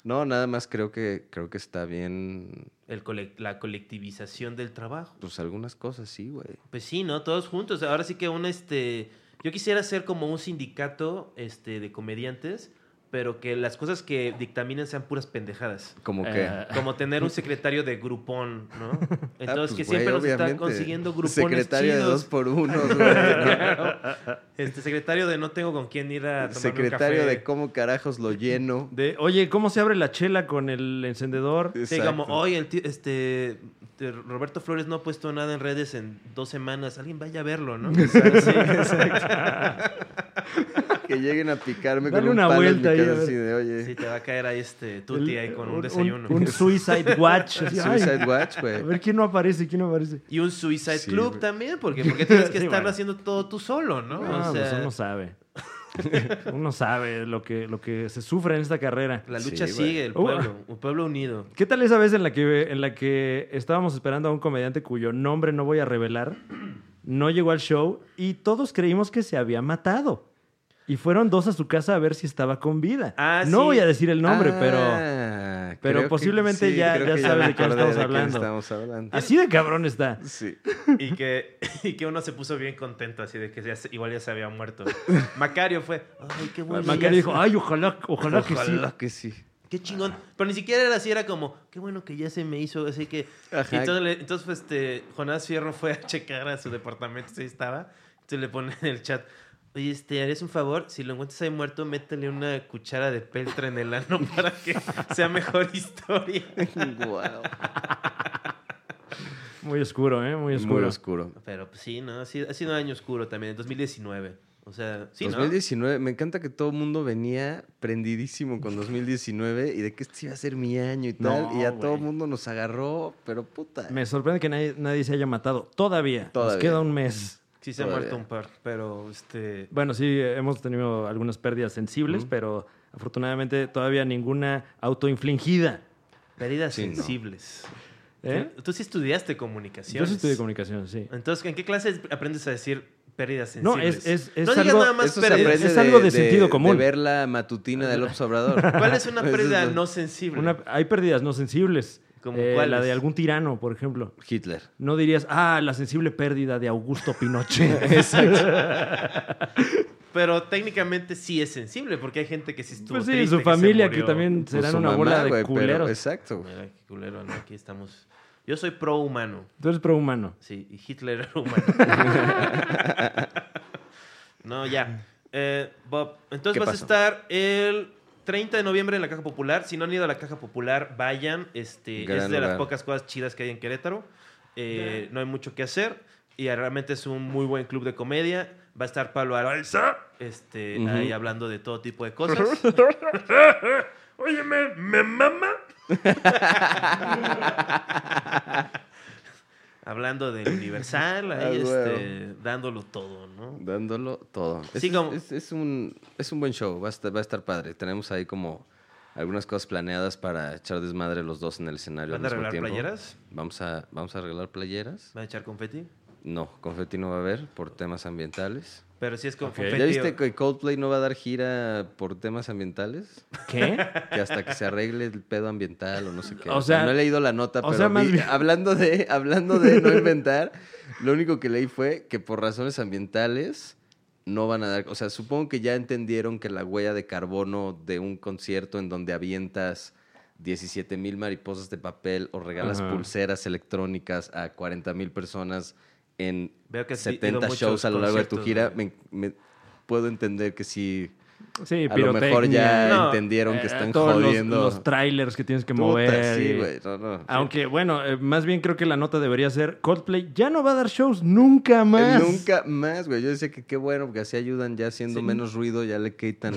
[SPEAKER 4] No, nada más creo que creo que está bien.
[SPEAKER 1] el colec- la colectivización del trabajo.
[SPEAKER 4] Pues algunas cosas sí, güey.
[SPEAKER 1] Pues sí, ¿no? Todos juntos. Ahora sí que un este. Yo quisiera ser como un sindicato este, de comediantes, pero que las cosas que dictaminen sean puras pendejadas.
[SPEAKER 4] Como
[SPEAKER 5] Eh,
[SPEAKER 4] que.
[SPEAKER 1] Como tener un secretario de grupón, ¿no? Entonces
[SPEAKER 4] [LAUGHS] Ah, pues,
[SPEAKER 1] que
[SPEAKER 4] güey,
[SPEAKER 1] siempre nos está
[SPEAKER 4] obviamente. [LAUGHS]
[SPEAKER 1] consiguiendo grupones.
[SPEAKER 4] Secretario de
[SPEAKER 1] chidos.
[SPEAKER 4] dos
[SPEAKER 1] [LAUGHS]
[SPEAKER 4] por uno, güey.
[SPEAKER 1] Este secretario de no tengo con quién ir a tomar
[SPEAKER 4] Secretario
[SPEAKER 1] un café.
[SPEAKER 4] de cómo carajos lo lleno.
[SPEAKER 5] de, oye, ¿cómo se abre la chela con el encendedor?
[SPEAKER 1] Sí, como, hoy el tío- este, este, Roberto Flores no ha puesto nada en redes en dos semanas. Alguien vaya a verlo,
[SPEAKER 5] [LAUGHS]
[SPEAKER 1] ¿no? [LAUGHS] Sí,
[SPEAKER 4] Que lleguen a picarme
[SPEAKER 5] Dale
[SPEAKER 4] con un
[SPEAKER 5] una
[SPEAKER 4] palo
[SPEAKER 5] vuelta
[SPEAKER 4] en
[SPEAKER 5] ahí,
[SPEAKER 4] mi
[SPEAKER 5] a
[SPEAKER 4] casa
[SPEAKER 5] ver.
[SPEAKER 4] así de, oye,
[SPEAKER 1] sí, te va a caer ahí este tuti ahí con un, desayuno.
[SPEAKER 4] [LAUGHS]
[SPEAKER 5] Un, suicide watch. Así, ay,
[SPEAKER 4] Suicide Watch,
[SPEAKER 5] a
[SPEAKER 4] güey.
[SPEAKER 5] ver quién no aparece, quién no aparece.
[SPEAKER 1] Y un Suicide
[SPEAKER 4] Sí,
[SPEAKER 1] Club
[SPEAKER 4] güey.
[SPEAKER 1] también, porque, porque tienes que
[SPEAKER 5] [LAUGHS] Sí,
[SPEAKER 1] estarlo
[SPEAKER 5] bueno.
[SPEAKER 1] haciendo todo tú solo, ¿no?
[SPEAKER 5] No,
[SPEAKER 1] o
[SPEAKER 5] pues
[SPEAKER 1] sea, [LAUGHS]
[SPEAKER 5] uno sabe. uno sabe lo que, lo que se sufre en esta carrera.
[SPEAKER 1] la lucha
[SPEAKER 4] Sí, güey.
[SPEAKER 1] sigue, el
[SPEAKER 5] Uh.
[SPEAKER 1] pueblo, un pueblo
[SPEAKER 5] [LAUGHS]
[SPEAKER 1] unido.
[SPEAKER 5] ¿Qué tal esa vez en la que en la que estábamos esperando a un comediante cuyo nombre no voy a revelar? No llegó al show y todos creímos que se había matado. Y fueron dos a su casa a ver si estaba con vida.
[SPEAKER 1] Ah,
[SPEAKER 5] no
[SPEAKER 1] sí.
[SPEAKER 5] voy a decir el nombre, pero
[SPEAKER 4] Ah,
[SPEAKER 5] pero
[SPEAKER 4] creo que
[SPEAKER 5] posiblemente
[SPEAKER 4] sí,
[SPEAKER 5] ya-
[SPEAKER 4] creo
[SPEAKER 5] ya
[SPEAKER 4] que
[SPEAKER 5] sabes
[SPEAKER 4] me
[SPEAKER 5] de quién
[SPEAKER 4] acordé
[SPEAKER 5] estamos hablando.
[SPEAKER 4] estamos hablando.
[SPEAKER 5] así de cabrón está. [LAUGHS]
[SPEAKER 4] Sí.
[SPEAKER 1] Y que, [LAUGHS] y que uno se puso bien contento, así de que ya se- igual ya se había muerto. Macario fue, ay, qué bueno.
[SPEAKER 5] Macario dijo, ay, ojalá, ojalá, que sí.
[SPEAKER 4] Ojalá que sí.
[SPEAKER 1] Qué chingón. Pero ni siquiera era así, era como, qué bueno que ya se me hizo, así que...
[SPEAKER 4] Ajá.
[SPEAKER 1] Y entonces, le- entonces, pues, este, Jonás Fierro fue a checar a su departamento, si ahí estaba. Entonces le pone en el chat, oye, este, ¿harías un favor? Si lo encuentras ahí muerto, métele una cuchara de peltre en el ano [LAUGHS] para que sea mejor historia.
[SPEAKER 4] [LAUGHS] Guau.
[SPEAKER 5] Muy oscuro, ¿eh? Muy oscuro.
[SPEAKER 4] Muy oscuro.
[SPEAKER 1] Pero pues sí, ¿no? Ha sido, ha sido un año oscuro también, 2019. O sea, sí, ¿no?
[SPEAKER 4] 2019, me encanta que todo el mundo venía prendidísimo con 2019 y de que este iba a ser mi año y tal.
[SPEAKER 5] No,
[SPEAKER 4] y a todo el
[SPEAKER 5] güey.
[SPEAKER 4] mundo nos agarró, pero puta.
[SPEAKER 5] Me sorprende que nadie, nadie se haya matado. Todavía.
[SPEAKER 4] Todavía.
[SPEAKER 5] Nos queda un mes.
[SPEAKER 1] Sí se ha
[SPEAKER 4] Todavía.
[SPEAKER 1] muerto un par, pero este...
[SPEAKER 5] Bueno, sí, eh, hemos tenido algunas pérdidas sensibles, pero afortunadamente todavía ninguna autoinfligida.
[SPEAKER 1] Pérdidas
[SPEAKER 4] Sí, no.
[SPEAKER 1] sensibles.
[SPEAKER 5] ¿eh?
[SPEAKER 1] Tú, tú sí estudiaste comunicación.
[SPEAKER 5] Yo sí estudié comunicación, sí.
[SPEAKER 1] Entonces, ¿en qué clase aprendes a decir pérdidas
[SPEAKER 5] No,
[SPEAKER 1] sensibles?
[SPEAKER 5] es, es, es
[SPEAKER 1] No digas
[SPEAKER 5] algo...
[SPEAKER 1] nada más
[SPEAKER 4] Eso se
[SPEAKER 1] pérdidas.
[SPEAKER 4] aprende
[SPEAKER 5] es algo de sentido común.
[SPEAKER 4] De ver la matutina de López
[SPEAKER 5] [LAUGHS]
[SPEAKER 4] Obrador.
[SPEAKER 1] ¿Cuál es una
[SPEAKER 4] Eso
[SPEAKER 1] pérdida
[SPEAKER 4] lo-
[SPEAKER 1] no sensible?
[SPEAKER 5] Una- hay pérdidas no sensibles.
[SPEAKER 1] ¿Como
[SPEAKER 5] Eh, la
[SPEAKER 1] cuáles?
[SPEAKER 5] de algún tirano, por ejemplo.
[SPEAKER 4] Hitler.
[SPEAKER 5] No dirías, ah, la sensible pérdida de Augusto
[SPEAKER 4] [LAUGHS]
[SPEAKER 5] Pinochet.
[SPEAKER 1] Pero técnicamente sí es sensible, porque hay gente que sí estuvo
[SPEAKER 5] pues sí,
[SPEAKER 1] triste,
[SPEAKER 5] su
[SPEAKER 1] que se
[SPEAKER 5] familia que
[SPEAKER 1] murió.
[SPEAKER 5] también
[SPEAKER 4] Pues
[SPEAKER 5] serán
[SPEAKER 4] su
[SPEAKER 5] una
[SPEAKER 4] mamá,
[SPEAKER 5] bola
[SPEAKER 4] güey,
[SPEAKER 5] de
[SPEAKER 4] pero-
[SPEAKER 5] culeros.
[SPEAKER 4] exacto, güey.
[SPEAKER 1] Mira, qué culero, ¿no? Aquí estamos. Yo soy pro-humano.
[SPEAKER 5] Tú eres prohumano.
[SPEAKER 1] Sí, y Hitler era
[SPEAKER 4] [LAUGHS]
[SPEAKER 1] humano. no, ya. Eh, Bob, entonces
[SPEAKER 4] ¿Qué
[SPEAKER 1] vas
[SPEAKER 4] pasó?
[SPEAKER 1] a estar el 30 de noviembre en la Caja Popular. Si no han ido a la Caja Popular, vayan. Este,
[SPEAKER 4] Gran
[SPEAKER 1] es de
[SPEAKER 4] lugar.
[SPEAKER 1] las pocas cosas chidas que hay en Querétaro. Eh, No hay mucho que hacer. Y realmente es un muy buen club de comedia. Va a estar Pablo Araiza este,
[SPEAKER 4] Ujú.
[SPEAKER 1] ahí hablando de todo tipo de cosas.
[SPEAKER 4] [LAUGHS]
[SPEAKER 1] Oye, me, me mama. Hablando del Universal, ahí
[SPEAKER 4] Ah, huevo.
[SPEAKER 1] este, dándolo todo, ¿no?
[SPEAKER 4] Dándolo todo. Es,
[SPEAKER 1] Sí, como-
[SPEAKER 4] es- es un, es un buen show, va a, estar, va a estar padre. Tenemos ahí como algunas cosas planeadas para echar desmadre los dos en el escenario.
[SPEAKER 1] ¿Van
[SPEAKER 4] al
[SPEAKER 1] a
[SPEAKER 4] mismo
[SPEAKER 1] regalar
[SPEAKER 4] tiempo.
[SPEAKER 1] playeras?
[SPEAKER 4] Vamos a, vamos a regalar playeras.
[SPEAKER 1] ¿Van a echar confeti?
[SPEAKER 4] No, confeti no va a haber por temas ambientales.
[SPEAKER 1] Pero sí es con
[SPEAKER 5] Ok.
[SPEAKER 4] ¿Ya
[SPEAKER 1] confeti,
[SPEAKER 4] viste
[SPEAKER 1] o-
[SPEAKER 4] que Coldplay no va a dar gira por temas ambientales?
[SPEAKER 5] ¿Qué?
[SPEAKER 4] Que hasta que se arregle el pedo ambiental o no sé qué.
[SPEAKER 5] O
[SPEAKER 4] O sea,
[SPEAKER 5] sea-
[SPEAKER 4] no he leído la nota,
[SPEAKER 5] o
[SPEAKER 4] pero
[SPEAKER 5] sea, más
[SPEAKER 4] vi-
[SPEAKER 5] bien-
[SPEAKER 4] hablando, de, hablando de no inventar, lo único que leí fue que por razones ambientales no van a dar... O sea, supongo que ya entendieron que la huella de carbono de un concierto en donde avientas 17 mil mariposas de papel o regalas
[SPEAKER 5] Ajá.
[SPEAKER 4] pulseras electrónicas a 40 mil personas en
[SPEAKER 1] Veo que has ido
[SPEAKER 4] 70
[SPEAKER 1] muchos
[SPEAKER 4] shows a lo largo de tu
[SPEAKER 1] conciertos,
[SPEAKER 4] gira,
[SPEAKER 1] güey.
[SPEAKER 4] me- me puedo entender que sí...
[SPEAKER 5] Sí,
[SPEAKER 4] A lo mejor ya
[SPEAKER 5] pirotecnia,
[SPEAKER 1] No,
[SPEAKER 4] entendieron que
[SPEAKER 5] eh,
[SPEAKER 4] están
[SPEAKER 5] todos los-
[SPEAKER 4] jodiendo.
[SPEAKER 5] Los, trailers que tienes que
[SPEAKER 4] Puta,
[SPEAKER 5] mover.
[SPEAKER 4] sí,
[SPEAKER 5] y-
[SPEAKER 4] güey, no, no.
[SPEAKER 5] Aunque, bueno, eh, más bien creo que la nota debería ser Coldplay ya no va a dar shows nunca más.
[SPEAKER 4] Eh, Nunca más, güey. Yo decía que qué bueno, porque así ayudan ya haciendo menos ruido, ya le
[SPEAKER 5] [LAUGHS]
[SPEAKER 4] quitan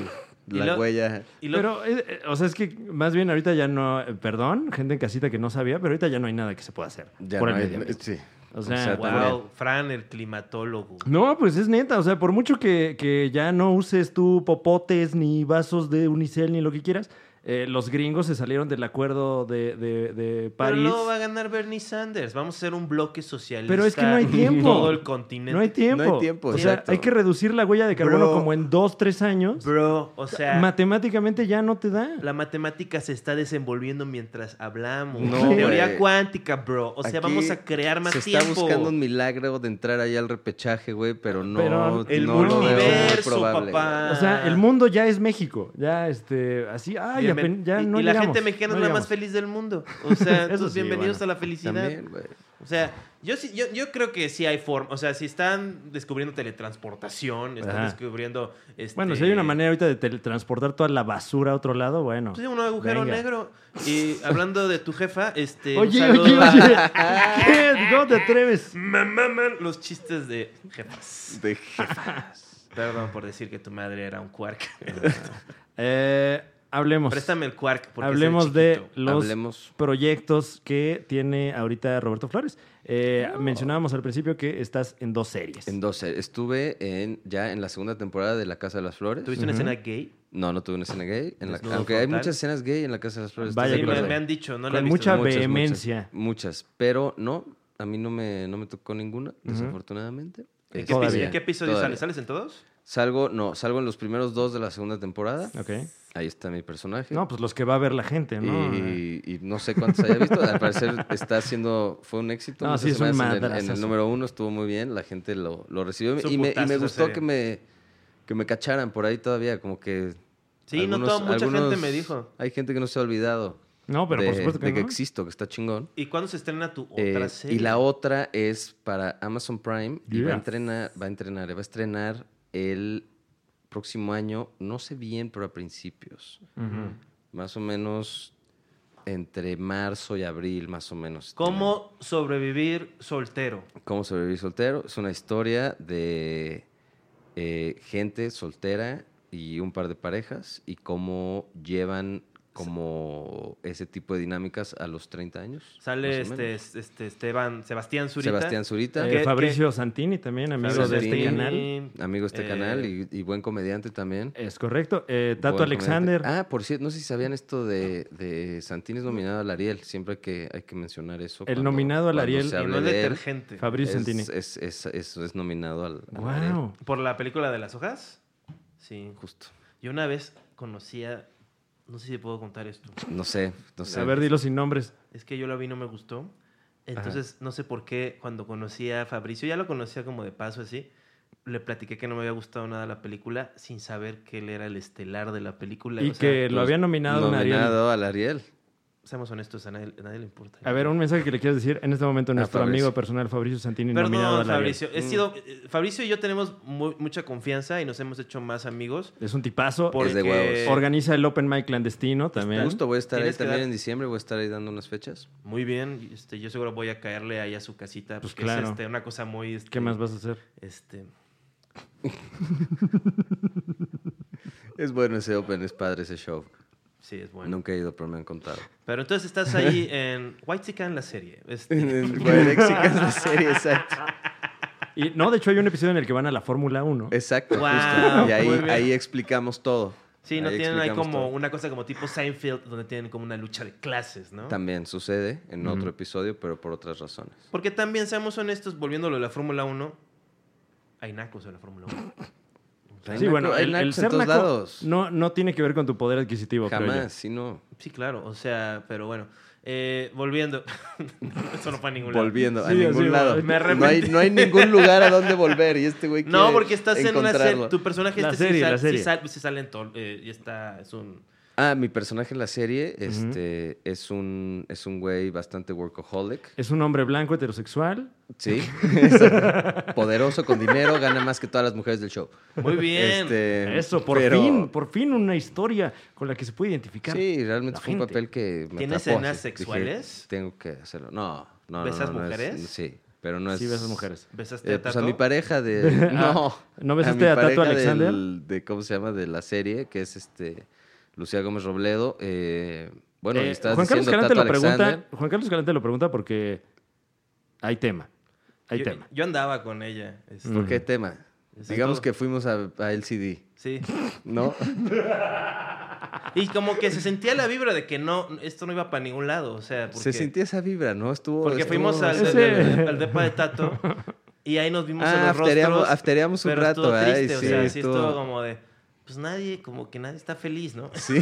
[SPEAKER 1] Y
[SPEAKER 4] la
[SPEAKER 1] lo-
[SPEAKER 4] huella.
[SPEAKER 1] Y lo-
[SPEAKER 5] Pero, eh, eh, o sea, es que más bien ahorita ya no... eh, perdón, gente en casita que no sabía, pero ahorita ya no hay nada que se pueda hacer
[SPEAKER 4] Ya
[SPEAKER 5] por
[SPEAKER 4] no
[SPEAKER 5] el
[SPEAKER 4] hay-
[SPEAKER 5] medio ambiente.
[SPEAKER 4] sí.
[SPEAKER 5] O sea,
[SPEAKER 1] wow,
[SPEAKER 4] también.
[SPEAKER 1] Fran, el climatólogo.
[SPEAKER 5] No, pues es neta. O sea, por mucho que, que ya no uses tú popotes ni vasos de unicel ni lo que quieras, eh, los gringos se salieron del acuerdo de, de- de París.
[SPEAKER 1] Pero no va a ganar Bernie Sanders. Vamos a hacer un bloque socialista.
[SPEAKER 5] Pero es que no hay
[SPEAKER 1] en
[SPEAKER 5] tiempo.
[SPEAKER 1] Todo el continente.
[SPEAKER 5] No hay tiempo.
[SPEAKER 4] No hay tiempo,
[SPEAKER 5] O sea,
[SPEAKER 4] exacto.
[SPEAKER 5] hay que reducir la huella de carbono
[SPEAKER 4] Bro.
[SPEAKER 5] como en dos, tres años.
[SPEAKER 1] Bro, o sea,
[SPEAKER 5] Matemáticamente ya no te da.
[SPEAKER 1] la matemática se está desenvolviendo mientras hablamos.
[SPEAKER 4] No,
[SPEAKER 1] Teoría
[SPEAKER 4] güey.
[SPEAKER 1] cuántica, bro. O sea,
[SPEAKER 4] Aquí
[SPEAKER 1] vamos a crear más
[SPEAKER 4] Se está
[SPEAKER 1] tiempo.
[SPEAKER 4] buscando un milagro de entrar ahí al repechaje, güey, pero no.
[SPEAKER 5] Pero
[SPEAKER 1] El
[SPEAKER 4] no lo veo muy
[SPEAKER 1] multiverso,
[SPEAKER 4] probable,
[SPEAKER 1] papá.
[SPEAKER 5] O sea, el mundo ya es México. Ya, este, así, ay,
[SPEAKER 1] Bienven-
[SPEAKER 5] apen- ya
[SPEAKER 1] y,
[SPEAKER 5] no
[SPEAKER 1] y la
[SPEAKER 5] llegamos,
[SPEAKER 1] gente mexicana
[SPEAKER 5] no
[SPEAKER 1] es la más
[SPEAKER 5] llegamos.
[SPEAKER 1] feliz del mundo.
[SPEAKER 5] [LAUGHS]
[SPEAKER 1] O sea,
[SPEAKER 5] Eso
[SPEAKER 1] entonces,
[SPEAKER 5] sí,
[SPEAKER 1] bienvenidos
[SPEAKER 5] bueno,
[SPEAKER 1] a la felicidad.
[SPEAKER 4] También, güey.
[SPEAKER 1] O sea, yo, sí- yo, yo creo que sí hay forma. O sea, si están descubriendo teletransportación, están
[SPEAKER 5] Ajá.
[SPEAKER 1] descubriendo. este,
[SPEAKER 5] Bueno, si hay una manera ahorita de teletransportar toda la basura a otro lado, bueno.
[SPEAKER 1] Pues, un agujero
[SPEAKER 5] Venga.
[SPEAKER 1] negro. Y hablando de tu jefa, este. un
[SPEAKER 5] Oye,
[SPEAKER 1] saludo
[SPEAKER 5] oye,
[SPEAKER 1] a- [LAUGHS]
[SPEAKER 5] oye. ¿Qué? ¿Cómo te atreves?
[SPEAKER 1] Me maman los chistes de jefas.
[SPEAKER 4] De jefa.
[SPEAKER 1] Perdón por decir que tu madre era un
[SPEAKER 5] [LAUGHS]
[SPEAKER 1] quark.
[SPEAKER 5] Eh, hablemos.
[SPEAKER 1] Préstame el quark. Porque es el
[SPEAKER 5] Hablemos de
[SPEAKER 1] chiquito.
[SPEAKER 5] los
[SPEAKER 4] Hablemos.
[SPEAKER 5] proyectos que tiene ahorita Roberto Flores. Eh,
[SPEAKER 1] Oh.
[SPEAKER 5] Mencionábamos al principio que estás en dos series.
[SPEAKER 4] En 12. Estuve en, ya en la segunda temporada de La Casa de las Flores.
[SPEAKER 1] ¿Tuviste una
[SPEAKER 5] Ujú.
[SPEAKER 1] escena gay?
[SPEAKER 4] No, no tuve una escena gay. En la-
[SPEAKER 1] Desnudo
[SPEAKER 4] aunque hay
[SPEAKER 1] frontal.
[SPEAKER 4] muchas escenas gay en La Casa de las Flores. ¿estás
[SPEAKER 5] Vaya
[SPEAKER 4] de
[SPEAKER 1] Sí,
[SPEAKER 5] que
[SPEAKER 1] me,
[SPEAKER 4] acuerdo?
[SPEAKER 1] me han dicho, no la he
[SPEAKER 5] Con
[SPEAKER 1] visto.
[SPEAKER 5] mucha
[SPEAKER 4] Muchas,
[SPEAKER 5] vehemencia.
[SPEAKER 4] Muchas, muchas, pero no, a mí no me, no me tocó ninguna, desafortunadamente.
[SPEAKER 1] ¿En
[SPEAKER 4] Este,
[SPEAKER 1] qué, episodio- en qué episodio
[SPEAKER 4] todavía.
[SPEAKER 1] sales? ¿Sales en todos?
[SPEAKER 4] Salgo, no, salgo en los primeros dos de la segunda temporada.
[SPEAKER 5] Ok.
[SPEAKER 4] Ahí está mi personaje.
[SPEAKER 5] No, pues los que va a ver la gente,
[SPEAKER 1] pues,
[SPEAKER 5] ¿no?
[SPEAKER 4] Y,
[SPEAKER 1] eh.
[SPEAKER 4] y no sé cuántos haya visto. Al
[SPEAKER 1] [LAUGHS]
[SPEAKER 4] parecer está haciendo. Fue un éxito.
[SPEAKER 5] No,
[SPEAKER 4] muchas
[SPEAKER 5] sí, es un
[SPEAKER 4] semanas en el- en, el
[SPEAKER 5] madrazazo.
[SPEAKER 4] número uno estuvo muy bien. La gente lo, lo recibió.
[SPEAKER 1] Es un
[SPEAKER 4] Y me, y
[SPEAKER 1] putazo
[SPEAKER 4] me
[SPEAKER 1] esa
[SPEAKER 4] gustó
[SPEAKER 1] serie.
[SPEAKER 4] que me, que me cacharan por ahí todavía. Como que.
[SPEAKER 1] Sí, no, toda- mucha gente me dijo.
[SPEAKER 4] Hay gente que no se ha olvidado.
[SPEAKER 5] No, pero
[SPEAKER 4] de,
[SPEAKER 5] por supuesto que
[SPEAKER 4] de
[SPEAKER 5] no.
[SPEAKER 4] que existo, que está chingón.
[SPEAKER 1] ¿Y cuándo se estrena tu
[SPEAKER 4] Eh,
[SPEAKER 1] otra serie?
[SPEAKER 4] y la otra es para Amazon Prime y va
[SPEAKER 5] Yeah.
[SPEAKER 4] a entrenar, va a entrenar, va a estrenar el próximo año, no sé bien, pero a principios.
[SPEAKER 5] Ujú.
[SPEAKER 4] Más o menos entre marzo y abril, más o menos.
[SPEAKER 1] ¿Cómo sobrevivir soltero?
[SPEAKER 4] ¿Cómo sobrevivir soltero? Es una historia de eh, gente soltera y un par de parejas y cómo llevan como ese tipo de dinámicas a los 30 años.
[SPEAKER 1] Sale
[SPEAKER 4] más o
[SPEAKER 1] este,
[SPEAKER 4] menos.
[SPEAKER 1] este Esteban, Sebastián Zurita.
[SPEAKER 4] Sebastián Zurita.
[SPEAKER 5] Eh,
[SPEAKER 1] ¿Qué-
[SPEAKER 5] Fabricio Santini también, amigo
[SPEAKER 1] Amigos
[SPEAKER 5] de este
[SPEAKER 4] Santini.
[SPEAKER 5] canal.
[SPEAKER 4] amigo de este
[SPEAKER 1] Eh,
[SPEAKER 4] canal y, y buen comediante también.
[SPEAKER 5] Es correcto. Eh, Tato
[SPEAKER 4] Buen
[SPEAKER 5] Alexander.
[SPEAKER 4] comediante. Ah, por cierto, no sé si sabían esto de, de Santini es nominado al Ariel. Siempre hay que, hay que mencionar eso.
[SPEAKER 5] El nominado al
[SPEAKER 4] cuando
[SPEAKER 5] Ariel
[SPEAKER 4] se
[SPEAKER 5] y
[SPEAKER 1] Y
[SPEAKER 4] hable
[SPEAKER 1] no es
[SPEAKER 4] de él.
[SPEAKER 1] detergente.
[SPEAKER 5] Fabricio
[SPEAKER 4] Ah, Es, eh,
[SPEAKER 5] Santini.
[SPEAKER 4] es, es, es- es nominado al, al Ariel.
[SPEAKER 5] wow.
[SPEAKER 1] ¿Por la película de las hojas? Sí.
[SPEAKER 4] Justo.
[SPEAKER 1] Yo una vez conocía... No sé si puedo contar esto.
[SPEAKER 4] No sé, no sé.
[SPEAKER 5] A ver, dilo sin nombres.
[SPEAKER 1] Es que yo la vi y no me gustó. Entonces, no sé por qué, cuando conocí a Fabricio, ya lo conocía como de paso así, le platiqué que no me había gustado nada la película sin saber que él era el estelar de la película.
[SPEAKER 5] Y
[SPEAKER 1] O sea,
[SPEAKER 5] que lo había nominado, un Ariel.
[SPEAKER 4] nominado al Ariel.
[SPEAKER 1] Seamos honestos, a nadie, a nadie le importa.
[SPEAKER 5] A ver, un mensaje que le quieras decir en este momento
[SPEAKER 4] A
[SPEAKER 5] nuestro
[SPEAKER 4] Ah, Fabricio.
[SPEAKER 5] amigo personal Fabricio Santini nominado
[SPEAKER 1] Perdón,
[SPEAKER 5] al Ariel.
[SPEAKER 1] Fabricio. He sido, eh, Fabricio y yo tenemos mu- mucha confianza y nos hemos hecho más amigos.
[SPEAKER 5] Es un tipazo.
[SPEAKER 1] Porque
[SPEAKER 4] de huevos.
[SPEAKER 5] Organiza el Open Mic clandestino también.
[SPEAKER 4] eh, Justo voy a estar ahí
[SPEAKER 1] Tienes que
[SPEAKER 4] también
[SPEAKER 1] dar-
[SPEAKER 4] en diciembre, voy a estar ahí dando unas fechas.
[SPEAKER 1] Muy bien, este, yo seguro voy a caerle ahí a su casita.
[SPEAKER 5] Pues
[SPEAKER 1] Porque
[SPEAKER 5] claro.
[SPEAKER 1] es este, una cosa muy... este,
[SPEAKER 5] ¿Qué más vas a hacer?
[SPEAKER 1] Este,
[SPEAKER 4] Es bueno ese Open, es padre ese show.
[SPEAKER 1] sí, es bueno.
[SPEAKER 4] Nunca he ido, pero me han contado.
[SPEAKER 1] Pero entonces estás
[SPEAKER 4] [LAUGHS]
[SPEAKER 1] ahí en White Chicken, la serie.
[SPEAKER 4] En
[SPEAKER 1] Este,
[SPEAKER 4] el Guayarexica [LAUGHS] es la serie, exacto.
[SPEAKER 5] Y no, de hecho hay un episodio en el que van a la Fórmula 1.
[SPEAKER 4] Exacto,
[SPEAKER 1] Wow,
[SPEAKER 4] justo. Y ahí,
[SPEAKER 1] muy bien.
[SPEAKER 4] ahí explicamos todo.
[SPEAKER 1] Sí, no
[SPEAKER 4] Ahí
[SPEAKER 1] tienen ahí
[SPEAKER 4] explicamos
[SPEAKER 1] como
[SPEAKER 4] todo.
[SPEAKER 1] una cosa como tipo Seinfeld, donde tienen como una lucha de clases, ¿no?
[SPEAKER 4] También sucede en otro episodio, pero por otras razones.
[SPEAKER 1] Porque también, seamos honestos, volviéndolo a la Fórmula 1, hay nacos en la Fórmula 1.
[SPEAKER 4] Hay
[SPEAKER 5] sí,
[SPEAKER 4] naco-
[SPEAKER 5] bueno,
[SPEAKER 4] hay
[SPEAKER 5] el, el
[SPEAKER 4] nacos en
[SPEAKER 5] ser
[SPEAKER 4] todos
[SPEAKER 5] naco
[SPEAKER 4] lados.
[SPEAKER 5] no, no tiene que ver con tu poder adquisitivo, creo yo.
[SPEAKER 4] Jamás, sí, no.
[SPEAKER 1] Sí, claro, o sea, pero bueno. Eh, volviendo. [LAUGHS] Eso no fue a ningún lado.
[SPEAKER 4] Volviendo a
[SPEAKER 5] Sí,
[SPEAKER 4] ningún
[SPEAKER 5] así,
[SPEAKER 4] lado.
[SPEAKER 5] me
[SPEAKER 4] no, hay,
[SPEAKER 5] arrepentí.
[SPEAKER 4] no hay ningún lugar a donde volver y este güey
[SPEAKER 1] No,
[SPEAKER 4] quiere
[SPEAKER 1] porque estás en una serie.
[SPEAKER 4] encontrarlo.
[SPEAKER 1] Tu personaje
[SPEAKER 5] La
[SPEAKER 1] este
[SPEAKER 5] serie,
[SPEAKER 1] sí, sal-
[SPEAKER 5] la
[SPEAKER 1] sí
[SPEAKER 5] serie.
[SPEAKER 1] sal- sí sale en todo. eh, y está, es un.
[SPEAKER 4] Ah, mi personaje en la serie este, es, un, es un güey bastante workaholic.
[SPEAKER 5] Es un hombre blanco heterosexual.
[SPEAKER 4] Sí. [LAUGHS] Es poderoso, con dinero, gana más que todas las mujeres del show. [LAUGHS]
[SPEAKER 1] Muy bien.
[SPEAKER 4] Este,
[SPEAKER 5] Eso, por
[SPEAKER 4] pero-
[SPEAKER 5] fin, por fin una historia con la que se puede identificar.
[SPEAKER 4] Sí, realmente
[SPEAKER 5] la
[SPEAKER 4] fue un
[SPEAKER 5] gente.
[SPEAKER 4] papel que me
[SPEAKER 1] ¿Tiene
[SPEAKER 4] atrapó,
[SPEAKER 1] escenas
[SPEAKER 4] así. Dije,
[SPEAKER 1] sexuales?
[SPEAKER 4] tengo que hacerlo. No, no, no.
[SPEAKER 1] ¿Besas
[SPEAKER 4] no, no es-
[SPEAKER 1] mujeres?
[SPEAKER 4] sí, pero no es...
[SPEAKER 5] Sí, ves a mujeres. Ah,
[SPEAKER 1] ¿Besaste
[SPEAKER 4] Eh,
[SPEAKER 1] a
[SPEAKER 4] pues
[SPEAKER 1] Tato?
[SPEAKER 4] a mi pareja
[SPEAKER 5] [LAUGHS]
[SPEAKER 4] de... No.
[SPEAKER 5] ¿no
[SPEAKER 4] ves
[SPEAKER 5] besaste a Tato Alexander?
[SPEAKER 4] de cómo se llama, de la serie, que es este Lucía Gómez Robledo. eh, bueno,
[SPEAKER 5] Eh,
[SPEAKER 4] y estás
[SPEAKER 5] Juan Carlos
[SPEAKER 4] diciendo
[SPEAKER 5] Calante
[SPEAKER 4] Tato
[SPEAKER 5] lo pregunta.
[SPEAKER 4] Alexander.
[SPEAKER 5] Juan Carlos Calante lo pregunta porque hay tema. Hay
[SPEAKER 1] yo,
[SPEAKER 5] tema.
[SPEAKER 1] yo andaba con ella. este,
[SPEAKER 4] ¿Por qué tema?
[SPEAKER 1] Eso
[SPEAKER 4] Digamos
[SPEAKER 1] todo.
[SPEAKER 4] que fuimos a, a LCD,
[SPEAKER 1] Sí. [LAUGHS]
[SPEAKER 4] ¿no?
[SPEAKER 1] Y como que se sentía la vibra de que no, esto no iba para ningún lado. O sea, porque,
[SPEAKER 4] Se sentía esa vibra, ¿no? Estuvo...
[SPEAKER 1] porque
[SPEAKER 4] estuvo-
[SPEAKER 1] fuimos al,
[SPEAKER 5] Ese-
[SPEAKER 1] al- al depa de Tato y ahí nos vimos en
[SPEAKER 4] Ah,
[SPEAKER 1] los
[SPEAKER 4] aftereamos,
[SPEAKER 1] rostros.
[SPEAKER 4] aftereamos un
[SPEAKER 1] pero
[SPEAKER 4] rato,
[SPEAKER 1] estuvo
[SPEAKER 4] ay,
[SPEAKER 1] triste,
[SPEAKER 4] sí,
[SPEAKER 1] o sea, sí
[SPEAKER 4] estuvo-
[SPEAKER 1] estuvo como de. Pues nadie, como que nadie está feliz, ¿no?
[SPEAKER 4] [LAUGHS] Sí.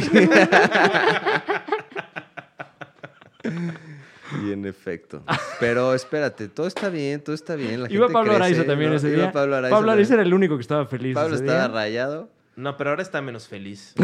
[SPEAKER 4] y en efecto. Pero espérate, todo está bien, todo está bien. La
[SPEAKER 5] Iba
[SPEAKER 4] gente
[SPEAKER 5] Pablo
[SPEAKER 4] crece,
[SPEAKER 5] Araiza también
[SPEAKER 4] ¿no?
[SPEAKER 5] ese
[SPEAKER 4] Iba
[SPEAKER 5] día.
[SPEAKER 4] Pablo Araiza.
[SPEAKER 5] era el único que estaba feliz.
[SPEAKER 4] Pablo
[SPEAKER 5] ese
[SPEAKER 4] estaba
[SPEAKER 5] día.
[SPEAKER 4] rayado.
[SPEAKER 1] No, pero ahora está menos
[SPEAKER 4] [LAUGHS]
[SPEAKER 1] feliz.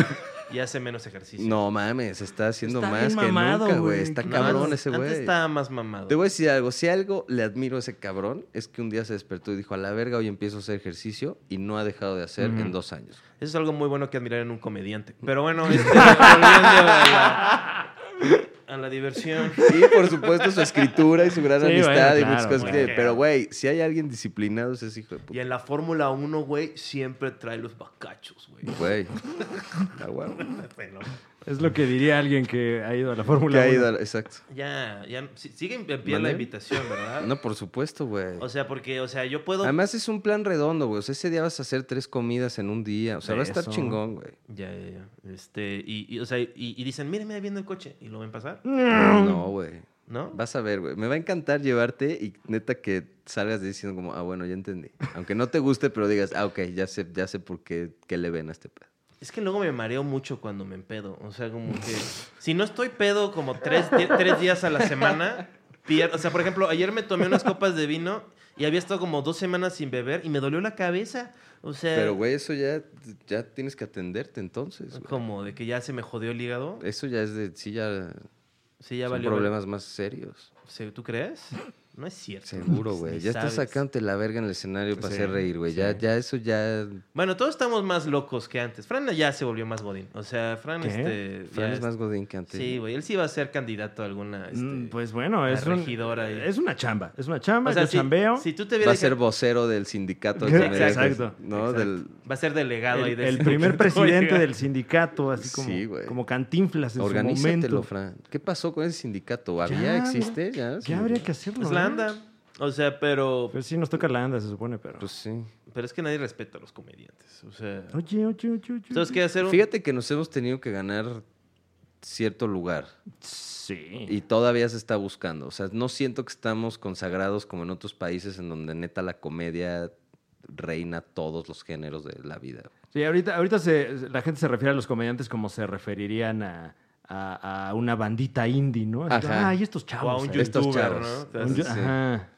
[SPEAKER 1] y hace menos ejercicio.
[SPEAKER 4] No mames, está haciendo
[SPEAKER 5] Está
[SPEAKER 4] más
[SPEAKER 5] bien
[SPEAKER 4] que
[SPEAKER 5] mamado,
[SPEAKER 4] nunca,
[SPEAKER 5] güey.
[SPEAKER 4] güey. Está
[SPEAKER 1] No,
[SPEAKER 4] cabrón
[SPEAKER 1] antes-
[SPEAKER 4] ese güey.
[SPEAKER 1] Antes estaba más mamado.
[SPEAKER 4] Te voy a decir algo. Si algo le admiro a ese cabrón es que un día se despertó y dijo, a la verga, hoy empiezo a hacer ejercicio y no ha dejado de hacer en dos años.
[SPEAKER 1] Eso es algo muy bueno que admirar en un comediante.
[SPEAKER 4] Mm.
[SPEAKER 1] Pero
[SPEAKER 4] [LAUGHS]
[SPEAKER 1] bueno, este, volviendo a la, a la diversión.
[SPEAKER 4] Y por supuesto su escritura y su gran
[SPEAKER 5] [LAUGHS] Sí, bueno,
[SPEAKER 4] amistad y
[SPEAKER 5] claro,
[SPEAKER 4] muchas cosas
[SPEAKER 5] güey.
[SPEAKER 4] que... Pero güey, si hay alguien disciplinado es ese hijo de puta.
[SPEAKER 1] Y en la Fórmula 1, güey, siempre trae los bacachos, güey.
[SPEAKER 4] Güey.
[SPEAKER 5] [LAUGHS]
[SPEAKER 4] Ah, huevo.
[SPEAKER 1] Bueno,
[SPEAKER 5] Es lo que diría alguien que ha ido a la Fórmula
[SPEAKER 4] Que ha
[SPEAKER 5] 1.
[SPEAKER 4] ido al- exacto.
[SPEAKER 1] ya, ya, si- sigue en pie la
[SPEAKER 4] ¿Mande?
[SPEAKER 1] invitación, ¿verdad?
[SPEAKER 4] No, por supuesto, güey.
[SPEAKER 1] O sea, porque, o sea, yo puedo...
[SPEAKER 4] Además es un plan redondo, güey. O sea, ese día vas a hacer tres comidas en un día. O sea, va a estar
[SPEAKER 5] Eso.
[SPEAKER 4] chingón, güey.
[SPEAKER 1] Ya, ya, ya. Este, y, y, o sea, y, y dicen, miren, mira, viendo el coche. Y lo ven pasar,
[SPEAKER 4] Mm. No, güey.
[SPEAKER 1] ¿no?
[SPEAKER 4] Vas a ver, güey. Me va a encantar llevarte y neta que salgas diciendo como, ah, bueno, ya entendí. Aunque no te guste, pero digas, ah, ok, ya sé, ya sé por qué, qué le ven a este pedo.
[SPEAKER 1] Es que luego me mareo mucho cuando me empedo. O sea, como que. Si no estoy pedo como tres, di- tres días a la semana, pierdo. O sea, por ejemplo, ayer me tomé unas copas de vino y había estado como dos semanas sin beber y me dolió la cabeza. O sea.
[SPEAKER 4] Pero, güey, eso ya, ya tienes que atenderte entonces, güey.
[SPEAKER 1] Como de que ya se me jodió el hígado.
[SPEAKER 4] Eso ya es de, sí, ya,
[SPEAKER 1] Sí, ya
[SPEAKER 4] son
[SPEAKER 1] valió.
[SPEAKER 4] problemas más serios.
[SPEAKER 1] Sí, ¿Tú crees? No es cierto.
[SPEAKER 4] Seguro, güey.
[SPEAKER 1] Ni
[SPEAKER 4] Ya estás
[SPEAKER 1] sabes.
[SPEAKER 4] sacándote la verga en el escenario para
[SPEAKER 5] Sí,
[SPEAKER 4] hacer reír, güey. Ya,
[SPEAKER 5] sí.
[SPEAKER 4] ya, eso ya...
[SPEAKER 1] Bueno, todos estamos más locos que antes. Fran ya se volvió más godín. O sea, Fran,
[SPEAKER 5] ¿Qué?
[SPEAKER 1] este.
[SPEAKER 4] Fran
[SPEAKER 1] ya
[SPEAKER 4] es más godín que antes.
[SPEAKER 1] Sí, güey. Él sí va a ser candidato a alguna. este,
[SPEAKER 5] Mm, Pues bueno, es,
[SPEAKER 1] la
[SPEAKER 5] un-
[SPEAKER 1] regidora y-
[SPEAKER 5] es una chamba. Es una chamba,
[SPEAKER 1] O sea,
[SPEAKER 5] yo
[SPEAKER 1] si,
[SPEAKER 5] chambeo.
[SPEAKER 1] si tú te
[SPEAKER 4] Va a
[SPEAKER 1] vieras
[SPEAKER 4] ser vocero del sindicato [LAUGHS] de
[SPEAKER 5] Exacto.
[SPEAKER 4] comediantes,
[SPEAKER 5] Exacto.
[SPEAKER 4] ¿no?
[SPEAKER 1] Exacto.
[SPEAKER 4] Del
[SPEAKER 1] Va a ser delegado ahí
[SPEAKER 5] el,
[SPEAKER 1] del
[SPEAKER 4] [LAUGHS]
[SPEAKER 5] el
[SPEAKER 1] [LAUGHS]
[SPEAKER 5] primer
[SPEAKER 1] sindicato.
[SPEAKER 5] presidente del sindicato, así como,
[SPEAKER 4] Sí, güey.
[SPEAKER 5] como cantinflas en su
[SPEAKER 4] organízatelo,
[SPEAKER 5] momento.
[SPEAKER 4] Fran. ¿Qué pasó con ese sindicato?
[SPEAKER 5] Ya,
[SPEAKER 4] ¿Había? ¿Existe? ¿Ya? Sí.
[SPEAKER 5] Ya habría que hacerlo.
[SPEAKER 1] Pues
[SPEAKER 5] ¿no?
[SPEAKER 1] la anda. O sea, pero,
[SPEAKER 5] Pues sí, nos toca la anda, se supone, pero.
[SPEAKER 4] Pues sí.
[SPEAKER 1] pero es que nadie respeta a los comediantes. O sea,
[SPEAKER 5] Oye, oye, oye, oye.
[SPEAKER 1] entonces qué hacer un...
[SPEAKER 4] Fíjate que nos hemos tenido que ganar cierto lugar
[SPEAKER 5] Sí.
[SPEAKER 4] y todavía se está buscando. O sea, no siento que estamos consagrados como en otros países en donde neta la comedia reina todos los géneros de la vida.
[SPEAKER 5] Sí, ahorita, ahorita se- la gente se refiere a los comediantes como se referirían a, a- a una bandita indie, ¿no? Así,
[SPEAKER 4] Ajá.
[SPEAKER 5] Ah, y estos
[SPEAKER 1] O
[SPEAKER 5] chavos.
[SPEAKER 1] a un
[SPEAKER 5] ¿eh?
[SPEAKER 4] Estos
[SPEAKER 1] youtuber,
[SPEAKER 4] chavos.
[SPEAKER 1] ¿no? O sea,
[SPEAKER 5] Un yo-
[SPEAKER 4] sí.
[SPEAKER 5] Ajá.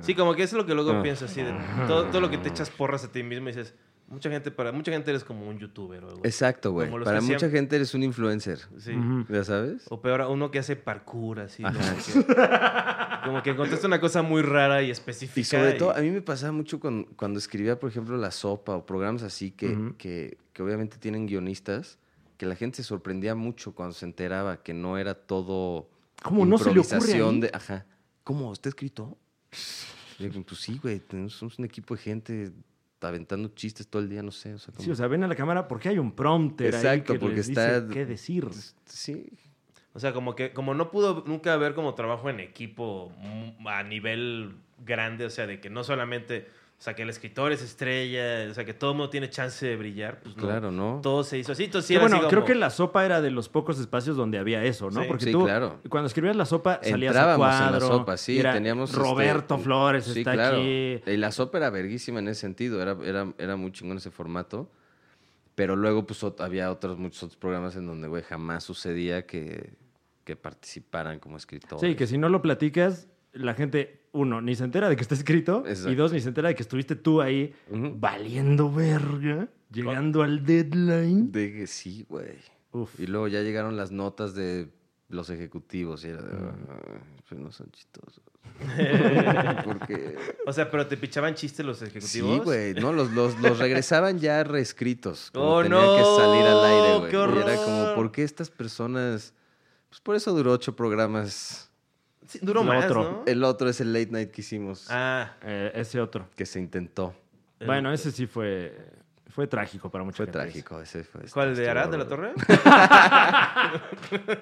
[SPEAKER 1] Sí, como que eso es lo que luego
[SPEAKER 5] Ah.
[SPEAKER 1] pienso así de todo, todo lo que te echas porras a ti mismo y dices, mucha gente para mucha gente eres como un youtuber o algo.
[SPEAKER 4] Exacto, güey.
[SPEAKER 1] Como los
[SPEAKER 4] Para
[SPEAKER 1] que
[SPEAKER 4] mucha
[SPEAKER 1] hacían-
[SPEAKER 4] gente eres un influencer.
[SPEAKER 1] Sí.
[SPEAKER 5] Ujú.
[SPEAKER 4] ¿Ya sabes?
[SPEAKER 1] O peor, uno que hace parkour así. ¿no? Como que- Como que contesta una cosa muy rara y específica.
[SPEAKER 4] Y sobre todo, a
[SPEAKER 1] y-
[SPEAKER 4] mí me pasaba mucho con- cuando escribía, por ejemplo, La Sopa o programas así que,
[SPEAKER 5] Ujú.
[SPEAKER 4] que, que obviamente tienen guionistas, que la gente se sorprendía mucho cuando se enteraba que no era todo
[SPEAKER 5] ¿Cómo no se le ocurre ahí?
[SPEAKER 4] de, ajá. ¿Cómo? ¿Está escrito? Y yo, pues sí, güey, tenemos somos un equipo de gente aventando chistes todo el día, no sé. O sea, como-
[SPEAKER 5] Sí, o sea, ven a la cámara porque hay un prompter
[SPEAKER 4] Exacto,
[SPEAKER 5] ahí que
[SPEAKER 4] porque
[SPEAKER 5] les
[SPEAKER 4] está-
[SPEAKER 5] dice qué decir.
[SPEAKER 4] sí,
[SPEAKER 1] O sea, como que como no pudo nunca haber como trabajo en equipo mm, a nivel grande, o sea, de que no solamente O sea, que el escritor es estrella, o sea, que todo el mundo tiene chance de brillar. Pues no.
[SPEAKER 4] Claro, ¿no?
[SPEAKER 1] Todo se hizo así. Entonces, sí
[SPEAKER 5] Que
[SPEAKER 1] era
[SPEAKER 5] bueno,
[SPEAKER 1] así
[SPEAKER 5] creo
[SPEAKER 1] como-
[SPEAKER 5] que la sopa era de los pocos espacios donde había eso, ¿no?
[SPEAKER 1] Sí.
[SPEAKER 5] Porque
[SPEAKER 4] Sí,
[SPEAKER 5] tú,
[SPEAKER 4] claro.
[SPEAKER 5] cuando escribías la sopa, salías a
[SPEAKER 4] Entrábamos
[SPEAKER 5] cuadro.
[SPEAKER 4] en la sopa, sí,
[SPEAKER 5] y era,
[SPEAKER 4] teníamos... este,
[SPEAKER 5] Roberto Flores
[SPEAKER 4] sí,
[SPEAKER 5] está
[SPEAKER 4] claro.
[SPEAKER 5] aquí.
[SPEAKER 4] Y la sopa era verguísima en ese sentido, era, era, era muy chingón ese formato. Pero luego pues ot- había otros muchos otros programas en donde, güey, jamás sucedía que, que participaran como escritores.
[SPEAKER 5] Sí, que si no lo platicas, la gente, uno, ni se entera de que está escrito.
[SPEAKER 4] Exacto.
[SPEAKER 5] Y dos, ni se entera de que estuviste tú ahí
[SPEAKER 4] Ujú.
[SPEAKER 5] valiendo verga, llegando al deadline.
[SPEAKER 4] De que sí, güey.
[SPEAKER 5] Uf.
[SPEAKER 4] Y luego ya llegaron las notas de los ejecutivos y era
[SPEAKER 5] Mm.
[SPEAKER 4] de... "Ah, pues no son
[SPEAKER 5] [LAUGHS]
[SPEAKER 4] chistosos. Porque...
[SPEAKER 1] [LAUGHS] O sea, pero te pichaban chistes los ejecutivos.
[SPEAKER 4] Sí, güey. No, los, los, los regresaban ya reescritos. Como
[SPEAKER 1] ¡Oh,
[SPEAKER 4] tenían
[SPEAKER 1] no!
[SPEAKER 4] que salir al aire, güey.
[SPEAKER 1] ¡Qué
[SPEAKER 4] Y era
[SPEAKER 1] horror!
[SPEAKER 4] como, ¿por qué estas personas...? Pues por eso duró ocho programas.
[SPEAKER 1] Sí, duró
[SPEAKER 5] Lo
[SPEAKER 1] más,
[SPEAKER 5] otro.
[SPEAKER 1] ¿no?
[SPEAKER 4] El otro es el late night que hicimos,
[SPEAKER 1] Ah,
[SPEAKER 5] Eh, ese otro.
[SPEAKER 4] que se intentó.
[SPEAKER 1] El-
[SPEAKER 5] Bueno, ese sí fue, fue trágico para mucha
[SPEAKER 4] Fue
[SPEAKER 5] gente.
[SPEAKER 4] trágico. Ese fue,
[SPEAKER 1] ¿cuál? ¿De
[SPEAKER 4] estuvo
[SPEAKER 1] Arad de la
[SPEAKER 4] horroroso. [LAUGHS]
[SPEAKER 1] Torre?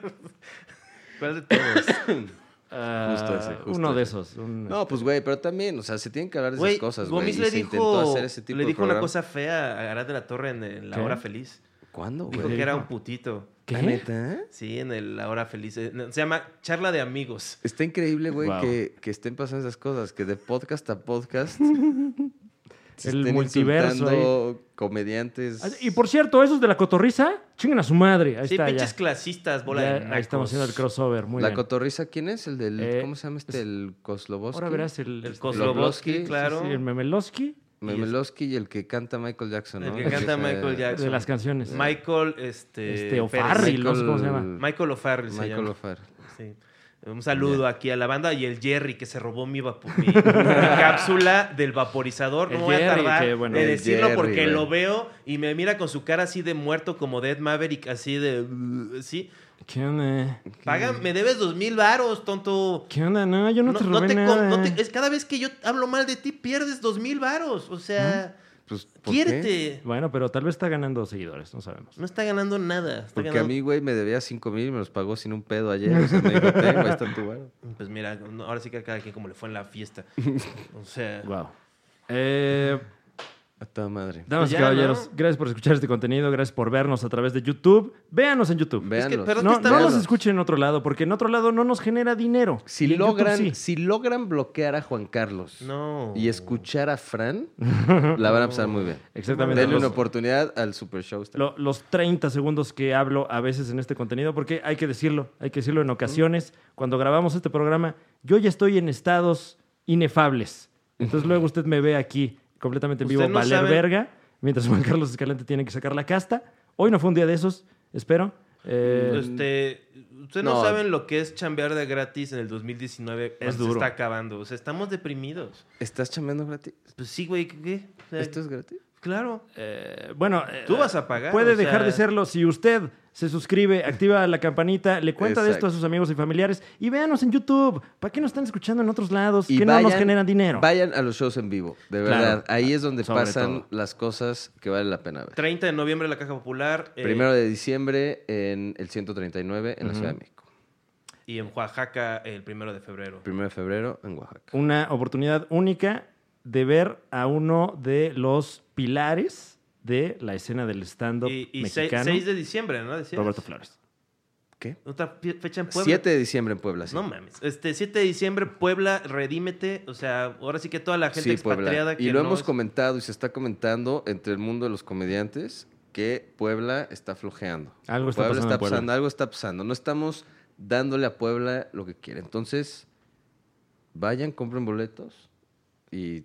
[SPEAKER 1] ¿Cuál de todos?
[SPEAKER 5] Ah,
[SPEAKER 4] Justo ese, justo
[SPEAKER 5] uno de
[SPEAKER 4] ese.
[SPEAKER 5] esos. un-
[SPEAKER 4] No, pues, güey, pero también, o sea, se tienen que hablar de
[SPEAKER 1] Güey,
[SPEAKER 4] esas cosas, güey.
[SPEAKER 1] Gomis
[SPEAKER 4] Y
[SPEAKER 1] le
[SPEAKER 4] se intentó
[SPEAKER 1] dijo,
[SPEAKER 4] hacer ese tipo
[SPEAKER 1] le
[SPEAKER 4] de
[SPEAKER 1] dijo una
[SPEAKER 4] programa.
[SPEAKER 1] cosa fea a Arad de la Torre en, el La
[SPEAKER 5] ¿Qué?
[SPEAKER 1] Hora Feliz.
[SPEAKER 4] ¿Cuándo,
[SPEAKER 1] Dijo
[SPEAKER 4] güey?
[SPEAKER 5] ¿Le
[SPEAKER 1] que era
[SPEAKER 5] dijo?
[SPEAKER 1] un putito.
[SPEAKER 5] ¿Qué?
[SPEAKER 4] ¿La neta?
[SPEAKER 1] Sí, en el La Hora Feliz. Eh, no, Se llama Charla de Amigos.
[SPEAKER 4] Está increíble, güey,
[SPEAKER 5] Wow.
[SPEAKER 4] que, que estén pasando esas cosas, que de podcast a
[SPEAKER 1] [LAUGHS]
[SPEAKER 4] podcast. se
[SPEAKER 5] El
[SPEAKER 4] estén
[SPEAKER 5] multiverso
[SPEAKER 4] insultando
[SPEAKER 5] Ah,
[SPEAKER 4] Comediantes.
[SPEAKER 5] Y por cierto, esos de la cotorriza, chinguen a su madre. Ahí
[SPEAKER 1] sí,
[SPEAKER 5] está.
[SPEAKER 1] pinches
[SPEAKER 5] ya.
[SPEAKER 1] clasistas, bola
[SPEAKER 5] Ya,
[SPEAKER 1] de
[SPEAKER 5] ahí
[SPEAKER 1] nacos.
[SPEAKER 5] estamos haciendo el crossover. Muy
[SPEAKER 4] la
[SPEAKER 5] bien.
[SPEAKER 4] cotorriza, ¿quién es? El del.
[SPEAKER 5] Eh,
[SPEAKER 4] ¿Cómo se llama este? El Kozlobowski.
[SPEAKER 5] Ahora verás el, este,
[SPEAKER 1] El
[SPEAKER 4] Kozlowski,
[SPEAKER 1] Kozlowski,
[SPEAKER 4] sí,
[SPEAKER 1] claro.
[SPEAKER 5] sí, el Memelowski
[SPEAKER 4] Memelowski y el que canta Michael Jackson,
[SPEAKER 1] El
[SPEAKER 4] ¿no?
[SPEAKER 1] que canta
[SPEAKER 4] Ese-
[SPEAKER 1] Michael Jackson.
[SPEAKER 5] de las canciones.
[SPEAKER 1] Michael, este...
[SPEAKER 5] este,
[SPEAKER 1] Pérez.
[SPEAKER 5] O'Farrill, no sé cómo se llama.
[SPEAKER 4] Michael,
[SPEAKER 1] Michael O'Farrill se
[SPEAKER 4] Michael
[SPEAKER 1] llama.
[SPEAKER 4] O'Farrell.
[SPEAKER 1] Sí. Un saludo aquí a la banda y el Jerry que se robó mi, vapo-
[SPEAKER 5] [LAUGHS]
[SPEAKER 1] mi- mi cápsula del vaporizador.
[SPEAKER 5] El
[SPEAKER 1] No voy a
[SPEAKER 5] Jerry,
[SPEAKER 1] tardar
[SPEAKER 5] que, bueno,
[SPEAKER 4] el
[SPEAKER 1] de decirlo
[SPEAKER 4] Jerry,
[SPEAKER 1] porque
[SPEAKER 4] güey.
[SPEAKER 1] lo veo y me mira con su cara así de muerto como Dead Maverick, así de... uh, Sí,
[SPEAKER 5] ¿Qué onda?
[SPEAKER 1] paga, me debes dos mil varos, tonto.
[SPEAKER 5] ¿Qué onda? No, yo no, te robé
[SPEAKER 1] te con-
[SPEAKER 5] nada.
[SPEAKER 1] no te- es cada vez que yo hablo mal de ti pierdes dos mil varos. O sea,
[SPEAKER 4] Pues, ¿por qué?
[SPEAKER 1] quiérete.
[SPEAKER 5] Bueno, pero tal vez está ganando seguidores, no sabemos.
[SPEAKER 1] No está ganando nada. Está
[SPEAKER 4] Porque a
[SPEAKER 1] ganando-
[SPEAKER 4] mí, güey, me debía 5 mil y me los pagó sin un pedo ayer. O sea, me dijo, "Ten, güey, ahí está tu varo".
[SPEAKER 1] Pues mira, no, ahora sí que a cada quien como le fue en la fiesta. O sea,
[SPEAKER 5] Wow. Eh,
[SPEAKER 4] A toda madre.
[SPEAKER 5] damas y
[SPEAKER 1] Ya,
[SPEAKER 5] caballeros,
[SPEAKER 1] ¿no?
[SPEAKER 5] gracias por escuchar este contenido, gracias por vernos a través de YouTube. Véanos en YouTube.
[SPEAKER 4] Véanlos.
[SPEAKER 1] pero-
[SPEAKER 5] No,
[SPEAKER 1] Es que
[SPEAKER 5] no
[SPEAKER 1] estamos-
[SPEAKER 5] nos escuchen en otro lado, porque en otro lado no nos genera dinero.
[SPEAKER 4] Si
[SPEAKER 5] Y en YouTube
[SPEAKER 4] logran,
[SPEAKER 5] sí.
[SPEAKER 4] si logran bloquear a Juan Carlos
[SPEAKER 1] no.
[SPEAKER 4] y escuchar a Fran, la van a pasar muy bien.
[SPEAKER 5] Exactamente.
[SPEAKER 4] Denle
[SPEAKER 5] Los-
[SPEAKER 4] una oportunidad al Super Show.
[SPEAKER 5] lo- los 30 segundos que hablo a veces en este contenido, porque hay que decirlo, hay que decirlo en ocasiones. Cuando grabamos este programa, yo ya estoy en estados inefables. Entonces luego usted me ve aquí completamente en vivo,
[SPEAKER 1] Usted no
[SPEAKER 5] valer
[SPEAKER 1] sabe-
[SPEAKER 5] verga, mientras Juan Carlos Escalante tiene que sacar la casta. Hoy no fue un día de esos, espero. Eh,
[SPEAKER 1] Este, ustedes no.
[SPEAKER 4] no.
[SPEAKER 1] saben lo que es chambear de gratis en el 2019. cuando
[SPEAKER 5] duro.
[SPEAKER 1] Se está acabando. O sea, estamos deprimidos.
[SPEAKER 4] ¿Estás chambeando gratis?
[SPEAKER 1] Pues sí, güey, ¿qué? qué? O sea,
[SPEAKER 4] ¿Esto es gratis?
[SPEAKER 1] Claro.
[SPEAKER 5] Eh, bueno, eh,
[SPEAKER 1] Tú vas a pagar,
[SPEAKER 5] Puede
[SPEAKER 1] o sea-
[SPEAKER 5] dejar de serlo si usted se suscribe, activa la campanita, le cuenta de esto
[SPEAKER 4] Exacto.
[SPEAKER 5] a sus amigos y familiares y véanos en YouTube. ¿Para qué nos están escuchando en otros lados
[SPEAKER 4] Y
[SPEAKER 5] que no nos
[SPEAKER 4] vayan-
[SPEAKER 5] generan dinero?
[SPEAKER 4] Vayan a los shows en vivo, de
[SPEAKER 5] Claro.
[SPEAKER 4] verdad. Ahí es donde
[SPEAKER 5] Sobre
[SPEAKER 4] pasan
[SPEAKER 5] todo.
[SPEAKER 4] las cosas que vale la pena ver.
[SPEAKER 1] 30 de noviembre en la Caja Popular. eh,
[SPEAKER 4] Primero de diciembre en el 139 en la Ciudad de México.
[SPEAKER 1] Y en Oaxaca el primero de febrero.
[SPEAKER 4] Primero de febrero en Oaxaca.
[SPEAKER 5] Una oportunidad única de ver a uno de los pilares de la escena del stand-up
[SPEAKER 1] Y, y seis-
[SPEAKER 5] mexicano,
[SPEAKER 1] 6 de diciembre, ¿no? Decías.
[SPEAKER 5] Roberto Flores.
[SPEAKER 4] ¿Qué?
[SPEAKER 1] Otra pie- fecha en Puebla.
[SPEAKER 4] 7 de diciembre en Puebla. sí.
[SPEAKER 1] No mames. Este, 7 de diciembre, Puebla, redímete. O sea, ahora sí que toda la gente
[SPEAKER 4] Sí, Puebla.
[SPEAKER 1] expatriada que
[SPEAKER 4] Y lo
[SPEAKER 1] no
[SPEAKER 4] hemos
[SPEAKER 1] es-
[SPEAKER 4] comentado y se está comentando entre el mundo de los comediantes que Puebla está flojeando.
[SPEAKER 5] Algo está pasando en Puebla.
[SPEAKER 4] pasando, algo está pasando. No estamos dándole a Puebla lo que quiere. Entonces, vayan, compren boletos y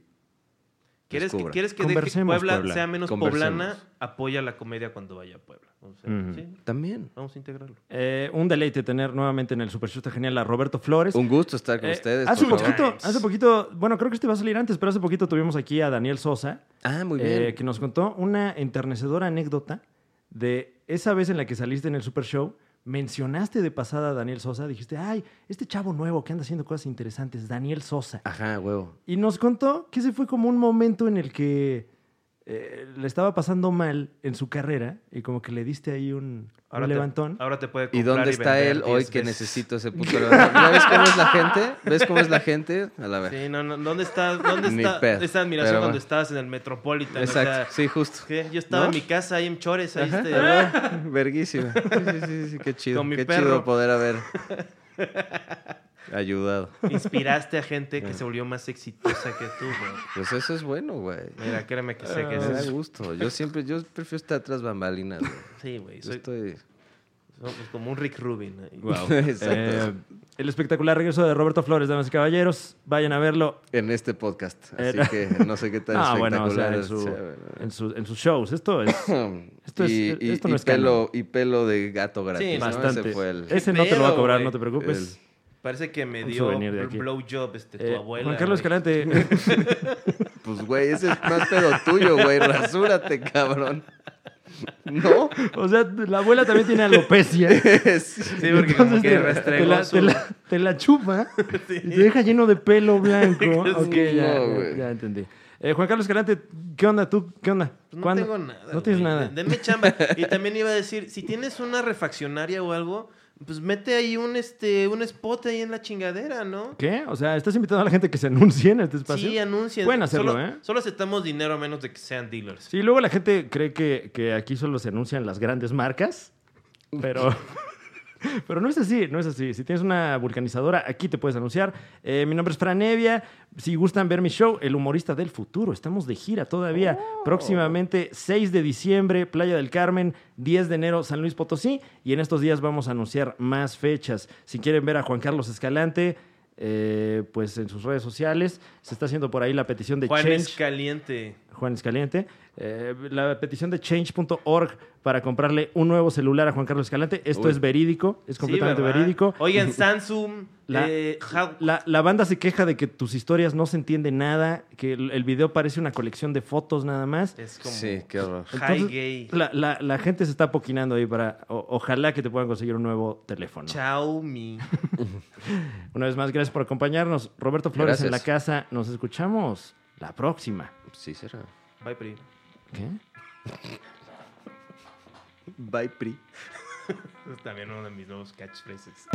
[SPEAKER 1] ¿Quieres que,
[SPEAKER 4] descubran.
[SPEAKER 1] ¿quieres que deje que
[SPEAKER 5] Conversemos,
[SPEAKER 1] Puebla,
[SPEAKER 5] Puebla.
[SPEAKER 1] sea menos
[SPEAKER 4] Conversemos.
[SPEAKER 1] poblana? Apoya la comedia cuando vaya a Puebla. O sea,
[SPEAKER 5] Ujú.
[SPEAKER 1] sí,
[SPEAKER 4] también.
[SPEAKER 1] vamos a integrarlo.
[SPEAKER 5] Eh, un deleite tener nuevamente en el Super Show está genial a Roberto Flores.
[SPEAKER 4] Un gusto estar con
[SPEAKER 5] Eh,
[SPEAKER 4] ustedes.
[SPEAKER 5] hace
[SPEAKER 4] por favor.
[SPEAKER 5] poquito, hace poquito, bueno, creo que este va a salir antes, pero hace poquito tuvimos aquí a Daniel Sosa,
[SPEAKER 4] Ah, muy
[SPEAKER 5] eh,
[SPEAKER 4] bien.
[SPEAKER 5] que nos contó una enternecedora anécdota de esa vez en la que saliste en el Super Show, mencionaste de pasada a Daniel Sosa, dijiste, ay, este chavo nuevo que anda haciendo cosas interesantes, Daniel Sosa.
[SPEAKER 4] Ajá, huevo.
[SPEAKER 5] Y nos contó que ese fue como un momento en el que eh, le estaba pasando mal en su carrera y como que le diste ahí un, un
[SPEAKER 1] Ahora te- ah,
[SPEAKER 5] levantón.
[SPEAKER 1] Ahora te puede comprar
[SPEAKER 4] ¿Y dónde está
[SPEAKER 1] vender
[SPEAKER 4] él hoy
[SPEAKER 1] 10
[SPEAKER 4] que
[SPEAKER 1] veces. [LAUGHS]
[SPEAKER 4] necesito ese puto levantón? ¿Ya ¿Ves cómo es la gente? ¿Ves cómo es la gente? A la vez.
[SPEAKER 1] Sí, no, no, ¿dónde
[SPEAKER 4] [LAUGHS]
[SPEAKER 1] está, dónde
[SPEAKER 4] Ni
[SPEAKER 1] está
[SPEAKER 4] pedo,
[SPEAKER 1] esta admiración
[SPEAKER 4] pero
[SPEAKER 1] cuando
[SPEAKER 4] bueno.
[SPEAKER 1] estabas en el Metropolitan? O sea,
[SPEAKER 4] Exacto, sí, justo.
[SPEAKER 1] ¿qué? Yo estaba
[SPEAKER 4] ¿No?
[SPEAKER 1] en mi casa ahí en Chores, ahí
[SPEAKER 4] Ajá, Ah.
[SPEAKER 1] este,
[SPEAKER 4] a huevo, Verguísima. Sí, sí, sí, sí, qué chido.
[SPEAKER 1] Con mi
[SPEAKER 4] qué
[SPEAKER 1] perro.
[SPEAKER 4] chido poder haber ayudado.
[SPEAKER 1] inspiraste a gente que se volvió más exitosa que tú, güey.
[SPEAKER 4] Pues eso es bueno, güey.
[SPEAKER 1] Mira, créeme que
[SPEAKER 5] Ah,
[SPEAKER 1] sé que
[SPEAKER 4] Me
[SPEAKER 1] eso
[SPEAKER 4] da
[SPEAKER 1] es...
[SPEAKER 4] gusto. Yo siempre, yo prefiero estar tras bambalinas,
[SPEAKER 5] [LAUGHS]
[SPEAKER 4] güey.
[SPEAKER 1] Sí, güey,
[SPEAKER 4] Yo
[SPEAKER 1] soy
[SPEAKER 4] estoy...
[SPEAKER 1] somos como un Rick Rubin. ahí.
[SPEAKER 4] [LAUGHS] Exacto.
[SPEAKER 5] Eh, el espectacular regreso de Roberto Flores, damas y caballeros. Vayan a verlo
[SPEAKER 4] En este podcast. Así
[SPEAKER 5] [LAUGHS] Era-
[SPEAKER 4] que no sé qué tan
[SPEAKER 5] ah,
[SPEAKER 4] espectacular
[SPEAKER 5] bueno, o sea, en, su-
[SPEAKER 4] sea, bueno.
[SPEAKER 5] en su- en sus shows. Esto es [LAUGHS]
[SPEAKER 4] [LAUGHS]
[SPEAKER 5] Esto es-
[SPEAKER 4] y, y-
[SPEAKER 5] esto no
[SPEAKER 4] y
[SPEAKER 5] es
[SPEAKER 4] pelo, y pelo de gato gratis.
[SPEAKER 1] Sí,
[SPEAKER 4] ¿no? Ese
[SPEAKER 5] bastante.
[SPEAKER 4] fue el-
[SPEAKER 5] Ese no te lo va a
[SPEAKER 1] pedo,
[SPEAKER 5] cobrar,
[SPEAKER 1] güey?
[SPEAKER 5] no te preocupes.
[SPEAKER 1] [LAUGHS] Parece que me
[SPEAKER 5] Un
[SPEAKER 1] dio
[SPEAKER 5] souvenir de
[SPEAKER 1] bl-
[SPEAKER 5] aquí.
[SPEAKER 1] blowjob este, tu
[SPEAKER 5] Eh,
[SPEAKER 1] abuela.
[SPEAKER 5] Juan Carlos
[SPEAKER 1] güey.
[SPEAKER 5] Escalante,
[SPEAKER 4] [LAUGHS]
[SPEAKER 1] [LAUGHS]
[SPEAKER 4] Pues, güey, ese es más pedo tuyo, güey. Rasúrate, cabrón. [LAUGHS] ¿No? [LAUGHS]
[SPEAKER 5] o sea, la abuela también tiene alopecia.
[SPEAKER 1] [LAUGHS] Sí, porque como que restregó
[SPEAKER 5] te, la,
[SPEAKER 1] su- Pues
[SPEAKER 5] te la- te
[SPEAKER 1] [LAUGHS]
[SPEAKER 5] la chupa y te deja lleno de pelo blanco.
[SPEAKER 1] Sí,
[SPEAKER 5] ok, ya,
[SPEAKER 4] no,
[SPEAKER 5] ya-
[SPEAKER 4] güey.
[SPEAKER 5] ya entendí. Eh, Juan Carlos Escalante, ¿qué onda tú? ¿Qué onda?
[SPEAKER 1] Pues no
[SPEAKER 5] ¿Cuándo?
[SPEAKER 1] tengo nada.
[SPEAKER 5] No tienes
[SPEAKER 1] güey.
[SPEAKER 5] nada.
[SPEAKER 1] De- Denme chamba. Y también iba a decir, si tienes una refaccionaria o algo, pues mete ahí un este un spot ahí en la chingadera, ¿no?
[SPEAKER 5] ¿Qué? O sea, estás invitando a la gente que se anuncie en este espacio.
[SPEAKER 1] Sí, anuncien.
[SPEAKER 5] Pueden hacerlo,
[SPEAKER 1] solo,
[SPEAKER 5] ¿eh?
[SPEAKER 1] Solo aceptamos dinero a menos de que sean dealers.
[SPEAKER 5] Sí, luego la gente cree que, que aquí solo se anuncian las grandes marcas, pero, [LAUGHS] pero no es así, no es así. Si tienes una vulcanizadora, aquí te puedes anunciar. Eh, mi nombre es Fran Evia. Si gustan ver mi show, El Humorista del Futuro, estamos de gira todavía.
[SPEAKER 1] Oh.
[SPEAKER 5] Próximamente 6 de diciembre, Playa del Carmen, 10 de enero, San Luis Potosí. Y en estos días vamos a anunciar más fechas. Si quieren ver a Juan Carlos Escalante... eh, pues en sus redes sociales se está haciendo por ahí la petición de
[SPEAKER 1] Juan es
[SPEAKER 5] Change.
[SPEAKER 1] caliente.
[SPEAKER 5] Juan Escalante. Eh, la petición de change.org para comprarle un nuevo celular a Juan Carlos Escalante. Esto
[SPEAKER 4] Uy.
[SPEAKER 5] es verídico, es
[SPEAKER 1] Sí,
[SPEAKER 5] completamente
[SPEAKER 1] ¿verdad?
[SPEAKER 5] verídico.
[SPEAKER 1] Oigan, Samsung.
[SPEAKER 5] La-
[SPEAKER 1] eh, how-
[SPEAKER 5] [LAUGHS] La, la banda se queja de que tus historias no se entiende nada, que el, el video parece una colección de fotos nada más.
[SPEAKER 1] Es como
[SPEAKER 4] Sí, qué horror.
[SPEAKER 1] high
[SPEAKER 5] Entonces,
[SPEAKER 1] gay.
[SPEAKER 5] La, la- la gente se está poquinando ahí para. o- ojalá que te puedan conseguir un nuevo teléfono.
[SPEAKER 1] Xiaomi.
[SPEAKER 5] Una vez más, gracias por acompañarnos. Roberto Flores en la
[SPEAKER 4] Gracias.
[SPEAKER 5] casa. Nos escuchamos la próxima.
[SPEAKER 4] Sí, será.
[SPEAKER 1] Bye, Pri.
[SPEAKER 5] ¿Qué?
[SPEAKER 4] Bye, Pri.
[SPEAKER 1] Es también uno de mis nuevos catchphrases.